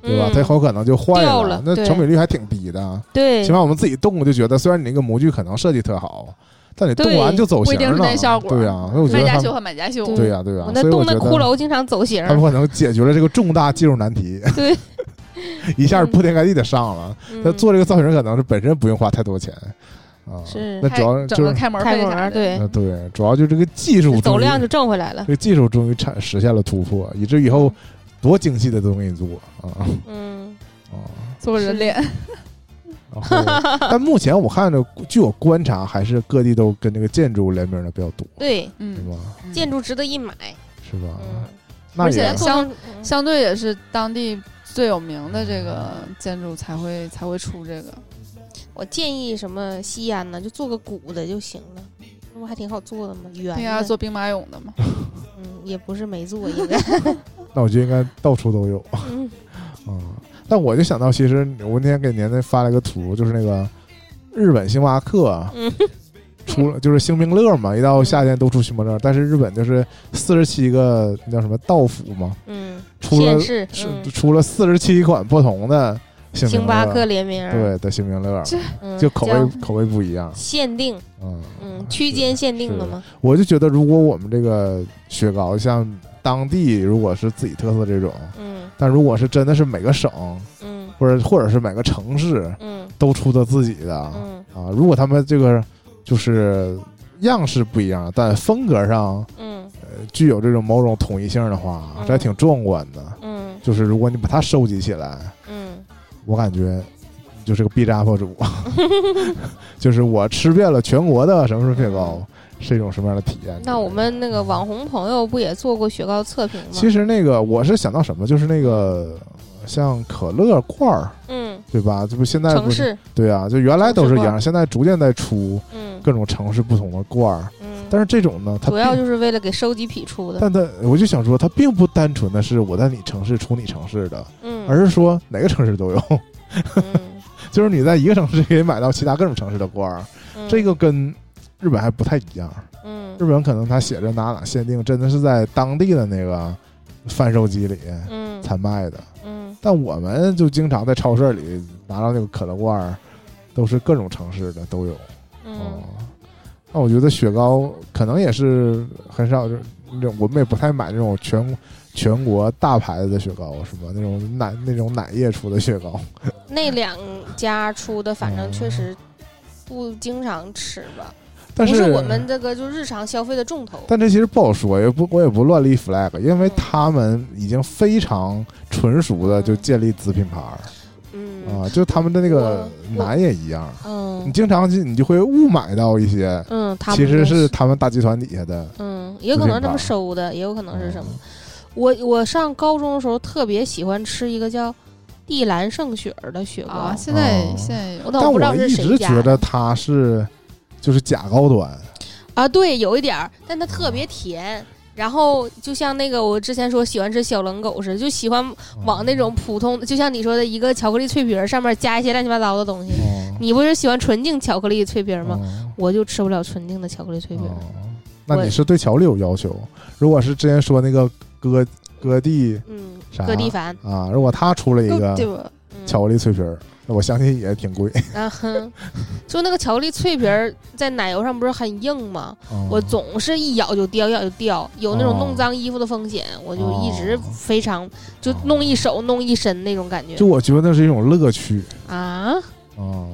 [SPEAKER 2] 对吧？
[SPEAKER 1] 嗯
[SPEAKER 2] 它很有可能就坏
[SPEAKER 1] 掉了
[SPEAKER 2] 那
[SPEAKER 1] 对
[SPEAKER 2] 成品率还挺低的。
[SPEAKER 1] 对
[SPEAKER 2] 起，码我们自己动就觉得，虽然你那个模具可能设计特好，但你动
[SPEAKER 1] 对
[SPEAKER 2] 完就走
[SPEAKER 5] 不一
[SPEAKER 2] 形
[SPEAKER 5] 定
[SPEAKER 2] 了，
[SPEAKER 5] 是那效果
[SPEAKER 2] 对呀、所以我觉
[SPEAKER 5] 卖
[SPEAKER 2] 得
[SPEAKER 5] 家
[SPEAKER 2] 他
[SPEAKER 5] 秀
[SPEAKER 2] 们
[SPEAKER 5] 和买家秀，
[SPEAKER 1] 对
[SPEAKER 2] 对呀、对呀、啊
[SPEAKER 1] 我那
[SPEAKER 2] 所以我
[SPEAKER 1] 冻
[SPEAKER 2] 觉
[SPEAKER 1] 的
[SPEAKER 2] 得
[SPEAKER 1] 骷髅经常走形儿。
[SPEAKER 2] 他们可能解决了这个重大技术难题，
[SPEAKER 1] 对，
[SPEAKER 2] <laughs> 一下铺天盖地的上了。他
[SPEAKER 1] 嗯
[SPEAKER 2] 做这个造型可能是本身不用花太多钱啊，
[SPEAKER 1] 是
[SPEAKER 2] 那
[SPEAKER 5] 开
[SPEAKER 2] 主要
[SPEAKER 5] 整
[SPEAKER 2] 就
[SPEAKER 5] 个
[SPEAKER 2] 是
[SPEAKER 5] 开门
[SPEAKER 1] 嗯开
[SPEAKER 5] 费
[SPEAKER 1] 门
[SPEAKER 5] 啥
[SPEAKER 1] 儿，
[SPEAKER 5] 的，
[SPEAKER 1] 对
[SPEAKER 2] 呃，对，主要就这个技术
[SPEAKER 1] 走
[SPEAKER 2] 终于
[SPEAKER 1] 量就挣回来了
[SPEAKER 2] 这。个技术终于产实现了突破，以至于以后多精细的都给你做啊
[SPEAKER 1] 嗯，
[SPEAKER 2] 啊！
[SPEAKER 5] 做人脸，
[SPEAKER 1] <laughs>
[SPEAKER 2] 然后但目前我看着，据我观察，还是各地都跟这个建筑联名的比较多，
[SPEAKER 1] 对，
[SPEAKER 2] 是
[SPEAKER 5] 嗯，
[SPEAKER 2] 吧？
[SPEAKER 1] 建筑值得一买。
[SPEAKER 2] 是吧？
[SPEAKER 1] 嗯，
[SPEAKER 2] 啊那
[SPEAKER 5] 而且
[SPEAKER 2] 也
[SPEAKER 5] 做成
[SPEAKER 1] 嗯
[SPEAKER 5] 相对也是当地最有名的这个建筑才会才会出这个。
[SPEAKER 1] 我建议什么西安呢，就做个鼓的就行了。不还挺好啊做的吗？圆
[SPEAKER 5] 那个
[SPEAKER 1] 的，
[SPEAKER 5] 做兵马俑的嘛，
[SPEAKER 1] 嗯，也不是没 <laughs> 做，应该，
[SPEAKER 2] 那我觉得应该到处都有啊、
[SPEAKER 1] 嗯
[SPEAKER 2] <laughs> 嗯但我就想到，其实我那天给年年发了一个图，就是那个日本星巴克啊
[SPEAKER 1] 嗯
[SPEAKER 2] <laughs> 出了，就是星冰乐嘛，一到夏天都出星冰乐，但是日本就是四十七个那叫什么道府嘛，
[SPEAKER 1] 嗯，
[SPEAKER 2] 出了
[SPEAKER 1] 现世
[SPEAKER 2] 是
[SPEAKER 1] 嗯
[SPEAKER 2] 出了四十七款不同的星冰
[SPEAKER 1] 星
[SPEAKER 2] 乐
[SPEAKER 1] 巴克联名，，
[SPEAKER 2] 对的星冰乐，
[SPEAKER 1] 嗯、
[SPEAKER 2] 就口
[SPEAKER 1] 叫
[SPEAKER 2] 味口味不一样，
[SPEAKER 1] 限定，
[SPEAKER 2] 嗯
[SPEAKER 1] 嗯，区间限定的吗？
[SPEAKER 2] 我就觉得，如果我们这个雪糕像当地如果是自己特色这种，
[SPEAKER 1] 嗯
[SPEAKER 2] 但如果是真的是每个省
[SPEAKER 1] 嗯
[SPEAKER 2] 或者或者是每个城市
[SPEAKER 1] 嗯
[SPEAKER 2] 都出的自己的、
[SPEAKER 1] 嗯
[SPEAKER 2] 啊，如果他们这个就是样式不一样，但风格上
[SPEAKER 1] 嗯
[SPEAKER 2] 呃具有这种某种统一性的话，
[SPEAKER 1] 嗯
[SPEAKER 2] 这还挺壮观的。
[SPEAKER 1] 嗯
[SPEAKER 2] 就是如果你把它收集起来，
[SPEAKER 1] 嗯
[SPEAKER 2] 我感觉你就是个 B 站
[SPEAKER 1] <laughs>
[SPEAKER 2] UP 主，就是我吃遍了全国的什么什么雪糕，是一种什么样的体验？
[SPEAKER 1] 那我们那个网红朋友不也做过雪糕测评吗？
[SPEAKER 2] 其实那个我是想到什么，就是那个像可乐罐儿，
[SPEAKER 1] 嗯，
[SPEAKER 2] 对吧？这不现在
[SPEAKER 1] 城
[SPEAKER 2] 不是
[SPEAKER 1] 市，
[SPEAKER 2] 对啊，就原来都是
[SPEAKER 1] 城市
[SPEAKER 2] 一
[SPEAKER 1] 罐
[SPEAKER 2] 样，现在逐渐在出
[SPEAKER 1] 嗯
[SPEAKER 2] 各种城市不同的罐儿。
[SPEAKER 1] 嗯，
[SPEAKER 2] 但是这种呢，它
[SPEAKER 1] 主要
[SPEAKER 2] 并
[SPEAKER 1] 就是为了给收集癖出的，
[SPEAKER 2] 但它我就想说，它并不单纯的是我在你城市出你城市的，
[SPEAKER 1] 嗯，
[SPEAKER 2] 而是说哪个城市都有， <laughs>
[SPEAKER 1] 嗯
[SPEAKER 2] 就是你在一个城市可以买到其他各种城市的罐儿。
[SPEAKER 1] 嗯
[SPEAKER 2] 这个跟日本还不太一样，
[SPEAKER 1] 嗯
[SPEAKER 2] 日本可能它写着哪哪限定，真的是在当地的那个贩售机里
[SPEAKER 1] 嗯
[SPEAKER 2] 才卖的。
[SPEAKER 1] 嗯
[SPEAKER 2] 但我们就经常在超市里拿到那个可乐罐儿，都是各种城市的都有。哦
[SPEAKER 1] 嗯，
[SPEAKER 2] 那哦我觉得雪糕可能也是很少，就是那种我们也不太买那种全全国大牌子的雪糕，是吧？那种奶那种奶业出的雪糕，
[SPEAKER 1] <laughs> 那两家出的，反正确实不经常吃吧，
[SPEAKER 2] 哦但
[SPEAKER 1] 不是我们这个就日常消费的重头。
[SPEAKER 2] 但这其实不好说，也不我也不乱立 flag，因为
[SPEAKER 1] 嗯
[SPEAKER 2] 他们已经非常纯熟的就
[SPEAKER 1] 嗯
[SPEAKER 2] 建立子品牌儿
[SPEAKER 1] 嗯
[SPEAKER 2] 啊，就他们的那个
[SPEAKER 1] 我我
[SPEAKER 2] 奶也一样，你
[SPEAKER 1] 嗯
[SPEAKER 2] 经常就你就会误买到一些，
[SPEAKER 1] 嗯，他们
[SPEAKER 2] 其实
[SPEAKER 1] 都
[SPEAKER 2] 是他们大集团底下的，
[SPEAKER 1] 嗯，也有可能这么收的，也有可能是什么。
[SPEAKER 2] 哦
[SPEAKER 1] 我我上高中的时候特别喜欢吃一个叫地兰圣雪儿的雪糕，
[SPEAKER 5] 啊，现在
[SPEAKER 2] 哦
[SPEAKER 5] 现在有
[SPEAKER 1] 我
[SPEAKER 2] 但
[SPEAKER 1] 倒不知道是
[SPEAKER 2] 一
[SPEAKER 1] 谁
[SPEAKER 2] 直
[SPEAKER 1] 家
[SPEAKER 2] 觉
[SPEAKER 1] 的
[SPEAKER 2] 得它是就是假高端，
[SPEAKER 1] 啊，对，有一点儿，但它特别甜。然后就像那个我之前说喜欢吃小冷狗似的，就喜欢 <laughs> 往那种普通，就像你说的一个巧克力脆皮儿上面加一些乱七八糟的东西。
[SPEAKER 2] 哦
[SPEAKER 1] 你不是喜欢纯净巧克力脆皮儿吗？
[SPEAKER 2] 哦
[SPEAKER 1] 我就吃不了纯净的巧克力脆皮儿。
[SPEAKER 2] 哦那
[SPEAKER 1] 嗯我
[SPEAKER 2] 你是对巧克力有要求？如果是之前说那个哥哥弟
[SPEAKER 1] 嗯，
[SPEAKER 2] 啥
[SPEAKER 1] 葛蒂凡，
[SPEAKER 2] 啊，如果他出了一个
[SPEAKER 5] 对吧？
[SPEAKER 1] 嗯，
[SPEAKER 2] 巧克力脆皮儿，那我相信也挺贵。
[SPEAKER 1] 啊哼， <laughs> 就那个巧克力脆皮儿在奶油上不是很硬吗？
[SPEAKER 2] 哦
[SPEAKER 1] <laughs> 我总是一咬就掉，一咬就掉，有那种
[SPEAKER 2] 哦
[SPEAKER 1] 弄脏衣服的风险，我就一直
[SPEAKER 2] 哦
[SPEAKER 1] 非常就弄一手弄一身那种感觉
[SPEAKER 2] 就我觉得那是一种乐趣
[SPEAKER 1] 啊，
[SPEAKER 2] 啊，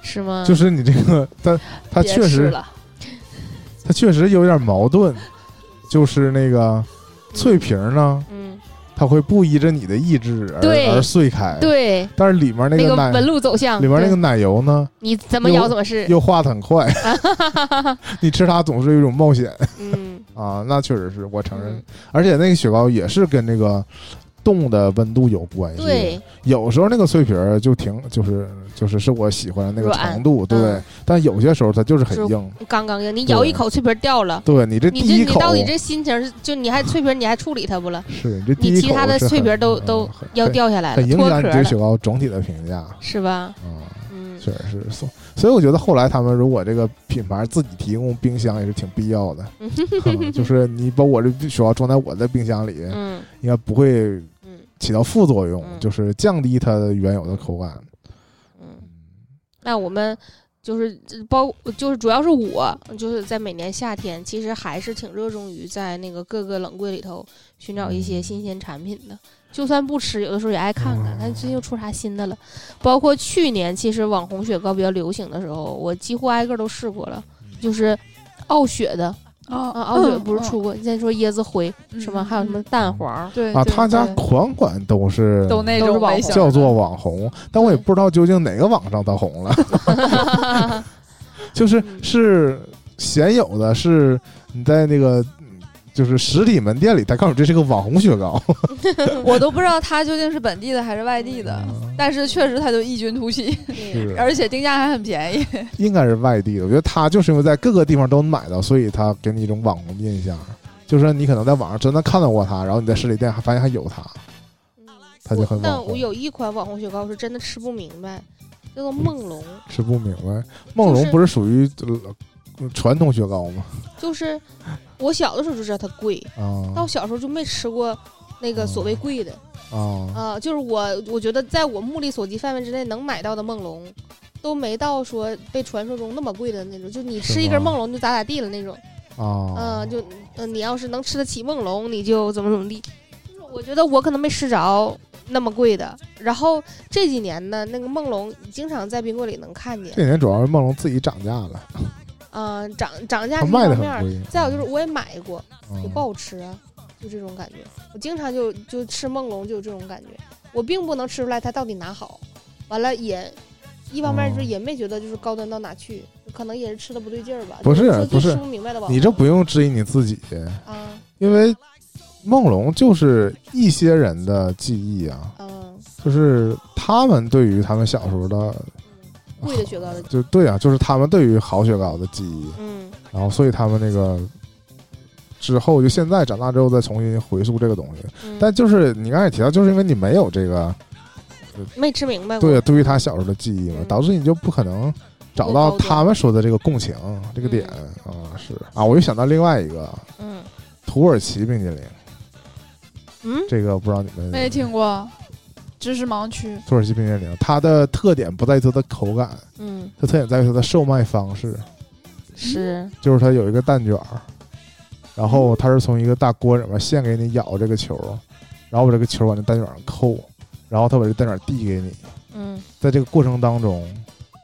[SPEAKER 1] 是吗？
[SPEAKER 2] 就是你这个，
[SPEAKER 1] <laughs>
[SPEAKER 2] 但它
[SPEAKER 5] 别
[SPEAKER 2] 确
[SPEAKER 5] 吃
[SPEAKER 2] 实，哎
[SPEAKER 5] 了，
[SPEAKER 2] 它确实有点
[SPEAKER 1] <laughs>
[SPEAKER 2] 矛盾，就是那个脆皮儿呢，
[SPEAKER 1] 嗯，
[SPEAKER 2] 它会不依着你的意志
[SPEAKER 1] 对
[SPEAKER 2] 而而碎开，
[SPEAKER 1] 对，
[SPEAKER 2] 但是里面那
[SPEAKER 1] 那
[SPEAKER 2] 个
[SPEAKER 1] 个
[SPEAKER 2] 奶
[SPEAKER 1] 纹路走向
[SPEAKER 2] 里面那
[SPEAKER 1] 对
[SPEAKER 2] 个奶油呢，
[SPEAKER 1] 你怎么
[SPEAKER 2] 有
[SPEAKER 1] 咬怎么是，
[SPEAKER 2] 又化的
[SPEAKER 1] <laughs>
[SPEAKER 2] 很快， <laughs> 你吃它总是有一种冒险
[SPEAKER 1] 嗯，
[SPEAKER 2] 啊，那确实是我承认
[SPEAKER 1] 嗯，
[SPEAKER 2] 而且那个雪糕也是跟那个冻的温度有关系，
[SPEAKER 1] 对，
[SPEAKER 2] 有时候那个脆皮儿就挺就是就是是我喜欢的那个
[SPEAKER 1] 软
[SPEAKER 2] 程度，对，
[SPEAKER 1] 嗯
[SPEAKER 2] 但有些时候它就是很
[SPEAKER 1] 是
[SPEAKER 2] 硬。
[SPEAKER 1] 刚刚硬，你咬一
[SPEAKER 2] 对
[SPEAKER 1] 口脆皮儿掉了。
[SPEAKER 2] 对你这第
[SPEAKER 1] 你这
[SPEAKER 2] 一
[SPEAKER 1] 你
[SPEAKER 2] 口
[SPEAKER 1] 到底这心情是就你还脆皮儿你还处理它不了，
[SPEAKER 2] 是你这第
[SPEAKER 1] 你
[SPEAKER 2] 一
[SPEAKER 1] 其
[SPEAKER 2] 口
[SPEAKER 1] 他的
[SPEAKER 2] 是
[SPEAKER 1] 脆皮儿
[SPEAKER 2] 很
[SPEAKER 1] 都
[SPEAKER 2] 嗯
[SPEAKER 1] 都
[SPEAKER 2] 很
[SPEAKER 1] 要
[SPEAKER 2] 很
[SPEAKER 1] 掉下来了，
[SPEAKER 2] 很影
[SPEAKER 1] 脱
[SPEAKER 2] 响
[SPEAKER 1] 壳
[SPEAKER 2] 你对
[SPEAKER 1] 了
[SPEAKER 2] 雪糕整体的评价
[SPEAKER 1] 是吧？
[SPEAKER 2] 啊，
[SPEAKER 1] 嗯
[SPEAKER 2] 确实是。所所以我觉得后来他们如果这个品牌自己提供冰箱也是挺必要的，嗯就是你把我这雪糕装在我的冰箱里，
[SPEAKER 1] 嗯
[SPEAKER 2] 应该不会
[SPEAKER 1] 嗯
[SPEAKER 2] 起到副作用，
[SPEAKER 1] 嗯
[SPEAKER 2] 就是降低它原有的口感。
[SPEAKER 1] 嗯。那我们就是这包，就是主要是我，就是在每年夏天，其实还是挺热衷于在那个各个冷柜里头寻找一些新鲜产品的。就算不吃，有的时候也爱看看，看最近又出啥新的了。包括去年，其实网红雪糕比较流行的时候，我几乎挨个都试过了，就是。傲雪的，
[SPEAKER 5] 哦
[SPEAKER 1] 啊，傲雪不是出过？你先说椰子灰
[SPEAKER 5] 嗯
[SPEAKER 1] 是吗？还有什么
[SPEAKER 5] 嗯 <laughs>
[SPEAKER 1] 蛋 <laughs> 黄？
[SPEAKER 5] 对
[SPEAKER 2] 啊，
[SPEAKER 5] 对
[SPEAKER 2] 他家
[SPEAKER 5] 对
[SPEAKER 2] 款款都是
[SPEAKER 5] 都那
[SPEAKER 1] 都是
[SPEAKER 5] 种
[SPEAKER 1] 网
[SPEAKER 5] 类
[SPEAKER 1] 红
[SPEAKER 5] 型
[SPEAKER 2] 叫
[SPEAKER 5] 的
[SPEAKER 2] 做网红，但我也不知道究竟哪个网上它红了，就是
[SPEAKER 1] 嗯
[SPEAKER 2] 是鲜有的，是你在那个嗯就是实体门店里，他告诉你这是个网红雪糕，
[SPEAKER 5] 我都不知道它究竟是本地的还是外地
[SPEAKER 2] 嗯
[SPEAKER 5] 的，
[SPEAKER 3] 嗯
[SPEAKER 5] 但是确实它就异军突起，
[SPEAKER 2] <laughs> 是不
[SPEAKER 5] <laughs>
[SPEAKER 2] 是
[SPEAKER 5] 而且定价还很便宜。
[SPEAKER 2] 应该是外地的。我觉得他就是因为在各个地方都能买到，所以他给你一种网红的印象，就是你可能在网上真的看到过他，然后你在实体店还发现还有他。它就
[SPEAKER 1] 我
[SPEAKER 2] 很网
[SPEAKER 1] 但
[SPEAKER 2] 红
[SPEAKER 1] 我有一款网红雪糕是真的吃不明白，叫做梦龙，
[SPEAKER 2] 吃不明白，梦龙不是属于、呃传统雪糕吗？
[SPEAKER 1] 就是我小的时候就知道它贵，但
[SPEAKER 2] 啊
[SPEAKER 1] <laughs> 我小时候就没吃过那个
[SPEAKER 2] 嗯
[SPEAKER 1] 所谓贵的
[SPEAKER 2] 啊
[SPEAKER 1] 啊、就是我我觉得在我目力所及范围之内能买到的梦龙，都没到说被传说中那么贵的那种，就你
[SPEAKER 2] 是
[SPEAKER 1] 吃一根
[SPEAKER 2] 吗
[SPEAKER 1] 梦龙就咋咋地了那种。
[SPEAKER 2] 啊！
[SPEAKER 1] 嗯，就呃，你要是能吃得起梦龙，你就怎么怎么地。就是我觉得我可能没吃着那么贵的。然后这几年呢，那个梦龙经常在冰柜里能看见
[SPEAKER 2] 这，几年主要是梦龙自己涨价了，
[SPEAKER 1] 嗯、涨涨价
[SPEAKER 2] 它
[SPEAKER 1] 是一
[SPEAKER 2] 卖的
[SPEAKER 1] 方
[SPEAKER 2] 很
[SPEAKER 1] 面儿。
[SPEAKER 2] 贵。
[SPEAKER 1] 再有就是我也买过，
[SPEAKER 2] 嗯
[SPEAKER 1] 也不好吃啊，就这种感觉。我经常就就吃梦龙就有这种感觉，我并不能吃出来它到底哪好。完了也。一方面就是
[SPEAKER 2] 哦
[SPEAKER 1] 也没觉得就是高端到哪去，可能也是吃的不对劲儿吧。
[SPEAKER 2] 不
[SPEAKER 1] 就是说
[SPEAKER 2] 不
[SPEAKER 1] 最
[SPEAKER 2] 是
[SPEAKER 1] 吃不明白的吧？
[SPEAKER 2] 你这不用质疑你自己，
[SPEAKER 1] 啊
[SPEAKER 2] 因为梦龙就是一些人的记忆啊，
[SPEAKER 1] 嗯，
[SPEAKER 2] 就是他们对于他们小时候的，
[SPEAKER 1] 贵的雪糕
[SPEAKER 2] <laughs>
[SPEAKER 1] 的，
[SPEAKER 2] 就对啊，就是他们对于好雪糕的记忆，
[SPEAKER 1] 嗯
[SPEAKER 2] 然后所以他们那个之后就现在长大之后再重新回溯这个东西，
[SPEAKER 1] 嗯。
[SPEAKER 2] 但就是你刚才也提到，就是因为你没有这个
[SPEAKER 1] 没吃明白
[SPEAKER 5] 嗯
[SPEAKER 1] 过。
[SPEAKER 2] 对对于他小时候的记忆嘛，
[SPEAKER 1] 嗯
[SPEAKER 2] 导致你就不可能找到他们说的这个共情这个点
[SPEAKER 5] 嗯
[SPEAKER 2] 啊，是啊，我又想到另外一个
[SPEAKER 1] 嗯
[SPEAKER 2] 土耳其冰激凌，
[SPEAKER 1] 嗯，
[SPEAKER 2] 这个不知道你
[SPEAKER 5] <laughs>
[SPEAKER 2] 们
[SPEAKER 5] 没听过，知识盲区。
[SPEAKER 2] 土耳其冰激凌，它的特点不在于它的口感，
[SPEAKER 1] 嗯，
[SPEAKER 2] 它特点在于它的售卖方式，
[SPEAKER 1] 是
[SPEAKER 2] 就是它有一个蛋卷儿，然
[SPEAKER 5] 嗯
[SPEAKER 2] 后它是从一个大锅里面现给你舀这个球，然后把这个球往那蛋卷上扣，然后他把这蛋卷递给你，
[SPEAKER 1] 嗯
[SPEAKER 2] 在这个过程当中，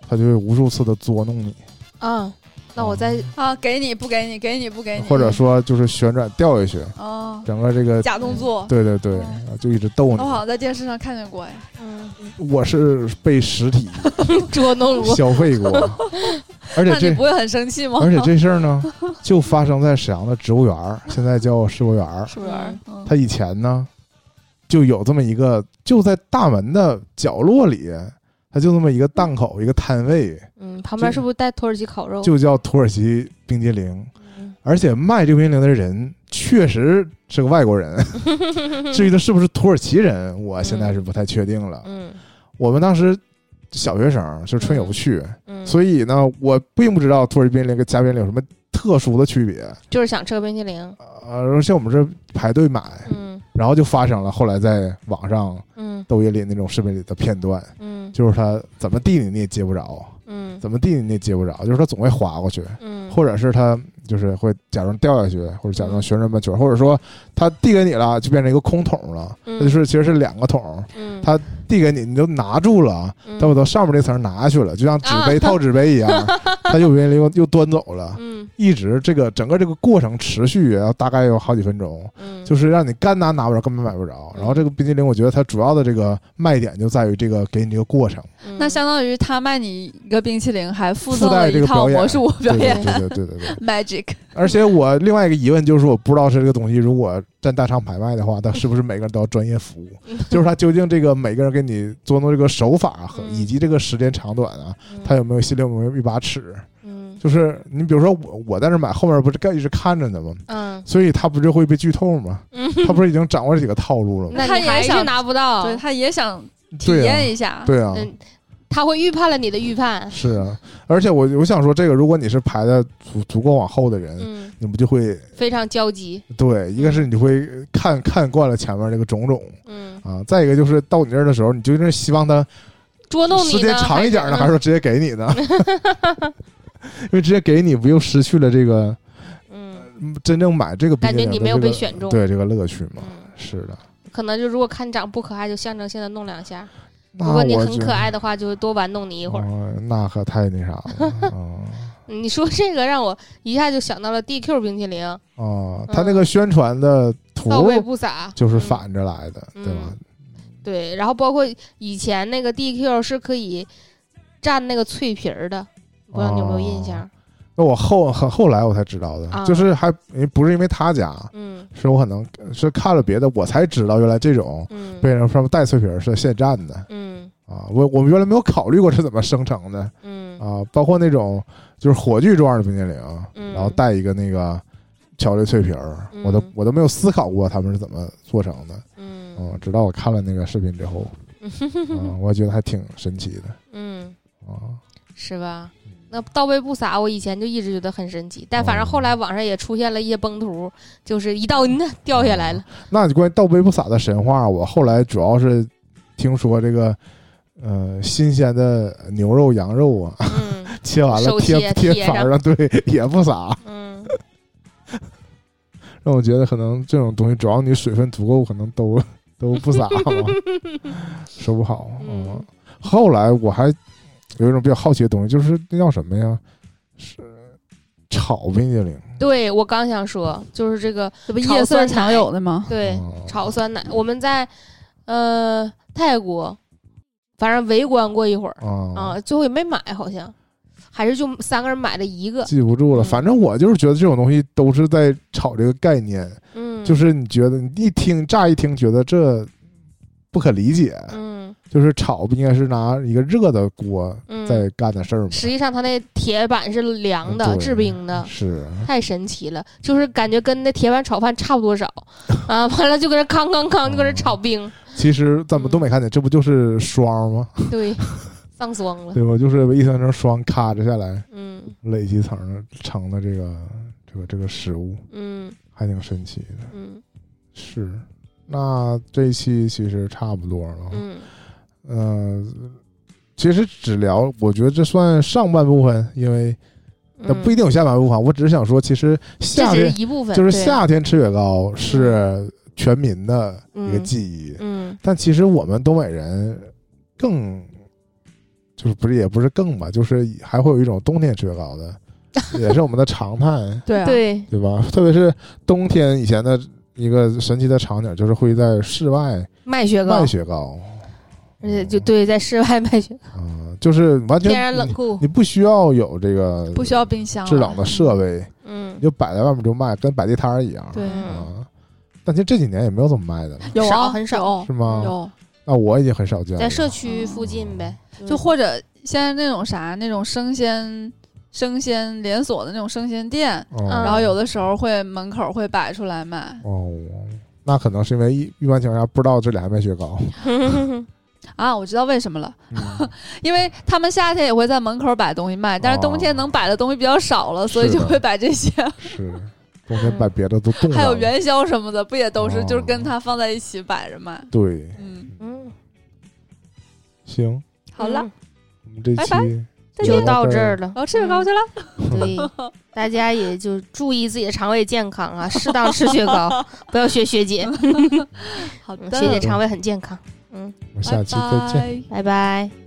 [SPEAKER 2] 他就会无数次的捉弄你，
[SPEAKER 1] 啊，那我再
[SPEAKER 5] 啊，给你不给你，给你不给你，
[SPEAKER 2] 或者说就是旋转掉下去，
[SPEAKER 5] 啊，
[SPEAKER 2] 整个这
[SPEAKER 5] <laughs>
[SPEAKER 2] 个，
[SPEAKER 5] 假动作。
[SPEAKER 2] 对对
[SPEAKER 5] <laughs>
[SPEAKER 2] 对，就一直逗
[SPEAKER 5] 我好
[SPEAKER 2] 你。
[SPEAKER 5] 像在电视上看见过哎，
[SPEAKER 2] 哦
[SPEAKER 1] 嗯
[SPEAKER 2] 我是被实体
[SPEAKER 1] <laughs> 捉弄我。
[SPEAKER 2] 消费
[SPEAKER 5] <laughs>
[SPEAKER 2] 过，而且
[SPEAKER 5] 那你
[SPEAKER 2] 这
[SPEAKER 5] 不会很生气吗？
[SPEAKER 2] 而且这事儿呢，就发生在沈阳的植物园儿，现在叫世博园儿。
[SPEAKER 5] <laughs> 是不是？嗯
[SPEAKER 2] 他以前呢，就有这么一个，就在大门的角落里，他就那么一个档口，一个摊位，
[SPEAKER 1] 嗯，旁边是不是带土耳其烤肉？
[SPEAKER 2] 就叫土耳其冰激凌。
[SPEAKER 1] 嗯
[SPEAKER 2] 而且卖这个冰激凌的人确实是个外
[SPEAKER 1] <laughs>
[SPEAKER 2] 国人，至于他是不是土耳其人，我现在是不太确定了。
[SPEAKER 1] 嗯
[SPEAKER 2] 我们当时小学生就是春游去，
[SPEAKER 1] 嗯，
[SPEAKER 2] 所以呢，我并不知道土耳其冰激凌跟其他冰激凌有什么特殊的区别，
[SPEAKER 1] 就是想吃个冰淇淋。
[SPEAKER 2] 呃，而且我们这排队买，
[SPEAKER 1] 嗯
[SPEAKER 2] 然后就发生了后来在网上
[SPEAKER 1] 嗯
[SPEAKER 2] 抖音里那种视频里的片段，
[SPEAKER 1] 嗯
[SPEAKER 2] 就是他怎么地你你也接不着，
[SPEAKER 1] 嗯
[SPEAKER 2] 怎么地你也接不着，就是他总会滑过去，
[SPEAKER 1] 嗯，
[SPEAKER 2] 或者是他就是会假装掉下去，或者假装
[SPEAKER 1] 嗯
[SPEAKER 2] 旋转半圈，或者说他递给你了就变成一个空桶了，
[SPEAKER 1] 嗯
[SPEAKER 2] 那就是其实是两个桶，
[SPEAKER 1] 嗯
[SPEAKER 2] 他递给你你就拿住了，
[SPEAKER 1] 嗯
[SPEAKER 2] 再把它上面那层拿下去了，就像纸杯
[SPEAKER 1] 啊
[SPEAKER 2] 套纸杯
[SPEAKER 1] <laughs>
[SPEAKER 2] 一样，他又别人又又端走了，
[SPEAKER 1] 嗯
[SPEAKER 2] 一直这个整个这个过程持续要大概有好几分钟。
[SPEAKER 1] 嗯，
[SPEAKER 2] 就是让你干拿拿不着，根本买不着。然后这个冰激凌，我觉得它主要的这个卖点就在于这个给你这个过程，
[SPEAKER 1] 嗯
[SPEAKER 5] 那相当于他卖你一个冰淇淋，还附赠
[SPEAKER 2] 附带
[SPEAKER 5] 了
[SPEAKER 2] 这
[SPEAKER 5] 一
[SPEAKER 2] 个
[SPEAKER 5] 套
[SPEAKER 2] 表演
[SPEAKER 5] 魔术表
[SPEAKER 1] <laughs>
[SPEAKER 2] 对对
[SPEAKER 5] 演
[SPEAKER 2] 对对对对对。
[SPEAKER 5] ，magic。
[SPEAKER 2] 而且我另外一个疑问就是，我不知道是这个东西如果占大厂拍卖的话，它是不是每个人都要专业
[SPEAKER 5] <laughs>
[SPEAKER 2] 服务？就是它究竟这个每个人给你捉弄这个手法和
[SPEAKER 1] 嗯
[SPEAKER 2] 以及这个时间长短啊，
[SPEAKER 1] 嗯
[SPEAKER 2] 它有没有心里有没有一把尺？
[SPEAKER 1] 嗯
[SPEAKER 2] 就是你比如说我我在这买，后面不是干一直看着呢吗？
[SPEAKER 1] 嗯，
[SPEAKER 2] 所以他不就会被剧透吗？
[SPEAKER 1] 嗯
[SPEAKER 2] 他不是已经掌握这几个套路了吗？
[SPEAKER 1] 那
[SPEAKER 5] 他
[SPEAKER 1] 你
[SPEAKER 5] 也
[SPEAKER 1] 还是
[SPEAKER 5] 想
[SPEAKER 1] 拿不到。
[SPEAKER 2] 啊
[SPEAKER 5] 对，他也想 <laughs> 体
[SPEAKER 2] 对
[SPEAKER 5] 验
[SPEAKER 2] 啊，
[SPEAKER 5] 一下。
[SPEAKER 2] 对啊，
[SPEAKER 1] 嗯，他会预判了你的预 <laughs> 判。
[SPEAKER 2] 是啊，而且我我想说，这个如果你是排的足足够往后的人，
[SPEAKER 1] 嗯，
[SPEAKER 2] 你不就会
[SPEAKER 1] 非常焦急。
[SPEAKER 2] 对，一个是你就会看看惯了前面这个种种
[SPEAKER 1] 嗯，
[SPEAKER 2] 啊，再一个就是到你这儿的时候，你究竟是希望他
[SPEAKER 1] 捉弄你呢。
[SPEAKER 2] 时间长一点呢，还是
[SPEAKER 1] 是
[SPEAKER 2] 说直接给你
[SPEAKER 1] <laughs>
[SPEAKER 2] 呢？因为直接给你不又失去了这个
[SPEAKER 1] 嗯，
[SPEAKER 2] 嗯真正买这个冰
[SPEAKER 1] 感
[SPEAKER 2] 激
[SPEAKER 1] 觉
[SPEAKER 2] 凌的
[SPEAKER 1] 你没有
[SPEAKER 2] 这个
[SPEAKER 1] 被选中
[SPEAKER 2] 对这个乐趣嘛？
[SPEAKER 1] 嗯
[SPEAKER 2] 是的，
[SPEAKER 1] 可能就如果看你长不可爱，就象征性的弄两下。
[SPEAKER 2] 那
[SPEAKER 1] 如
[SPEAKER 2] 我
[SPEAKER 1] 果你很
[SPEAKER 2] 觉
[SPEAKER 1] 可
[SPEAKER 2] 得
[SPEAKER 1] 爱的话，就多玩弄你一会儿。
[SPEAKER 2] 哦那可太那啥
[SPEAKER 1] <laughs>
[SPEAKER 2] 了啊。
[SPEAKER 1] 你说这个让我一下就想到了 DQ 冰淇淋，
[SPEAKER 2] 哦，
[SPEAKER 1] 嗯
[SPEAKER 2] 他那个宣传的图
[SPEAKER 1] 到位不撒，
[SPEAKER 2] 就是
[SPEAKER 1] 嗯、
[SPEAKER 2] 反着来的，对吧？
[SPEAKER 1] 对。然后包括以前
[SPEAKER 2] 哦
[SPEAKER 1] 那个 DQ 是可以蘸那个脆皮儿的，不知道你有没有印象？
[SPEAKER 2] 那我后很后来我才知道的，
[SPEAKER 1] 啊
[SPEAKER 2] 就是还不是因为他家，
[SPEAKER 1] 嗯
[SPEAKER 2] 是我可能是看了别的，我才知道原来这种
[SPEAKER 1] 嗯
[SPEAKER 2] 被人上面带脆皮儿是现蘸的
[SPEAKER 1] 嗯
[SPEAKER 2] 啊。我我们原来没有考虑过是怎么生成的
[SPEAKER 1] 嗯
[SPEAKER 2] 啊，包括那种就是火炬状的冰激凌，
[SPEAKER 1] 嗯
[SPEAKER 2] 然后带一个那个巧克力脆皮儿，
[SPEAKER 1] 嗯
[SPEAKER 2] 我都我都没有思考过他们是怎么做成的。
[SPEAKER 1] 嗯
[SPEAKER 2] 嗯，直到我看了那个视频
[SPEAKER 1] <laughs>
[SPEAKER 2] 之后，嗯，我觉得还挺神奇的
[SPEAKER 1] 嗯，
[SPEAKER 2] 啊。
[SPEAKER 1] 是吧？
[SPEAKER 2] 嗯
[SPEAKER 1] 那倒背不撒，我以前就一直觉得很神奇，但反正
[SPEAKER 2] 哦
[SPEAKER 1] 后来网上也出现了一些崩图，就是一到那 <laughs> 掉下来了。
[SPEAKER 2] 那关于倒杯不洒的神话，我后来主要是听说这个。呃，新鲜的牛肉、羊肉啊， <laughs>
[SPEAKER 1] 嗯
[SPEAKER 2] 切完了
[SPEAKER 1] 手
[SPEAKER 2] 贴
[SPEAKER 1] 贴
[SPEAKER 2] 贴
[SPEAKER 1] 贴
[SPEAKER 2] 牌
[SPEAKER 1] 上
[SPEAKER 2] 上，对，也不撒，
[SPEAKER 1] 嗯
[SPEAKER 2] 让我觉得可能这种东西，只要你水分足够，可能
[SPEAKER 1] <laughs>
[SPEAKER 2] 都都不撒嘛，说不好。
[SPEAKER 1] 嗯
[SPEAKER 2] 后来我还有一种比较好奇的东西，就是那叫什么呀？是炒冰激凌。
[SPEAKER 1] 对我刚想说，就是这个
[SPEAKER 5] 这不
[SPEAKER 1] 炒
[SPEAKER 5] 叶酸
[SPEAKER 1] 酸
[SPEAKER 5] 常
[SPEAKER 1] 奶
[SPEAKER 5] 有的吗？
[SPEAKER 1] 对
[SPEAKER 2] 哦
[SPEAKER 1] 炒酸奶，我们在呃泰国，反正围观过一会儿
[SPEAKER 2] 啊、
[SPEAKER 1] 啊，最后也没买，好像还是就三个人买了一个，
[SPEAKER 2] 记不住了。
[SPEAKER 1] 嗯
[SPEAKER 2] 反正我就是觉得这种东西都是在炒这个概念，
[SPEAKER 1] 嗯，
[SPEAKER 2] 就是你觉得你一听乍一听觉得这不可理解，
[SPEAKER 1] 嗯
[SPEAKER 2] 就是炒不应该是拿一个热的锅
[SPEAKER 1] 嗯，
[SPEAKER 2] 在干的事儿吗？
[SPEAKER 1] 实际上它那铁板是凉的
[SPEAKER 2] 嗯对啊
[SPEAKER 1] 制冰的，
[SPEAKER 2] 是，
[SPEAKER 1] 太神奇了，就是感觉跟那铁板炒饭差不多
[SPEAKER 2] <laughs>
[SPEAKER 1] 少啊，完了就搁这康康康就搁这炒冰，
[SPEAKER 2] 其实咱们东北看见，这不就是霜吗？
[SPEAKER 1] 对，上霜了，
[SPEAKER 2] <laughs> 哦对吧？就是一层层霜咔着下来，
[SPEAKER 1] 嗯
[SPEAKER 2] 累积层成的这个这个这个食物，
[SPEAKER 1] 嗯
[SPEAKER 2] 还挺神奇的。
[SPEAKER 1] 嗯
[SPEAKER 2] 是，那这一期其实差不多了。
[SPEAKER 1] 嗯
[SPEAKER 2] 呃，其实只聊，我觉得这算上半部分，因为那
[SPEAKER 1] 嗯，
[SPEAKER 2] 不一定有下半部分。我只是想说，其实
[SPEAKER 1] 这
[SPEAKER 2] 夏
[SPEAKER 1] 只
[SPEAKER 2] 天
[SPEAKER 1] 是一部分，
[SPEAKER 2] 就是
[SPEAKER 1] 对，
[SPEAKER 2] 夏天吃雪糕是全民的一个
[SPEAKER 1] 嗯
[SPEAKER 2] 记忆，
[SPEAKER 1] 嗯
[SPEAKER 2] 但其实我们东北人更就是不是也不是更吧，就是还会有一种冬天吃雪糕 <laughs> 的，也是我们的常态，
[SPEAKER 5] 对啊，
[SPEAKER 1] 对，
[SPEAKER 2] 对吧？ <laughs> 特别是冬天以前的一个神奇的场景，就是会在室外
[SPEAKER 1] 卖雪糕
[SPEAKER 2] 卖，雪糕，
[SPEAKER 1] 而且就对，在室外卖雪糕，
[SPEAKER 2] 啊、就是完全
[SPEAKER 1] 天然冷
[SPEAKER 2] 你
[SPEAKER 1] 库
[SPEAKER 2] 你，不需要有这个
[SPEAKER 5] 不需要冰箱了，
[SPEAKER 2] 制冷的设备，
[SPEAKER 1] 嗯
[SPEAKER 2] 你，就摆在外面就卖，跟摆地摊儿一样，
[SPEAKER 5] 对
[SPEAKER 1] 嗯
[SPEAKER 2] 啊。但其实这几年也没有怎么卖的了，
[SPEAKER 5] 有啊，
[SPEAKER 1] 少很少
[SPEAKER 5] 有
[SPEAKER 2] 是吗？
[SPEAKER 5] 有，
[SPEAKER 2] 那我已经很少见了。
[SPEAKER 1] 在社区附近呗，
[SPEAKER 3] 嗯 <laughs>
[SPEAKER 5] 就或者现在那种啥那种生鲜生鲜连锁的那种生鲜店，
[SPEAKER 2] 嗯
[SPEAKER 1] 然
[SPEAKER 5] 然后有的时候会门口会摆出来卖
[SPEAKER 2] 哦，那可能是因为一一般情况下不知道这里还卖
[SPEAKER 5] <laughs>
[SPEAKER 2] 雪糕，
[SPEAKER 5] 啊，我知道为什么了，
[SPEAKER 2] 嗯、
[SPEAKER 5] 因为他们夏天也会在门口摆东西卖，但是冬天能摆的东西比较少了，所以
[SPEAKER 2] 哦是
[SPEAKER 5] 就
[SPEAKER 2] 的
[SPEAKER 5] 会摆这些， <laughs>
[SPEAKER 2] 是冬天把别的都冻上了。
[SPEAKER 5] 还有元宵什么的，不也都
[SPEAKER 2] 哦
[SPEAKER 5] 是 <laughs> 就是跟它放在一起摆着卖？
[SPEAKER 2] 对，
[SPEAKER 5] 嗯，
[SPEAKER 1] 嗯，
[SPEAKER 2] 行，
[SPEAKER 5] 好
[SPEAKER 2] 嗯
[SPEAKER 5] 了，，
[SPEAKER 2] 我们这期
[SPEAKER 5] 拜拜再
[SPEAKER 2] 就
[SPEAKER 1] 就
[SPEAKER 5] 见，
[SPEAKER 1] 到
[SPEAKER 2] 这
[SPEAKER 1] 这
[SPEAKER 2] 儿
[SPEAKER 1] 儿哦了
[SPEAKER 5] 我。要吃
[SPEAKER 2] 嗯
[SPEAKER 5] 雪糕去了，
[SPEAKER 1] 对，大家也就注意自己的肠胃健康啊，适当吃雪糕， <laughs> 不要学学姐，嗯
[SPEAKER 5] 好的，
[SPEAKER 1] 学姐肠胃很健康。
[SPEAKER 2] 嗯我们下期再见。
[SPEAKER 5] 拜拜
[SPEAKER 1] 拜拜。